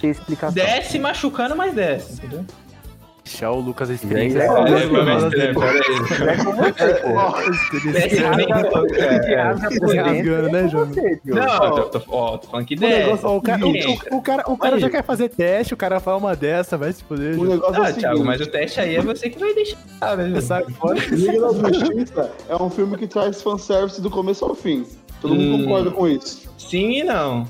[SPEAKER 2] Tá
[SPEAKER 6] explicação.
[SPEAKER 1] Desce machucando, mas desce, entendeu?
[SPEAKER 2] Deixar o Lucas a experiência.
[SPEAKER 6] Zé-
[SPEAKER 2] Olha,
[SPEAKER 6] Zé-
[SPEAKER 2] mano,
[SPEAKER 6] É com você, pô.
[SPEAKER 1] Desce
[SPEAKER 6] Esse rasga por
[SPEAKER 2] Você
[SPEAKER 6] dentro
[SPEAKER 2] rasgando,
[SPEAKER 6] é
[SPEAKER 2] né,
[SPEAKER 6] com
[SPEAKER 2] João?
[SPEAKER 6] você, tio.
[SPEAKER 1] Não, eu tô, tô, ó, tô falando que
[SPEAKER 2] O,
[SPEAKER 1] desce.
[SPEAKER 2] negócio, ó, o cara, o-
[SPEAKER 1] Entra.
[SPEAKER 2] o- o cara, o cara
[SPEAKER 1] Aí.
[SPEAKER 2] já quer fazer teste, o cara fala uma dessa, vai se fuder.
[SPEAKER 5] O
[SPEAKER 2] João.
[SPEAKER 5] negócio é
[SPEAKER 1] Ah,
[SPEAKER 5] o
[SPEAKER 1] Thiago, mas
[SPEAKER 5] seguinte.
[SPEAKER 1] o teste aí é você que vai deixar, né?
[SPEAKER 2] Você sabe fora.
[SPEAKER 5] Liga da Justiça é um filme que traz fanservice do começo ao fim. Todo mundo
[SPEAKER 1] Hum.
[SPEAKER 5] concorda com isso.
[SPEAKER 1] Sim e não.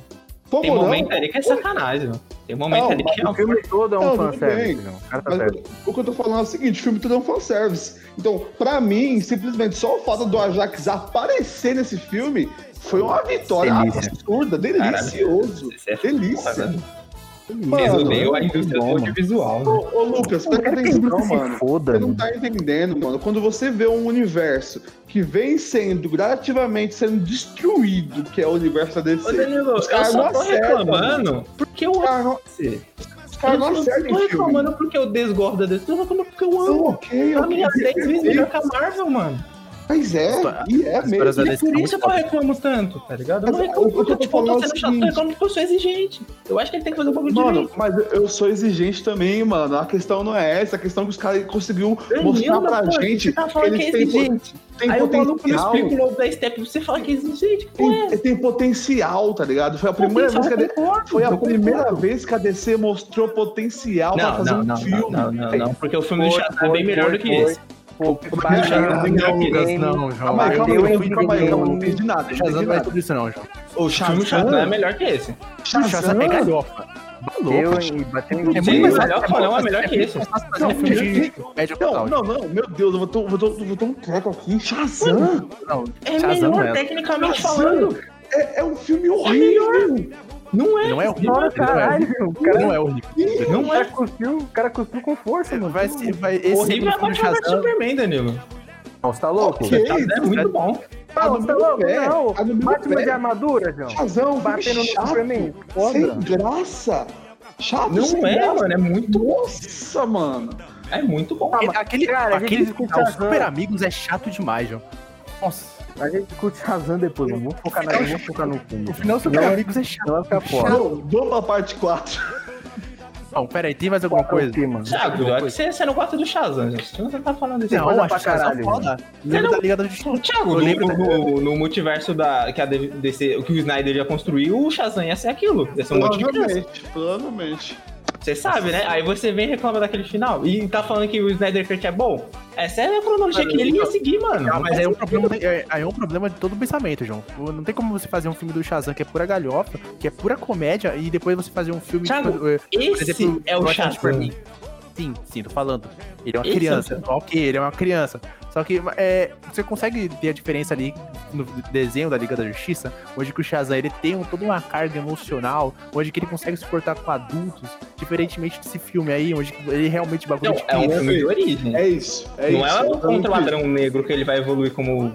[SPEAKER 5] Como
[SPEAKER 1] Tem
[SPEAKER 5] não?
[SPEAKER 1] momento ali que é sacanagem, mano. Tem momento
[SPEAKER 5] Não,
[SPEAKER 1] ali que é
[SPEAKER 6] O filme todo é um
[SPEAKER 5] Não, tudo
[SPEAKER 6] fanservice,
[SPEAKER 5] bem.
[SPEAKER 6] João. O cara tá
[SPEAKER 5] Mas
[SPEAKER 6] certo.
[SPEAKER 5] o que eu tô falando é o seguinte, o filme todo é um fanservice. Então, pra mim, simplesmente só o fato do Ajax aparecer nesse filme foi uma vitória
[SPEAKER 6] Delícia.
[SPEAKER 5] absurda, delicioso.
[SPEAKER 1] Isso é
[SPEAKER 5] Delícia.
[SPEAKER 1] foda, né?
[SPEAKER 5] Mano,
[SPEAKER 1] Resolveu a indústria do
[SPEAKER 6] bom, mano.
[SPEAKER 1] audiovisual, né?
[SPEAKER 5] Ô, ô, Lucas, presta
[SPEAKER 6] Não,
[SPEAKER 1] é
[SPEAKER 5] atenção,
[SPEAKER 6] se
[SPEAKER 5] mano.
[SPEAKER 6] foda,
[SPEAKER 5] Você não
[SPEAKER 6] mano.
[SPEAKER 5] tá entendendo, mano. Quando você vê um universo que vem sendo gradativamente sendo destruído, que é o universo da
[SPEAKER 1] Ô,
[SPEAKER 5] DC,
[SPEAKER 1] Danilo, eu
[SPEAKER 5] Os caras
[SPEAKER 1] só
[SPEAKER 5] não
[SPEAKER 1] tô
[SPEAKER 5] acertam,
[SPEAKER 1] reclamando porque eu
[SPEAKER 5] os
[SPEAKER 1] amo
[SPEAKER 5] caras não-
[SPEAKER 1] você.
[SPEAKER 5] os caras não
[SPEAKER 1] eu não
[SPEAKER 5] acertam
[SPEAKER 1] tô
[SPEAKER 5] em filme.
[SPEAKER 1] reclamando porque eu desgosto da DC, eu tô reclamando porque eu
[SPEAKER 5] Não,
[SPEAKER 1] amo.
[SPEAKER 5] ok,
[SPEAKER 1] Pra mim,
[SPEAKER 5] ok.
[SPEAKER 1] é 10 vezes melhor que a Marvel, mano.
[SPEAKER 5] Mas é, e é
[SPEAKER 2] As histórias
[SPEAKER 1] E é
[SPEAKER 5] mesmo.
[SPEAKER 2] da DC são
[SPEAKER 1] por
[SPEAKER 2] muito
[SPEAKER 1] isso que eu
[SPEAKER 2] fodas.
[SPEAKER 1] reclamo tanto, tá ligado? Eu não
[SPEAKER 5] Mas,
[SPEAKER 1] reclamo
[SPEAKER 5] o que eu
[SPEAKER 1] porque eu
[SPEAKER 5] tô
[SPEAKER 1] tipo, eu
[SPEAKER 5] falando
[SPEAKER 1] tô
[SPEAKER 5] é o
[SPEAKER 1] sendo chato, eu
[SPEAKER 5] seguinte.
[SPEAKER 1] reclamo porque eu sou exigente. Eu acho que ele tem que fazer um pouco
[SPEAKER 5] Mano,
[SPEAKER 1] direito.
[SPEAKER 5] mas eu sou exigente também, mano. A questão não é essa, a questão é que os caras conseguiu mostrar pra
[SPEAKER 1] pô,
[SPEAKER 5] gente
[SPEAKER 1] Você tá falando que é
[SPEAKER 5] eles têm, po-
[SPEAKER 1] exigente.
[SPEAKER 5] têm
[SPEAKER 1] Aí o maluco não
[SPEAKER 5] potencial.
[SPEAKER 1] explica o novo da Step, você fala que é exigente. Que porra é
[SPEAKER 5] Tem, tem potencial, tá ligado? Foi a primeira vez que
[SPEAKER 1] essa?
[SPEAKER 5] a DC,
[SPEAKER 1] Concordo,
[SPEAKER 5] foi a
[SPEAKER 1] eu
[SPEAKER 5] primeira
[SPEAKER 1] concordo.
[SPEAKER 5] vez que a DC mostrou potencial pra
[SPEAKER 1] Não,
[SPEAKER 5] fazer
[SPEAKER 1] não,
[SPEAKER 5] um
[SPEAKER 1] não, não,
[SPEAKER 5] filme.
[SPEAKER 1] não, não, não, porque o filme do
[SPEAKER 6] Foi,
[SPEAKER 1] Shazam é
[SPEAKER 6] foi,
[SPEAKER 1] bem melhor
[SPEAKER 6] foi,
[SPEAKER 1] do que
[SPEAKER 6] foi.
[SPEAKER 1] esse. é
[SPEAKER 2] Não, não, Lucas,
[SPEAKER 6] Ele-
[SPEAKER 2] não, João.
[SPEAKER 5] Calma aí, Ah, calma aí,
[SPEAKER 6] Eu
[SPEAKER 5] eu fui- calma aí,
[SPEAKER 6] entendi.
[SPEAKER 5] calma aí, não entendi nada, não
[SPEAKER 2] Shazam
[SPEAKER 5] entendi
[SPEAKER 2] não é
[SPEAKER 5] nada.
[SPEAKER 2] tudo isso, não, João.
[SPEAKER 1] um né? O filme do Shazam é melhor que esse.
[SPEAKER 2] Shazam é galhofa. Maluco.
[SPEAKER 6] Eu e bateu em
[SPEAKER 1] Sim,
[SPEAKER 2] É muito
[SPEAKER 1] mas
[SPEAKER 2] mais
[SPEAKER 1] melhor que não, é melhor que esse.
[SPEAKER 2] fácil fazer um filme de média
[SPEAKER 5] Não,
[SPEAKER 2] total.
[SPEAKER 5] não, não, meu Deus, eu vou ter, vou ter, vou ter um treco aqui. Shazam!
[SPEAKER 2] não.
[SPEAKER 1] É
[SPEAKER 2] Shazam
[SPEAKER 1] melhor,
[SPEAKER 2] é-
[SPEAKER 1] tecnicamente
[SPEAKER 5] Shazam.
[SPEAKER 1] falando.
[SPEAKER 5] É, é um filme horrível!
[SPEAKER 1] Não é.
[SPEAKER 2] Não é horrível.
[SPEAKER 6] Nossa,
[SPEAKER 2] não é
[SPEAKER 6] caralho,
[SPEAKER 2] horrível.
[SPEAKER 6] o cara,
[SPEAKER 2] Não é horrível.
[SPEAKER 6] o
[SPEAKER 1] Não
[SPEAKER 6] cara
[SPEAKER 1] é.
[SPEAKER 6] cuspiu, o cara cuspiu com força, mano.
[SPEAKER 2] Vai, ser- vai, esse
[SPEAKER 1] Horrível é
[SPEAKER 2] segundo
[SPEAKER 1] a
[SPEAKER 2] filme de
[SPEAKER 1] Batman vs
[SPEAKER 2] Shazam
[SPEAKER 1] Superman, Danilo.
[SPEAKER 6] Não, você tá louco?
[SPEAKER 5] Que
[SPEAKER 1] Shazam
[SPEAKER 5] isso?
[SPEAKER 1] É muito bom.
[SPEAKER 5] Tá
[SPEAKER 6] Não,
[SPEAKER 5] no
[SPEAKER 6] você tá
[SPEAKER 5] meu
[SPEAKER 6] louco?
[SPEAKER 5] pé,
[SPEAKER 6] Não,
[SPEAKER 5] tá no meu
[SPEAKER 6] Batman
[SPEAKER 5] pé.
[SPEAKER 6] de armadura, João.
[SPEAKER 5] Shazam,
[SPEAKER 6] Batendo
[SPEAKER 5] filme
[SPEAKER 6] no
[SPEAKER 5] chato,
[SPEAKER 6] Superman.
[SPEAKER 5] sem
[SPEAKER 6] Foda.
[SPEAKER 5] graça. Chato, sem
[SPEAKER 1] Não é,
[SPEAKER 5] graça.
[SPEAKER 1] mano. É muito bom.
[SPEAKER 5] Nossa, mano.
[SPEAKER 1] É muito bom.
[SPEAKER 5] Tá,
[SPEAKER 6] Ah,
[SPEAKER 2] Ele-
[SPEAKER 6] mas,
[SPEAKER 2] aquele,
[SPEAKER 6] cara, a gente
[SPEAKER 2] aquele
[SPEAKER 6] discute
[SPEAKER 2] ah, os
[SPEAKER 6] Shazam.
[SPEAKER 2] Super Amigos é chato demais, João. Nossa,
[SPEAKER 6] A gente discute Shazam depois, não vamos focar na não vamos focar no filme.
[SPEAKER 2] o final Super
[SPEAKER 6] Não,
[SPEAKER 2] Amigos é chato.
[SPEAKER 6] Não vai ficar foda.
[SPEAKER 5] Não, vamos pra parte 4.
[SPEAKER 2] Não, pera aí, tem mais alguma coisa?
[SPEAKER 6] Aqui, mano.
[SPEAKER 1] Thiago, eu acho que você, você não gosta do Shazam, gente. Não, Você tá falando isso.
[SPEAKER 2] Não,
[SPEAKER 6] coisa
[SPEAKER 2] acho
[SPEAKER 6] pra
[SPEAKER 2] que Shazam
[SPEAKER 6] caralho,
[SPEAKER 2] foda. tá Lembra
[SPEAKER 1] Não,
[SPEAKER 2] da Liga da Justiça?
[SPEAKER 1] Thiago,
[SPEAKER 2] Eu
[SPEAKER 1] no,
[SPEAKER 2] lembro da-
[SPEAKER 1] no, no multiverso da, que, a DC, que o Snyder já construiu, o Shazam ia ser aquilo. Ia ser um monte de criança.
[SPEAKER 5] provavelmente.
[SPEAKER 1] Você sabe, né? Aí você vem e reclama daquele final. E tá falando que o Snyder Cut é bom. Essa é a cronologia que ele ia seguir, mano.
[SPEAKER 2] Ah, mas aí é, um problema, de- é- aí é um problema de todo o pensamento, João. Não tem como você fazer um filme do Shazam que é pura galhofa, que é pura comédia, e depois você fazer um filme...
[SPEAKER 1] Thiago,
[SPEAKER 2] tipo, eh,
[SPEAKER 1] esse é o
[SPEAKER 2] Batman
[SPEAKER 1] Shazam.
[SPEAKER 2] Superman. Sim, sim, tô falando. Ele é uma
[SPEAKER 1] Esse é o
[SPEAKER 2] criança. ok, ele é uma criança. Só que é, você consegue ter a diferença ali no desenho da Liga da Justiça, onde que o Shazam ele tem um- toda uma carga emocional, onde que ele consegue se portar com adultos, diferentemente desse filme aí, onde que ele realmente bagulho
[SPEAKER 1] Não,
[SPEAKER 2] de
[SPEAKER 1] é um
[SPEAKER 2] criança.
[SPEAKER 1] filme de origem.
[SPEAKER 5] É isso. É
[SPEAKER 1] não
[SPEAKER 2] um
[SPEAKER 5] isso.
[SPEAKER 1] é
[SPEAKER 5] Eu
[SPEAKER 1] contra o
[SPEAKER 5] não
[SPEAKER 1] ladrão negro que ele vai evoluir como.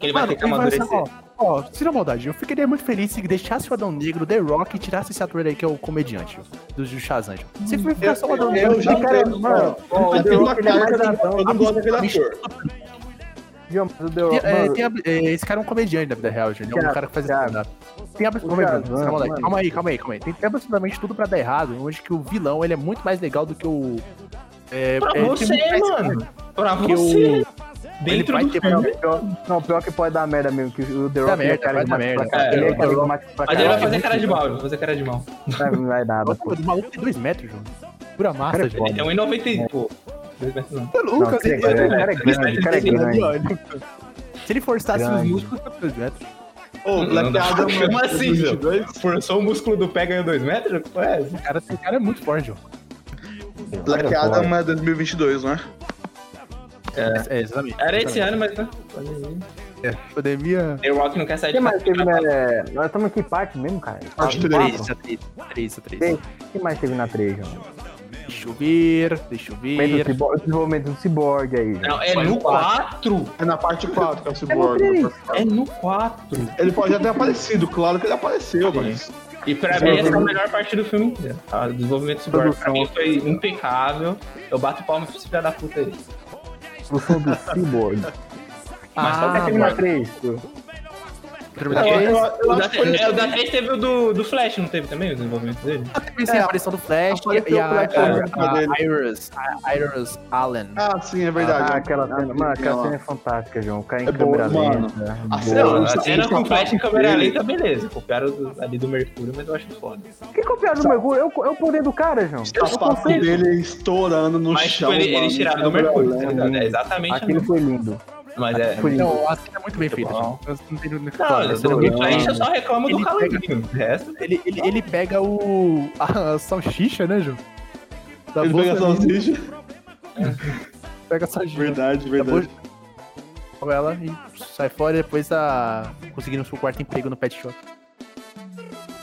[SPEAKER 1] Que ele vai ter que
[SPEAKER 2] ele vai
[SPEAKER 1] amadurecer.
[SPEAKER 2] só- Ó, ó, tira a maldade, eu ficaria muito feliz se deixasse o Adão Negro, The Rock, e tirasse esse ator aí que é o comediante do, do Shazam. tipo. Se for
[SPEAKER 6] Tá
[SPEAKER 2] ficar só o Adão
[SPEAKER 5] eu
[SPEAKER 2] Negro,
[SPEAKER 5] já-
[SPEAKER 2] cara,
[SPEAKER 5] tenho-
[SPEAKER 6] um mano, ó,
[SPEAKER 5] Eu
[SPEAKER 6] o The
[SPEAKER 5] tenho uma
[SPEAKER 6] Rock ele é
[SPEAKER 5] cara que
[SPEAKER 6] mais
[SPEAKER 5] eu não- eu
[SPEAKER 6] adão.
[SPEAKER 5] não gosto daquele ator.
[SPEAKER 6] João, mas o The Rock,
[SPEAKER 2] é,
[SPEAKER 6] mano,
[SPEAKER 2] tem a- é, esse cara é um comediante da vida real, gente. É um
[SPEAKER 6] Thiago,
[SPEAKER 2] cara que faz
[SPEAKER 6] Thiago.
[SPEAKER 2] stand-up. Tem abs-
[SPEAKER 6] O
[SPEAKER 2] calma aí,
[SPEAKER 6] Shazam,
[SPEAKER 2] Bruno, tira a maldade.
[SPEAKER 6] mano.
[SPEAKER 2] Calma aí, calma aí, calma aí. Tem absolutamente tudo pra dar errado, onde que o vilão ele é muito mais legal do que o. É,
[SPEAKER 1] Pra
[SPEAKER 2] é,
[SPEAKER 1] você,
[SPEAKER 2] tem muito mais-
[SPEAKER 1] mano. Pra
[SPEAKER 2] Porque
[SPEAKER 1] você. Dentro
[SPEAKER 2] vai
[SPEAKER 1] do
[SPEAKER 2] ter
[SPEAKER 1] filme.
[SPEAKER 6] não, pior, não, pior que pode dar merda mesmo, que o
[SPEAKER 2] Dá
[SPEAKER 6] The Rock ele é
[SPEAKER 2] merda,
[SPEAKER 6] cara
[SPEAKER 2] vai
[SPEAKER 6] de
[SPEAKER 2] dar
[SPEAKER 6] macho
[SPEAKER 2] merda.
[SPEAKER 6] pra caralho.
[SPEAKER 1] É,
[SPEAKER 6] Ele é
[SPEAKER 1] o
[SPEAKER 6] cara de
[SPEAKER 2] Rock-
[SPEAKER 6] macho pra
[SPEAKER 1] Mas ele vai
[SPEAKER 6] caralho.
[SPEAKER 1] fazer cara de mal, ele vai fazer cara de mal.
[SPEAKER 6] Não vai nada, pô.
[SPEAKER 2] O maluco tem dois metros, João. Pura massa,
[SPEAKER 6] Cara,
[SPEAKER 2] gente.
[SPEAKER 1] Ele tem 1,90 e pô. dois metros um. não.
[SPEAKER 2] Ô,
[SPEAKER 6] Não,
[SPEAKER 2] Lucas,
[SPEAKER 6] cara,
[SPEAKER 2] ele-
[SPEAKER 6] cara, cara é grande, cara é grande.
[SPEAKER 2] Se ele forçasse os
[SPEAKER 6] Grande.
[SPEAKER 2] músculos, tá dois metros.
[SPEAKER 5] Ô,
[SPEAKER 1] Não, não,
[SPEAKER 5] Black
[SPEAKER 1] não.
[SPEAKER 5] Adam, é
[SPEAKER 1] Como
[SPEAKER 5] mano,
[SPEAKER 1] assim, João?
[SPEAKER 5] 2022?
[SPEAKER 1] Forçou o músculo do pé ganhou 2 metros? Qual é essa?
[SPEAKER 2] O cara, esse cara é muito forte, João.
[SPEAKER 5] Black
[SPEAKER 6] Cara,
[SPEAKER 5] Adam é 2022, né?
[SPEAKER 2] É, exatamente.
[SPEAKER 1] Era esse ano, mas. né?
[SPEAKER 2] É, Pandemia.
[SPEAKER 1] The Rock não quer sair
[SPEAKER 6] O que
[SPEAKER 1] de
[SPEAKER 6] mais
[SPEAKER 1] casa.
[SPEAKER 6] teve, né? Nós estamos aqui em parte mesmo, cara.
[SPEAKER 5] Parte
[SPEAKER 6] Quatro,
[SPEAKER 5] três.
[SPEAKER 6] quatro?
[SPEAKER 2] é
[SPEAKER 1] Isso, isso, isso.
[SPEAKER 6] Três. O que mais teve na 3, João?
[SPEAKER 2] Deixa eu ver, deixa eu
[SPEAKER 6] Aumento do
[SPEAKER 2] ver.
[SPEAKER 6] cibor- Desenvolvimento do ciborgue aí. João.
[SPEAKER 1] Não, é no 4.
[SPEAKER 5] É na parte 4 que é o
[SPEAKER 6] É no
[SPEAKER 5] Cyborg.
[SPEAKER 6] 3.
[SPEAKER 1] É no 4.
[SPEAKER 5] Ele pode já ter aparecido, claro que ele apareceu, mas.
[SPEAKER 1] E pra mim essa é a melhor parte do filme inteiro. tá? O desenvolvimento do Cyborg pra mim foi impecável. Eu bato palma pra esse filho da puta aí.
[SPEAKER 6] Evolução do ciborgue.
[SPEAKER 1] Mas só
[SPEAKER 2] Ah,
[SPEAKER 1] o
[SPEAKER 6] Teve na
[SPEAKER 1] Cyborg.
[SPEAKER 6] 3.
[SPEAKER 2] Terminar
[SPEAKER 5] Eu-
[SPEAKER 2] três.
[SPEAKER 5] eu- eu
[SPEAKER 1] É, O
[SPEAKER 5] acho
[SPEAKER 1] da
[SPEAKER 5] que foi
[SPEAKER 1] 3,
[SPEAKER 5] nesse-
[SPEAKER 1] é, o da três teve o do, do Flash, não teve também o desenvolvimento dele?
[SPEAKER 2] Sim, assim, a aparição do Flash
[SPEAKER 5] apareceu
[SPEAKER 2] e
[SPEAKER 5] o
[SPEAKER 2] a,
[SPEAKER 5] Flash
[SPEAKER 2] a-
[SPEAKER 5] olhando
[SPEAKER 2] a
[SPEAKER 5] pra dele.
[SPEAKER 2] Iris, a Iris Allen.
[SPEAKER 5] Ah, sim, é verdade.
[SPEAKER 6] Ah, aquela
[SPEAKER 5] Ah,
[SPEAKER 6] cena. Mano, aquela
[SPEAKER 5] não.
[SPEAKER 6] cena é fantástica, João. O cara em
[SPEAKER 5] É boa,
[SPEAKER 6] câmera
[SPEAKER 5] mano.
[SPEAKER 6] lenta.
[SPEAKER 5] A
[SPEAKER 6] boa.
[SPEAKER 5] cena-
[SPEAKER 1] Não, a
[SPEAKER 5] isso-
[SPEAKER 1] cena
[SPEAKER 5] isso
[SPEAKER 1] com
[SPEAKER 5] tá
[SPEAKER 1] Flash e
[SPEAKER 5] falando
[SPEAKER 1] câmera
[SPEAKER 5] dele.
[SPEAKER 1] lenta, beleza. Copiaram do- ali do Mercúrio, mas eu acho foda.
[SPEAKER 6] Que copiado do mergulho? É o, é o poder do cara, João.
[SPEAKER 5] O sapato dele é estourando no
[SPEAKER 1] Mas
[SPEAKER 5] chão.
[SPEAKER 1] tipo, ele,
[SPEAKER 5] mano.
[SPEAKER 1] eles tiraram do Mercúrio, tá ligado? É
[SPEAKER 6] Aquele-
[SPEAKER 1] exatamente a
[SPEAKER 6] Aquele
[SPEAKER 1] mesma
[SPEAKER 6] foi lindo.
[SPEAKER 1] Mas é.
[SPEAKER 6] Foi lindo.
[SPEAKER 2] Não, a cena é muito bem feita,
[SPEAKER 1] bom.
[SPEAKER 2] gente. Eu Não tenho nem o que
[SPEAKER 1] Não,
[SPEAKER 2] falar.
[SPEAKER 5] é
[SPEAKER 1] eu
[SPEAKER 6] tô-
[SPEAKER 1] do Flash eu só reclamo do
[SPEAKER 2] Ele
[SPEAKER 1] calorzinho. O resto.
[SPEAKER 2] Ele, ele, ele pega o. a salsicha, né, Ju? Da
[SPEAKER 5] Ele pega a
[SPEAKER 2] dele,
[SPEAKER 5] salsicha.
[SPEAKER 2] pega a salsicha.
[SPEAKER 5] Verdade,
[SPEAKER 2] Da
[SPEAKER 5] verdade.
[SPEAKER 2] bolsa- Com ela e sai fora e depois tá conseguindo seu quarto emprego no pet shop.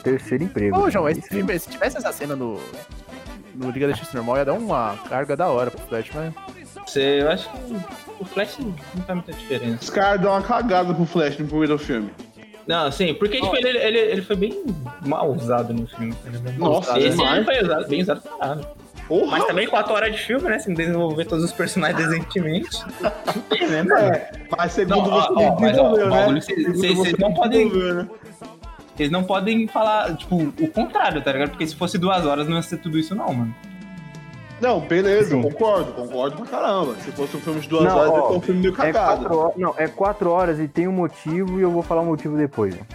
[SPEAKER 6] Terceiro emprego.
[SPEAKER 2] Ô, João, esse filme, se tivesse essa cena no. No Liga da Justiça normal ia dar uma carga da hora pro Flash, mas.
[SPEAKER 1] Você, eu acho que o Flash não faz muita diferença.
[SPEAKER 5] Os caras dão uma cagada pro Flash no primeiro filme.
[SPEAKER 1] Não, sim, porque tipo, ele, ele, ele foi bem mal usado no filme. Ele foi bem mal
[SPEAKER 5] Nossa,
[SPEAKER 1] usado. né? esse
[SPEAKER 5] demais.
[SPEAKER 1] ele foi usado, bem usado pra caralho.
[SPEAKER 5] Porra!
[SPEAKER 1] Mas também 4 horas de filme, né? Se não desenvolver todos os personagens decentemente. Tem, né, mano?
[SPEAKER 5] É, mas
[SPEAKER 1] Não,
[SPEAKER 5] segundo
[SPEAKER 1] ó,
[SPEAKER 5] você
[SPEAKER 1] ó, mas, ó,
[SPEAKER 5] desenvolveu,
[SPEAKER 1] o
[SPEAKER 5] né?
[SPEAKER 1] bagulho cês-
[SPEAKER 5] Segundo
[SPEAKER 1] cês-
[SPEAKER 5] você
[SPEAKER 1] cês não podem-
[SPEAKER 5] desenvolveu, né?
[SPEAKER 1] Eles não podem falar, tipo, o contrário, tá ligado? Porque se fosse duas horas não ia ser tudo isso, não, mano.
[SPEAKER 5] Não, beleza, concordo, concordo pra caramba. Se fosse um filme de duas
[SPEAKER 6] Não,
[SPEAKER 5] horas,
[SPEAKER 6] ó,
[SPEAKER 5] ia ser um filme meio
[SPEAKER 6] É
[SPEAKER 5] cagado.
[SPEAKER 6] quatro, horas, não, é quatro horas e tem um motivo e eu vou falar o motivo depois. João.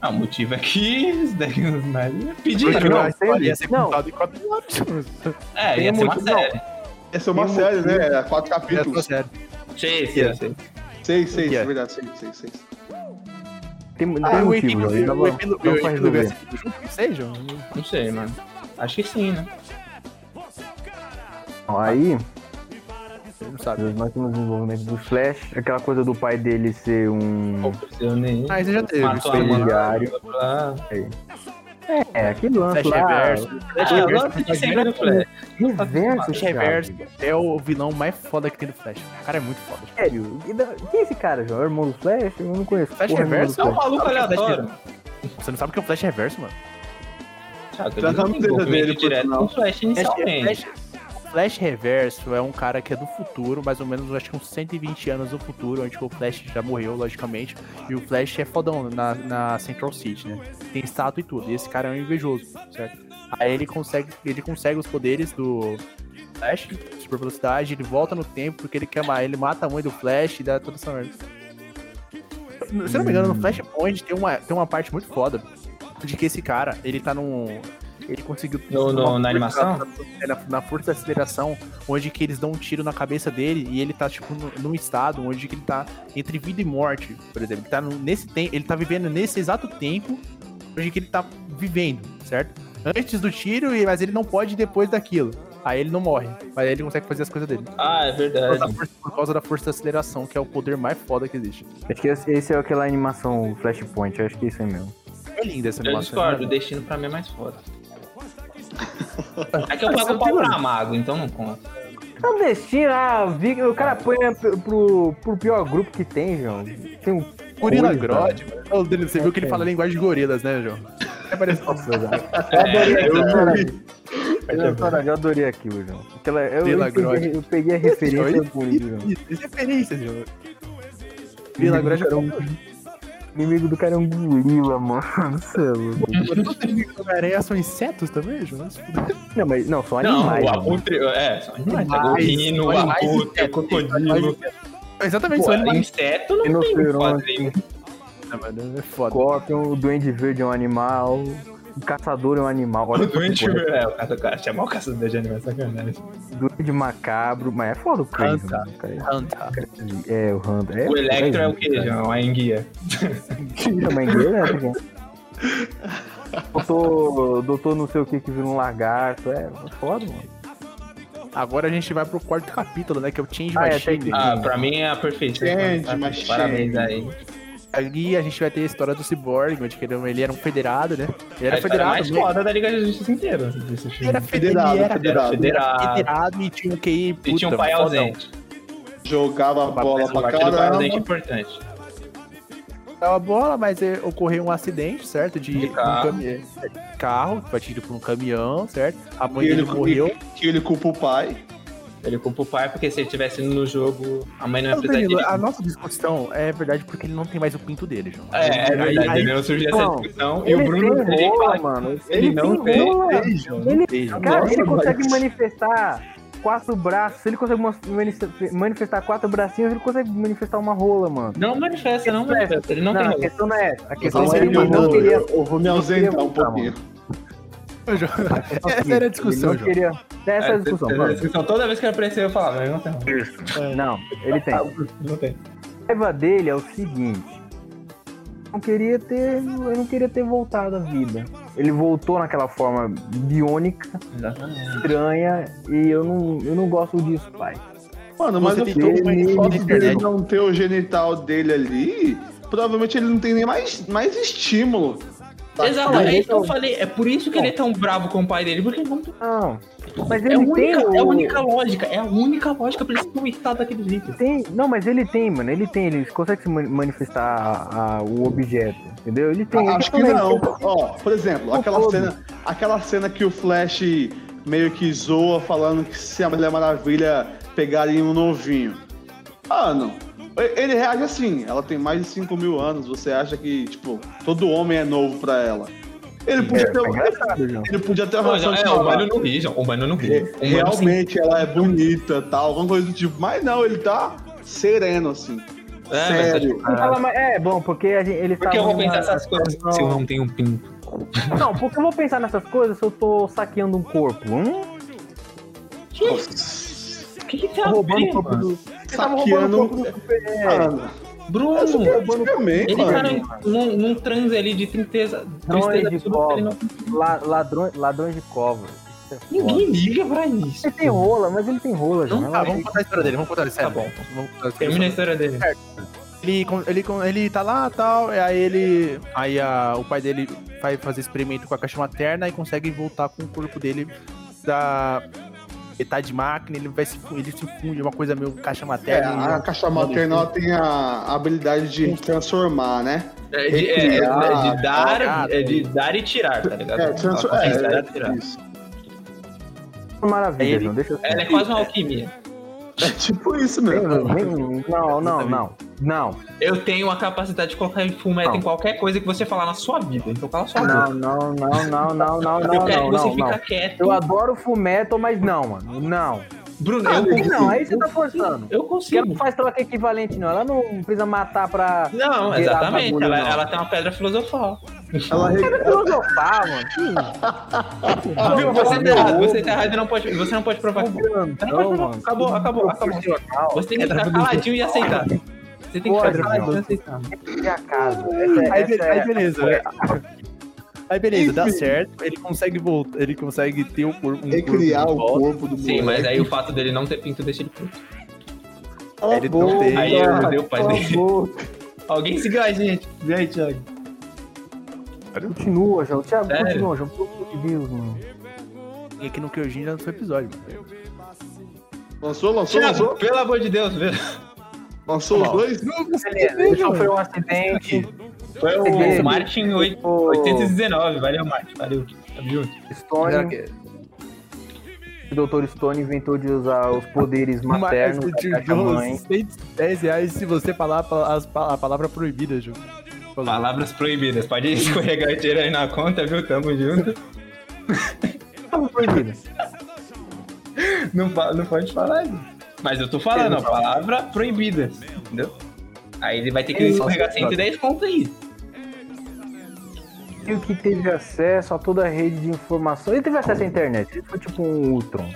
[SPEAKER 1] Ah, o motivo é que isso daqui não pedir.
[SPEAKER 6] Não, não,
[SPEAKER 2] Olha, ia ser
[SPEAKER 6] não.
[SPEAKER 2] contado em quatro horas.
[SPEAKER 1] É,
[SPEAKER 6] tem
[SPEAKER 1] ia ser uma
[SPEAKER 6] motivo, não.
[SPEAKER 1] série.
[SPEAKER 5] Ia ser uma
[SPEAKER 6] Tem um
[SPEAKER 5] série,
[SPEAKER 6] motivo.
[SPEAKER 5] né? Quatro
[SPEAKER 2] É,
[SPEAKER 5] capítulos.
[SPEAKER 2] sério.
[SPEAKER 1] Sei, sei,
[SPEAKER 2] Yeah.
[SPEAKER 1] sei.
[SPEAKER 5] Seis, seis,
[SPEAKER 2] Yeah.
[SPEAKER 5] é verdade, seis, seis, seis.
[SPEAKER 6] Tem, tem
[SPEAKER 2] Ah, o
[SPEAKER 6] motivo,
[SPEAKER 2] epílogo,
[SPEAKER 6] João. Já
[SPEAKER 2] o
[SPEAKER 6] vou,
[SPEAKER 2] epílogo,
[SPEAKER 6] já
[SPEAKER 2] o
[SPEAKER 6] vou
[SPEAKER 2] epílogo é
[SPEAKER 6] resolver.
[SPEAKER 2] assim, junto que seja.
[SPEAKER 1] Não sei, mano. Acho que sim, né?
[SPEAKER 6] Aí,
[SPEAKER 2] Não sabe.
[SPEAKER 6] nós temos o desenvolvimento do Flash, aquela coisa do pai dele ser
[SPEAKER 2] Oh.
[SPEAKER 6] um.
[SPEAKER 1] Aconteceu nem.
[SPEAKER 2] Ah, isso já teve.
[SPEAKER 1] Matou a
[SPEAKER 6] isso aí.
[SPEAKER 1] mãe,
[SPEAKER 6] Diário.
[SPEAKER 1] blá, blá, blá.
[SPEAKER 6] É, aquele lance
[SPEAKER 2] Flash
[SPEAKER 6] lá.
[SPEAKER 2] Reverso.
[SPEAKER 1] Ah,
[SPEAKER 2] Flash
[SPEAKER 1] eu
[SPEAKER 2] Reverso,
[SPEAKER 1] gosto de
[SPEAKER 2] Flash
[SPEAKER 1] sempre do Flash. Tá
[SPEAKER 6] Reverso,
[SPEAKER 2] Flash
[SPEAKER 6] cara.
[SPEAKER 2] Reverso é o vilão mais foda que tem do Flash. O cara é muito foda.
[SPEAKER 6] Sério, e da- quem é esse cara, João? É o irmão do Flash? Eu não conheço.
[SPEAKER 2] Flash
[SPEAKER 6] porra nenhuma do
[SPEAKER 2] Reverso?
[SPEAKER 1] É um
[SPEAKER 6] Flash.
[SPEAKER 1] maluco
[SPEAKER 2] Sabe o que é o Flash
[SPEAKER 1] aleatório.
[SPEAKER 2] Você não sabe o que é o Flash Reverso, mano?
[SPEAKER 1] Chato,
[SPEAKER 5] Tá
[SPEAKER 1] ele não
[SPEAKER 5] dando
[SPEAKER 1] tem
[SPEAKER 5] dedo
[SPEAKER 1] envolvimento
[SPEAKER 5] dele, por
[SPEAKER 1] direto
[SPEAKER 5] sinal.
[SPEAKER 1] com o Flash inicialmente.
[SPEAKER 2] Flash, é Flash Reverso é um cara que é do futuro, mais ou menos, eu acho que uns 120 anos no futuro, onde o Flash já morreu, logicamente. E o Flash é fodão na, na Central City, né? Tem estátua e tudo. E esse cara é um invejoso, certo? Aí ele consegue, ele consegue os poderes do Flash, super velocidade, ele volta no tempo porque ele quer ma- ele mata a mãe do Flash e dá toda essa merda. Se eu não me engano, no Flashpoint tem uma, tem uma parte muito foda de que esse cara, ele tá num. Ele conseguiu.
[SPEAKER 1] No- no-
[SPEAKER 2] uma-
[SPEAKER 1] na animação?
[SPEAKER 2] é, Na, na força da aceleração, onde que eles dão um tiro na cabeça dele e ele tá, tipo, no- num estado onde que ele tá entre vida e morte, por exemplo. Ele tá, no- nesse tem, ele tá vivendo nesse exato tempo onde que ele tá vivendo, certo? Antes do tiro, e- mas ele não pode depois daquilo. Aí ele não morre, mas aí ele consegue fazer as coisas dele.
[SPEAKER 1] Ah, é
[SPEAKER 2] Por causa, da
[SPEAKER 1] verdade.
[SPEAKER 2] força, por causa da força da aceleração, que é o poder mais foda que existe.
[SPEAKER 6] Acho que esse esse é aquela animação Flashpoint, eu acho que é isso aí mesmo.
[SPEAKER 2] É linda essa
[SPEAKER 1] Eu
[SPEAKER 2] animação.
[SPEAKER 1] discordo, o
[SPEAKER 2] né?
[SPEAKER 1] destino pra mim é mais foda. É que eu pago pau pra mago, então não conta.
[SPEAKER 6] É um destino, ah, vi- o cara apanha p- pro, pro pior grupo que tem, João. Tem um
[SPEAKER 2] Gorila
[SPEAKER 6] coisa,
[SPEAKER 2] né? Grodd, mano. Ô, Danilo, Você viu que ele fala a linguagem de gorilas, né, João? É parecido.
[SPEAKER 6] Nossa, João.
[SPEAKER 1] É, eu- É,
[SPEAKER 6] Eu adorei, eu adorei aquilo, João. Aquela, eu, eu,
[SPEAKER 2] Vila
[SPEAKER 6] peguei,
[SPEAKER 2] Grodd.
[SPEAKER 6] eu peguei a referência com isso, João.
[SPEAKER 2] Isso, isso é referência, João. Gorila Grodd é um
[SPEAKER 6] O inimigo do cara é um gorila, mano. Cê é louco.
[SPEAKER 2] Homem-Aranha são insetos também, João? Nossa, fudeu.
[SPEAKER 6] Não, mas não, são
[SPEAKER 1] Não,
[SPEAKER 6] animais.
[SPEAKER 1] o
[SPEAKER 6] João.
[SPEAKER 1] abutre. É, são animais. tá?
[SPEAKER 2] Animais,
[SPEAKER 1] Gorrino,
[SPEAKER 2] animais,
[SPEAKER 1] abutre,
[SPEAKER 2] insetos,
[SPEAKER 1] é crocodilo.
[SPEAKER 2] Exatamente,
[SPEAKER 1] Pô,
[SPEAKER 2] são animais.
[SPEAKER 1] inseto não tem quadrinho.
[SPEAKER 6] Rinoceronte,
[SPEAKER 2] né, mano? É foda.
[SPEAKER 6] Scorpion, o Duende Verde é um animal, o Caçador é um animal. Olha
[SPEAKER 1] O
[SPEAKER 6] que
[SPEAKER 1] doente
[SPEAKER 6] coisa.
[SPEAKER 1] é, o cara, o cara chama o caçador de animais, sacanagem.
[SPEAKER 6] Duende Macabro, mas é foda o Crazy,
[SPEAKER 2] Hunter.
[SPEAKER 6] mano, cara.
[SPEAKER 2] Hunter.
[SPEAKER 6] É, o Hunter.
[SPEAKER 1] O Electro é o que, João? A enguia.
[SPEAKER 6] Também dele, né? é porque- Doutor, doutor não sei o que que vira um lagarto, é foda, mano.
[SPEAKER 2] Agora a gente vai pro quarto capítulo, né? Que é o Change
[SPEAKER 6] Ah, é,
[SPEAKER 2] Machine.
[SPEAKER 1] Ah, pra mim é a perfeição.
[SPEAKER 5] Gente,
[SPEAKER 1] mano.
[SPEAKER 5] mas
[SPEAKER 1] Parabéns aí.
[SPEAKER 2] Ali a gente vai ter a história do Cyborg, onde que ele, ele era um federado, né? Ele
[SPEAKER 1] A
[SPEAKER 2] era
[SPEAKER 1] história
[SPEAKER 2] federado,
[SPEAKER 1] É, mais
[SPEAKER 2] né?
[SPEAKER 1] foda da Liga da Justiça inteira. Desse
[SPEAKER 2] Ele
[SPEAKER 1] filme.
[SPEAKER 2] era
[SPEAKER 5] Federado,
[SPEAKER 2] federado, ele era
[SPEAKER 1] Era
[SPEAKER 5] federado.
[SPEAKER 1] federado.
[SPEAKER 2] federado e tinha um QI puta,
[SPEAKER 1] E tinha um pai
[SPEAKER 2] fodão.
[SPEAKER 1] ausente.
[SPEAKER 5] Jogava a bola
[SPEAKER 1] Mas o
[SPEAKER 5] É pra
[SPEAKER 1] partido do pai
[SPEAKER 5] caramba.
[SPEAKER 1] ausente é importante.
[SPEAKER 2] Tava bola, mas eh, ocorreu um acidente, certo? De,
[SPEAKER 1] De carro.
[SPEAKER 2] um caminhão, carro, batido por um caminhão, certo? A mãe
[SPEAKER 5] E ele
[SPEAKER 2] dele morreu.
[SPEAKER 5] Que ele culpa o pai.
[SPEAKER 1] Ele culpa o pai porque se ele tivesse indo no jogo, a mãe não ia
[SPEAKER 2] Mas,
[SPEAKER 1] precisar
[SPEAKER 2] Danilo,
[SPEAKER 1] de.
[SPEAKER 2] a nossa discussão é verdade porque ele não tem mais o pinto dele, João.
[SPEAKER 1] É, é verdade,
[SPEAKER 2] Aí-
[SPEAKER 1] entendeu? Surgiu essa
[SPEAKER 6] Não,
[SPEAKER 1] discussão. E
[SPEAKER 6] Ele
[SPEAKER 1] o Bruno
[SPEAKER 6] tem
[SPEAKER 1] ele
[SPEAKER 6] rola,
[SPEAKER 1] fala que
[SPEAKER 6] mano.
[SPEAKER 1] ele não
[SPEAKER 6] tem
[SPEAKER 1] tem.
[SPEAKER 6] rola.
[SPEAKER 2] Ei, João,
[SPEAKER 6] Ele,
[SPEAKER 2] ei, João.
[SPEAKER 6] cara, ele
[SPEAKER 5] Nossa,
[SPEAKER 6] consegue
[SPEAKER 5] mas-
[SPEAKER 6] manifestar quatro braços. Ele consegue mos- manif- manifestar quatro bracinhos, ele consegue manifestar uma rola, mano.
[SPEAKER 1] Não manifesta, não manifesta. Ele não,
[SPEAKER 6] Não, a
[SPEAKER 1] tem.
[SPEAKER 6] questão não é essa. A questão
[SPEAKER 5] Mas
[SPEAKER 6] é
[SPEAKER 5] aí
[SPEAKER 6] ele
[SPEAKER 5] eu
[SPEAKER 6] não
[SPEAKER 5] vou,
[SPEAKER 6] queria.
[SPEAKER 5] eu, eu vou me
[SPEAKER 6] não queria
[SPEAKER 5] ausentar um
[SPEAKER 6] voltar,
[SPEAKER 5] pouquinho.
[SPEAKER 2] João, Essa era a discussão,
[SPEAKER 6] ele não
[SPEAKER 2] João.
[SPEAKER 6] queria. Essa é a
[SPEAKER 1] É,
[SPEAKER 6] discussão,
[SPEAKER 1] essa
[SPEAKER 6] mano.
[SPEAKER 1] discussão. Toda vez que ele apareceu, eu falava, mas não tem. rola.
[SPEAKER 6] Não, ele tem.
[SPEAKER 1] Não tem.
[SPEAKER 6] A raiva dele é o seguinte. Não queria ter. Eu não queria ter voltado à vida. Ele voltou naquela forma biônica,
[SPEAKER 1] Exatamente.
[SPEAKER 6] estranha, e eu não, eu não gosto disso, pai.
[SPEAKER 5] Mano, mas
[SPEAKER 2] Você
[SPEAKER 5] eu
[SPEAKER 2] tem
[SPEAKER 5] tô
[SPEAKER 6] todo
[SPEAKER 5] com
[SPEAKER 6] mundo
[SPEAKER 5] foto
[SPEAKER 2] na
[SPEAKER 5] dele
[SPEAKER 2] internet.
[SPEAKER 5] não ter o genital dele ali. Provavelmente ele não tem nem mais, mais estímulo. Tá
[SPEAKER 1] Exato, é isso que eu falei. É por isso que ele é tão bravo com o pai dele, porque ele não tem.
[SPEAKER 6] Não. Mas ele
[SPEAKER 1] É a
[SPEAKER 6] tem.
[SPEAKER 1] única,
[SPEAKER 6] o-
[SPEAKER 1] é a única lógica. É a única lógica pra ele se comitar daquele jeito.
[SPEAKER 6] tem. Não, mas ele tem, mano. Ele tem, ele consegue se man- manifestar a- a- o objeto. Entendeu? Ele tem.
[SPEAKER 5] Acho que
[SPEAKER 6] também.
[SPEAKER 5] não. Ó, por exemplo,
[SPEAKER 6] Não
[SPEAKER 5] aquela
[SPEAKER 6] todo.
[SPEAKER 5] cena, aquela cena que o Flash meio que zoa falando que se a Mulher Maravilha pegarem um novinho. Mano, e- ele reage assim. Ela tem mais de 5 mil anos. Você acha que, tipo, todo homem é novo pra ela. Ele podia ter,
[SPEAKER 6] É engraçado, João.
[SPEAKER 5] ele podia ter uma
[SPEAKER 1] Olha,
[SPEAKER 5] razão de
[SPEAKER 1] é, o
[SPEAKER 5] falar.
[SPEAKER 1] Mano não É, ri, João. O Mano não assim." ri. O Mano se
[SPEAKER 5] é, Realmente ela é bonita, tal, alguma coisa do tipo. Mas não, ele tá sereno, assim.
[SPEAKER 1] É,
[SPEAKER 5] Sério.
[SPEAKER 6] Ele fala, mas- é bom, porque a gente, ele
[SPEAKER 1] Por que eu vou pensar essas coisas se eu
[SPEAKER 6] Não,
[SPEAKER 1] não tenho um pinto?
[SPEAKER 6] não, porque eu vou pensar nessas coisas se eu tô saqueando um corpo? Hum?
[SPEAKER 1] O que, que você
[SPEAKER 6] Tá roubando o corpo
[SPEAKER 1] mano?
[SPEAKER 6] do. Você tava roubando
[SPEAKER 5] Saqueando-
[SPEAKER 6] o corpo do super.
[SPEAKER 5] Mano,
[SPEAKER 1] Tá
[SPEAKER 5] eu sou
[SPEAKER 1] Bruno,
[SPEAKER 5] roubando
[SPEAKER 1] ele tá
[SPEAKER 5] mano.
[SPEAKER 1] num, num, num transe ali de tristeza.
[SPEAKER 6] Não é
[SPEAKER 1] tristeza
[SPEAKER 6] de
[SPEAKER 1] absoluta, ele não-
[SPEAKER 6] La- ladrões, ladrões de covas. Isso é foda.
[SPEAKER 1] Ninguém liga pra isso.
[SPEAKER 6] Ele tem rola, mas ele tem rola, É João.
[SPEAKER 1] Não,
[SPEAKER 2] Ah,
[SPEAKER 6] relaxa.
[SPEAKER 2] vamos contar a história dele, vamos contar a história.
[SPEAKER 1] Tá bom.
[SPEAKER 2] Vamos contar a história.
[SPEAKER 1] Termina a história dele.
[SPEAKER 2] Ele, ele, ele tá lá tal, e aí ele. Aí a- o pai dele vai fazer experimento com a caixa materna e consegue voltar com o corpo dele da metade máquina, ele vai se fu- ele se funde, é uma coisa meio caixa
[SPEAKER 5] É,
[SPEAKER 2] materna. né?
[SPEAKER 5] a caixa materna ela tem a habilidade de transformar, né?
[SPEAKER 1] É de, é, é de dar, é de dar e tirar, tá ligado?
[SPEAKER 5] É, transfor-
[SPEAKER 1] Ela consegue
[SPEAKER 5] é,
[SPEAKER 1] dar e tirar.
[SPEAKER 5] é, isso.
[SPEAKER 6] Maravilha,
[SPEAKER 2] Ele-
[SPEAKER 6] João. Deixa eu
[SPEAKER 1] Ela é quase uma alquimia.
[SPEAKER 5] É tipo isso
[SPEAKER 6] Nem-
[SPEAKER 5] mesmo.
[SPEAKER 1] um
[SPEAKER 6] nem- Não, não, não. Não.
[SPEAKER 1] Eu tenho a capacidade de colocar fumeto
[SPEAKER 6] Não.
[SPEAKER 1] em qualquer coisa que você falar na sua vida. Então cala a sua boca.
[SPEAKER 6] Não, não, não, não, não, não,
[SPEAKER 1] Eu
[SPEAKER 6] não,
[SPEAKER 1] quero
[SPEAKER 6] não,
[SPEAKER 1] que você
[SPEAKER 6] não,
[SPEAKER 1] fica
[SPEAKER 6] não.
[SPEAKER 1] quieto.
[SPEAKER 6] Eu adoro Fullmetal, mas não, mano. Não.
[SPEAKER 1] Bruno,
[SPEAKER 6] Ah,
[SPEAKER 1] eu
[SPEAKER 6] por que não,
[SPEAKER 1] consigo.
[SPEAKER 6] aí você tá forçando.
[SPEAKER 1] Eu
[SPEAKER 6] Porque ela
[SPEAKER 1] consigo.
[SPEAKER 6] não faz troca equivalente, não. Ela não precisa matar pra.
[SPEAKER 1] Não,
[SPEAKER 6] Virar
[SPEAKER 1] exatamente.
[SPEAKER 6] bagulho,
[SPEAKER 1] Ela,
[SPEAKER 6] não.
[SPEAKER 1] ela tem uma pedra filosofal.
[SPEAKER 5] Ela re-
[SPEAKER 6] Pra filosofar, mano.
[SPEAKER 1] Viu? Você tá errado, você tá errado e não pode, você não pode provar. Você não pode
[SPEAKER 6] Não,
[SPEAKER 1] provar.
[SPEAKER 6] é um mano. é um
[SPEAKER 1] Acabou, acabou, acabou. Você tem que ficar caladinho e aceitar. Você tem que
[SPEAKER 6] Pode,
[SPEAKER 1] ficar caladinho e
[SPEAKER 6] não.
[SPEAKER 1] aceitar.
[SPEAKER 6] Minha casa. Essa, é-
[SPEAKER 2] Aí, be-
[SPEAKER 6] essa é-
[SPEAKER 2] aí beleza, né? Aí beleza, dá certo. Ele consegue voltar, ele consegue ter o corpo. Um
[SPEAKER 5] recriar
[SPEAKER 2] corpo de
[SPEAKER 5] o
[SPEAKER 2] volta,
[SPEAKER 5] corpo do
[SPEAKER 1] Sim,
[SPEAKER 5] moleque.
[SPEAKER 1] mas aí o fato dele não ter pinto deixa ele puto.
[SPEAKER 5] Cala a
[SPEAKER 2] ele não
[SPEAKER 5] boca,
[SPEAKER 2] tem.
[SPEAKER 1] Aí eu mudei o pai
[SPEAKER 5] cala a
[SPEAKER 1] dele.
[SPEAKER 5] boca.
[SPEAKER 1] Alguém seguiu a gente. Vem aí, Thiago.
[SPEAKER 6] Continua, João. Thiago,
[SPEAKER 1] Sério?
[SPEAKER 6] continua, João. Pelo amor de Deus, mano.
[SPEAKER 2] E aqui no Kyojin já no seu episódio, mano.
[SPEAKER 5] Lançou, lançou,
[SPEAKER 1] Thiago,
[SPEAKER 5] lançou.
[SPEAKER 1] pelo amor de Deus, viu?
[SPEAKER 5] Lançou os dois.
[SPEAKER 6] Ele sofreu um acidente.
[SPEAKER 1] Foi
[SPEAKER 6] Peguei.
[SPEAKER 1] o Martin oit-
[SPEAKER 6] O-
[SPEAKER 1] 819. Valeu, Martin. Valeu. Tamo junto.
[SPEAKER 6] Stone. O Dr. Stone inventou de usar os poderes maternos
[SPEAKER 2] Marcos de
[SPEAKER 6] da caixa mãe.
[SPEAKER 2] 110 reais se você falar pa- as pa- a palavra proibida, Ju.
[SPEAKER 1] Palavras proibidas. Pode escorregar o dinheiro aí na conta, viu? Tamo junto. Não, fa- não pode falar isso. Mas eu tô falando, ó, palavra proibida. Entendeu? Aí ele vai ter que escorregar 110 conto aí.
[SPEAKER 6] Tio que teve acesso a toda a rede de informação. Ele teve acesso à internet. Ele foi tipo um Ultron.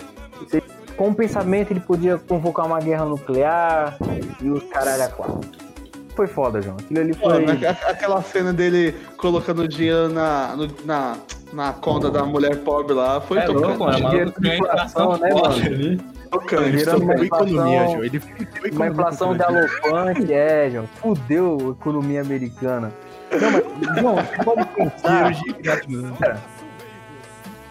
[SPEAKER 6] Você- Com o pensamento, ele podia convocar uma guerra nuclear e os caralho a quatro. Foi
[SPEAKER 5] né?
[SPEAKER 6] foda, João. Aquilo ali foi.
[SPEAKER 5] Mano, aqu- aquela cena dele colocando dinheiro na, no- na, na conta da mulher pobre lá, foi
[SPEAKER 1] É louco, mano. O
[SPEAKER 6] Dinheiro
[SPEAKER 1] maluco
[SPEAKER 6] de
[SPEAKER 1] criou a inflação
[SPEAKER 6] inflação, né,
[SPEAKER 1] forte
[SPEAKER 6] mano?
[SPEAKER 1] ali.
[SPEAKER 5] tocante.
[SPEAKER 6] Gerando uma
[SPEAKER 2] Uma economia,
[SPEAKER 6] inflação-
[SPEAKER 2] João. Ele criou
[SPEAKER 6] Uma inflação galopante, é, João. Fudeu a economia americana. Não, mas, João, você pode pensar.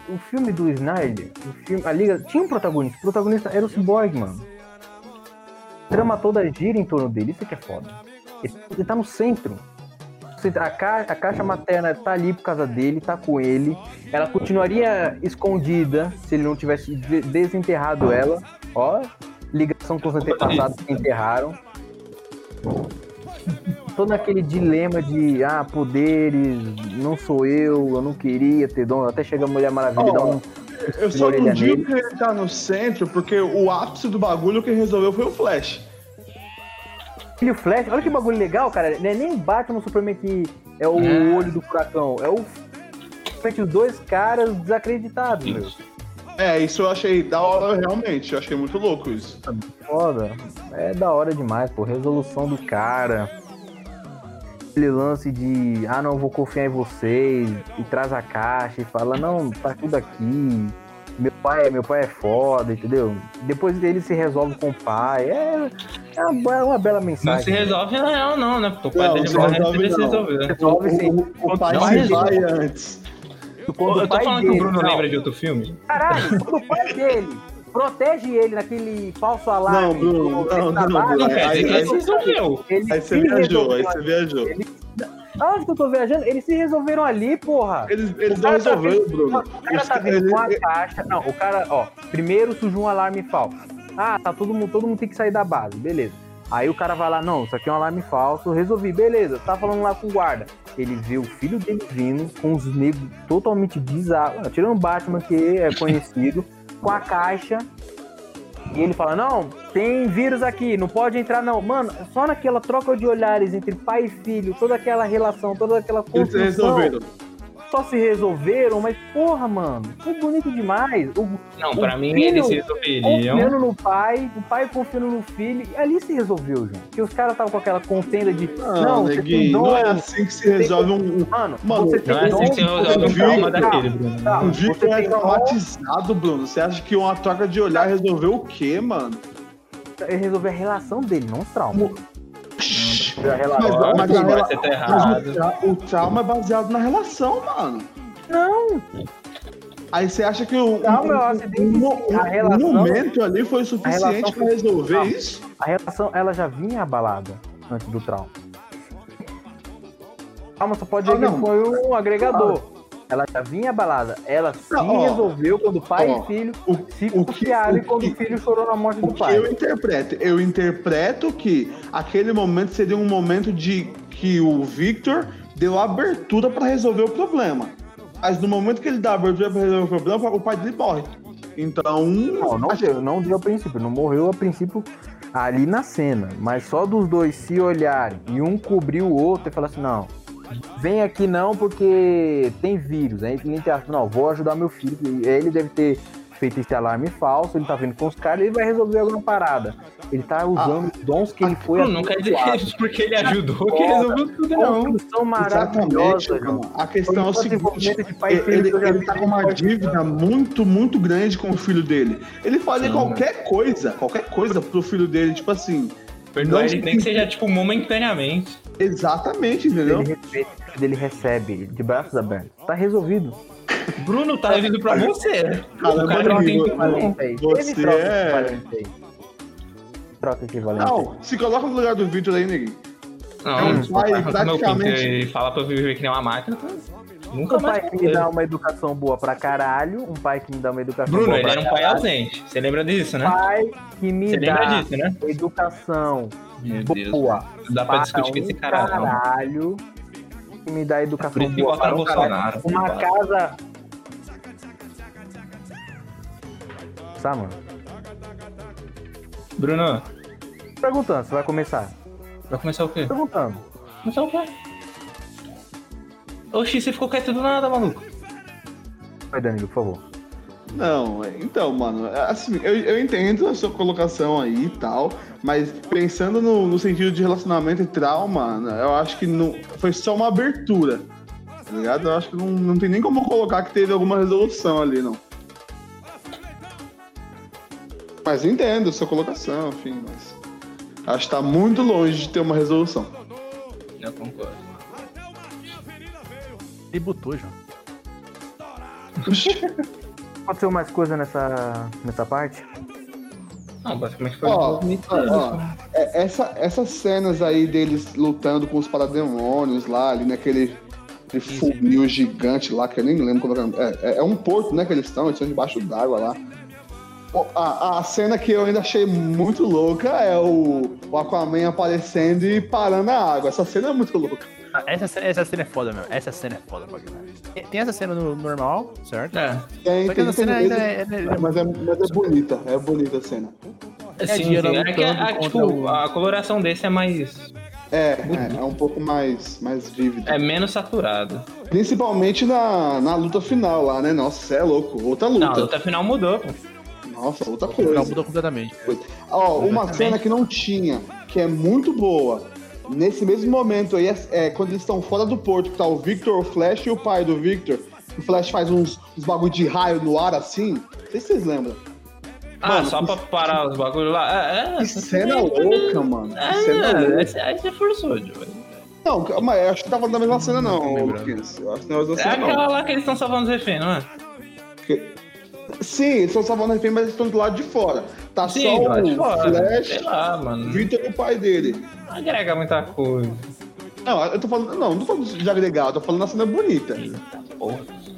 [SPEAKER 6] O filme do Snyder, o filme, a Liga, tinha um protagonista. O protagonista era o Cyborg, mano. A trama toda gira em torno dele, isso que é foda. Ele, ele tá no centro. A, ca- a caixa materna tá ali por causa dele, tá com ele. Ela continuaria escondida se ele não tivesse de- desenterrado ela. Ó, ligação com os antepassados que enterraram. Todo aquele dilema de, ah, poderes, não sou eu, eu não queria ter dom. Até chega a Mulher Maravilha e dá um
[SPEAKER 5] Eu só
[SPEAKER 6] Orelha
[SPEAKER 5] não digo
[SPEAKER 6] nele.
[SPEAKER 5] que ele tá no centro, porque o ápice do bagulho que resolveu foi o Flash.
[SPEAKER 6] Filho Flash, olha que bagulho legal, cara. Não é nem Batman Superman que é o olho do furacão. É o. Frente os dois caras desacreditados, meu.
[SPEAKER 5] É, isso eu achei da hora realmente. Eu achei muito louco isso.
[SPEAKER 6] Então, Foda. É da hora demais, pô. Resolução do cara. Aquele lance de, ah, não, vou confiar em vocês. E traz a caixa e fala, não, tá tudo aqui. Meu pai, meu pai é foda, entendeu? Depois ele se resolve com o pai. É, é uma, be- uma bela mensagem.
[SPEAKER 1] Não se resolve na real, não, né? Porque o pai
[SPEAKER 5] Não,
[SPEAKER 1] dele
[SPEAKER 5] se
[SPEAKER 1] morre
[SPEAKER 5] resolve
[SPEAKER 1] antes de se
[SPEAKER 5] não.
[SPEAKER 1] resolver.
[SPEAKER 6] Resolve sim.
[SPEAKER 5] O pai
[SPEAKER 1] Não
[SPEAKER 5] se
[SPEAKER 1] resolve.
[SPEAKER 5] vai antes.
[SPEAKER 6] Quando
[SPEAKER 1] Eu
[SPEAKER 6] o
[SPEAKER 1] tô
[SPEAKER 6] pai
[SPEAKER 1] falando que o
[SPEAKER 6] dele-
[SPEAKER 1] Bruno
[SPEAKER 6] não.
[SPEAKER 1] lembra de outro filme.
[SPEAKER 6] Caralho, quando o pai dele protege ele naquele falso alarme.
[SPEAKER 5] Não, Bruno,
[SPEAKER 6] do-
[SPEAKER 5] não,
[SPEAKER 6] da
[SPEAKER 5] não,
[SPEAKER 6] base,
[SPEAKER 5] Bruno,
[SPEAKER 1] Não quer
[SPEAKER 5] aí-
[SPEAKER 1] dizer que é um
[SPEAKER 5] aí-
[SPEAKER 1] ele se resolveu.
[SPEAKER 6] ele
[SPEAKER 5] Aí você
[SPEAKER 6] se
[SPEAKER 5] viajou, aí
[SPEAKER 6] resolveu
[SPEAKER 5] você viajou.
[SPEAKER 6] ali. Aonde que eu tô viajando? Eles se resolveram ali, porra.
[SPEAKER 5] Eles, eles
[SPEAKER 6] O
[SPEAKER 5] não
[SPEAKER 6] cara tá
[SPEAKER 5] resolveram,
[SPEAKER 6] vendo-
[SPEAKER 5] Bruno.
[SPEAKER 6] O cara
[SPEAKER 5] Eles-
[SPEAKER 6] tá vendo
[SPEAKER 5] eles-
[SPEAKER 6] com a caixa. Não, o cara, ó, primeiro surgiu um alarme falso. Ah, tá todo mundo, todo mundo tem que sair da base, beleza. Aí o cara vai lá, não, isso aqui é um alarme falso, resolvi, beleza, tá falando lá com o guarda. Ele vê o filho dele vindo com os negros totalmente bizarros, ah, tirando o Batman, que é conhecido, com a caixa. E ele fala, não, tem vírus aqui, não pode entrar não. Mano, só naquela troca de olhares entre pai e filho, toda aquela relação, toda aquela
[SPEAKER 5] Eles se
[SPEAKER 6] construção
[SPEAKER 5] resolveram.
[SPEAKER 6] só se resolveram, mas porra, mano, foi bonito demais. O,
[SPEAKER 1] Não,
[SPEAKER 6] O
[SPEAKER 1] pra mim
[SPEAKER 6] filho é
[SPEAKER 1] eles se resolveriam.
[SPEAKER 5] é um
[SPEAKER 6] confiando no pai, o pai confiando no filho, e ali se resolveu, João. Porque os caras estavam com aquela contenda de.
[SPEAKER 5] Não,
[SPEAKER 6] Não, você tem
[SPEAKER 5] neguinho,
[SPEAKER 6] dom.
[SPEAKER 5] não é assim que se resolve um. um-
[SPEAKER 6] Mano,
[SPEAKER 5] Mano,
[SPEAKER 6] você tem
[SPEAKER 1] Não é assim que você
[SPEAKER 6] dom,
[SPEAKER 1] resolve
[SPEAKER 6] você
[SPEAKER 1] um
[SPEAKER 5] viu,
[SPEAKER 1] trauma
[SPEAKER 6] tem-
[SPEAKER 1] daquele, Bruno.
[SPEAKER 6] Tá,
[SPEAKER 5] Um dia
[SPEAKER 6] você
[SPEAKER 5] que é
[SPEAKER 6] tem dom,
[SPEAKER 5] traumatizado, Bruno. Você acha que uma troca de olhar resolveu o quê, mano?
[SPEAKER 6] ele resolveu a relação dele, não o trauma.
[SPEAKER 5] Mas,
[SPEAKER 6] A relação-
[SPEAKER 5] mas
[SPEAKER 1] Mas
[SPEAKER 5] a rela-
[SPEAKER 1] você tá errado.
[SPEAKER 5] mas o tra- o trauma é baseado na relação, mano.
[SPEAKER 6] Não,
[SPEAKER 5] Aí você acha que o,
[SPEAKER 6] Não,
[SPEAKER 5] um-
[SPEAKER 6] meu,
[SPEAKER 5] um-
[SPEAKER 6] você tem que-
[SPEAKER 5] um-
[SPEAKER 6] a
[SPEAKER 5] um
[SPEAKER 6] relação-
[SPEAKER 5] momento ali foi o
[SPEAKER 6] a relação
[SPEAKER 5] suficiente pra
[SPEAKER 6] foi-
[SPEAKER 5] resolver
[SPEAKER 6] Não.
[SPEAKER 5] isso?
[SPEAKER 6] a relação ela já vinha abalada antes do trauma. O Trauma só pode
[SPEAKER 5] Ah,
[SPEAKER 6] dizer que
[SPEAKER 5] não.
[SPEAKER 6] foi um agregador. Ela já vinha abalada. Ela se
[SPEAKER 5] Não, ó.
[SPEAKER 6] resolveu quando pai
[SPEAKER 5] Ó.
[SPEAKER 6] e filho
[SPEAKER 5] O,
[SPEAKER 6] se
[SPEAKER 5] o que,
[SPEAKER 6] confiaram
[SPEAKER 5] o
[SPEAKER 6] e quando
[SPEAKER 5] que-
[SPEAKER 6] o filho chorou na morte
[SPEAKER 5] o
[SPEAKER 6] do
[SPEAKER 5] que
[SPEAKER 6] pai.
[SPEAKER 5] eu interpreto? Eu interpreto que aquele momento seria um momento de que o Victor deu abertura pra resolver o problema. Mas no momento que ele dá abertura pra resolver o problema, o pai dele morre. Então.
[SPEAKER 6] Não, não
[SPEAKER 5] acho-
[SPEAKER 6] deu, não deu a princípio. Não morreu a princípio ali na cena. Mas só dos dois se olharem e um cobrir o outro e falar assim, não, vem aqui não porque tem vírus. Aí ele interage, não, vou ajudar meu filho. E Ele deve ter feito esse alarme falso, ele tá vindo com os caras, ele vai resolver alguma parada. Ele tá usando os dons que ele foi
[SPEAKER 1] Bruno, Ah, não quer dizer
[SPEAKER 6] abençoado.
[SPEAKER 1] que porque ele ajudou que resolveu tudo, não.
[SPEAKER 6] Construção
[SPEAKER 5] Exatamente,
[SPEAKER 6] maravilhosa,
[SPEAKER 5] mano.
[SPEAKER 6] João.
[SPEAKER 5] A questão é o
[SPEAKER 6] Foi um
[SPEAKER 5] seguinte.
[SPEAKER 6] desenvolvimento de pai e
[SPEAKER 5] Ele,
[SPEAKER 6] filho que eu já
[SPEAKER 5] ele
[SPEAKER 6] vi
[SPEAKER 5] tá
[SPEAKER 6] de
[SPEAKER 5] com uma
[SPEAKER 6] pai.
[SPEAKER 5] dívida muito, muito grande com o filho dele. Ele fazer
[SPEAKER 1] Sim.
[SPEAKER 5] qualquer coisa, qualquer coisa pro filho dele, tipo assim.
[SPEAKER 1] Perdoar
[SPEAKER 5] Não
[SPEAKER 1] ele nem que seja, tipo, momentaneamente.
[SPEAKER 5] Exatamente, entendeu?
[SPEAKER 6] Ele respeita, ele recebe de braços abertos. Tá resolvido.
[SPEAKER 1] Bruno tá vindo pra você.
[SPEAKER 5] Cara,
[SPEAKER 1] O cara não
[SPEAKER 5] mano,
[SPEAKER 1] tem culpa, não.
[SPEAKER 6] equivalente aí.
[SPEAKER 5] Você
[SPEAKER 6] Teve troca
[SPEAKER 5] é-
[SPEAKER 6] equivalente aí. Troca equivalente. aí.
[SPEAKER 5] Não, se coloca no lugar do Victor aí, neguinho.
[SPEAKER 1] Não,
[SPEAKER 5] Não,
[SPEAKER 1] se o
[SPEAKER 5] pai,
[SPEAKER 1] pai arranca meu pinto
[SPEAKER 5] praticamente-
[SPEAKER 1] e fala pra eu viver que nem uma máquina, tá? nunca
[SPEAKER 6] Um
[SPEAKER 1] mais
[SPEAKER 6] pai
[SPEAKER 1] vou
[SPEAKER 6] que me
[SPEAKER 1] ver.
[SPEAKER 6] dá uma educação boa pra caralho, um pai que me dá uma educação
[SPEAKER 1] Bruno,
[SPEAKER 6] boa
[SPEAKER 1] ele
[SPEAKER 6] pra
[SPEAKER 1] era um pai ausente. Você lembra disso, né?
[SPEAKER 6] caralho, pai que me
[SPEAKER 1] Você lembra
[SPEAKER 6] dá
[SPEAKER 1] disso, né?
[SPEAKER 6] educação
[SPEAKER 1] Meu Deus.
[SPEAKER 6] boa
[SPEAKER 1] Dá pra
[SPEAKER 6] para
[SPEAKER 1] discutir com esse
[SPEAKER 6] um
[SPEAKER 1] cara, então. não.
[SPEAKER 6] caralho, que me dá
[SPEAKER 1] Por
[SPEAKER 6] educação
[SPEAKER 1] isso que
[SPEAKER 6] boa para
[SPEAKER 1] votaram
[SPEAKER 6] um
[SPEAKER 1] no
[SPEAKER 6] caralho.
[SPEAKER 1] Bolsonaro. né?
[SPEAKER 6] Uma
[SPEAKER 1] cara.
[SPEAKER 6] casa... Sabe, Tá, mano?
[SPEAKER 1] Bruno,
[SPEAKER 6] Perguntando, você vai começar.
[SPEAKER 1] vai começar o quê?
[SPEAKER 6] Perguntando.
[SPEAKER 1] Começar o quê? Oxi, você ficou quieto do nada, maluco.
[SPEAKER 6] Vai, Danilo, por favor.
[SPEAKER 5] Não, é- então, mano, é assim, eu, eu entendo a sua colocação aí e tal, mas pensando no, no sentido de relacionamento e trauma, né, eu acho que não, foi só uma abertura. Tá ligado? Eu acho que não, não tem nem como colocar que teve alguma resolução ali, não. Mas eu entendo sua colocação, enfim, mas. Acho que tá muito longe de ter uma resolução.
[SPEAKER 1] Eu concordo.
[SPEAKER 2] Ele botou, João.
[SPEAKER 6] Aconteceu mais coisa nessa, nessa parte?
[SPEAKER 1] Não, basicamente foi
[SPEAKER 5] Ó,
[SPEAKER 1] um mito.
[SPEAKER 5] ó, É, essa, essas cenas aí deles lutando com os parademônios lá, ali naquele aquele funil gigante lá, que eu nem lembro como era. É, é, é um porto, né, que eles estão, eles estão debaixo d'água lá. Pô, A, a cena que eu ainda achei muito louca é o, o Aquaman aparecendo e parando a água. Essa cena é muito louca.
[SPEAKER 2] Ah, essa, cena- essa cena é foda mesmo. Essa cena é foda pra caralho. Tem, tem essa cena no normal, certo?
[SPEAKER 1] É,
[SPEAKER 5] Tem,
[SPEAKER 2] Só que essa cena ainda
[SPEAKER 5] vezes-
[SPEAKER 2] é. é- é-
[SPEAKER 5] mas, é, mas é bonita, é bonita a cena.
[SPEAKER 1] assim,
[SPEAKER 2] dia ela
[SPEAKER 1] é que a,
[SPEAKER 2] lutando
[SPEAKER 1] a- tipo,
[SPEAKER 2] contra o-
[SPEAKER 1] a coloração desse é mais.
[SPEAKER 5] É, é, é um pouco mais, mais vívida.
[SPEAKER 1] É menos saturada.
[SPEAKER 5] Principalmente na, na luta final lá, né? Nossa, cê é louco. Outra luta.
[SPEAKER 1] Não, a luta final mudou, pô.
[SPEAKER 5] Nossa, outra
[SPEAKER 2] O final
[SPEAKER 5] coisa.
[SPEAKER 2] mudou completamente.
[SPEAKER 5] Ó, uma
[SPEAKER 1] Exatamente.
[SPEAKER 5] cena que não tinha, que é muito boa. Nesse mesmo momento aí, é, é quando eles estão fora do porto, que tá o Victor, o Flash e o pai do Victor. O Flash faz uns, uns bagulho de raio no ar assim. Não sei se vocês lembram.
[SPEAKER 1] Ah,
[SPEAKER 5] Mano,
[SPEAKER 1] só pra parar os bagulhos lá. É, é,
[SPEAKER 5] Que
[SPEAKER 1] essa
[SPEAKER 5] cena
[SPEAKER 1] aí foi meio-
[SPEAKER 5] louca, mano. Que
[SPEAKER 1] Ah,
[SPEAKER 5] cena louca.
[SPEAKER 1] essa- aí você forçou, Joey.
[SPEAKER 5] Não, calma, aí, eu acho que tava na mesma cena, não,
[SPEAKER 2] lembro.
[SPEAKER 5] Luquinhas. Eu acho que não é da mesma
[SPEAKER 1] É
[SPEAKER 5] cena, não.
[SPEAKER 1] aquela lá que eles estão salvando os reféns, não é?
[SPEAKER 5] Sim, eles estão salvando refém, mas eles estão do lado de fora. Tá só
[SPEAKER 1] do lado de
[SPEAKER 5] o
[SPEAKER 1] fora. né? Sei
[SPEAKER 5] Flash,
[SPEAKER 1] lá, mano.
[SPEAKER 5] o Victor e o pai dele.
[SPEAKER 1] Não agrega muita coisa.
[SPEAKER 5] Não, eu tô falando. Não, não tô falando de agregar, eu tô falando na cena bonita.
[SPEAKER 1] Porra.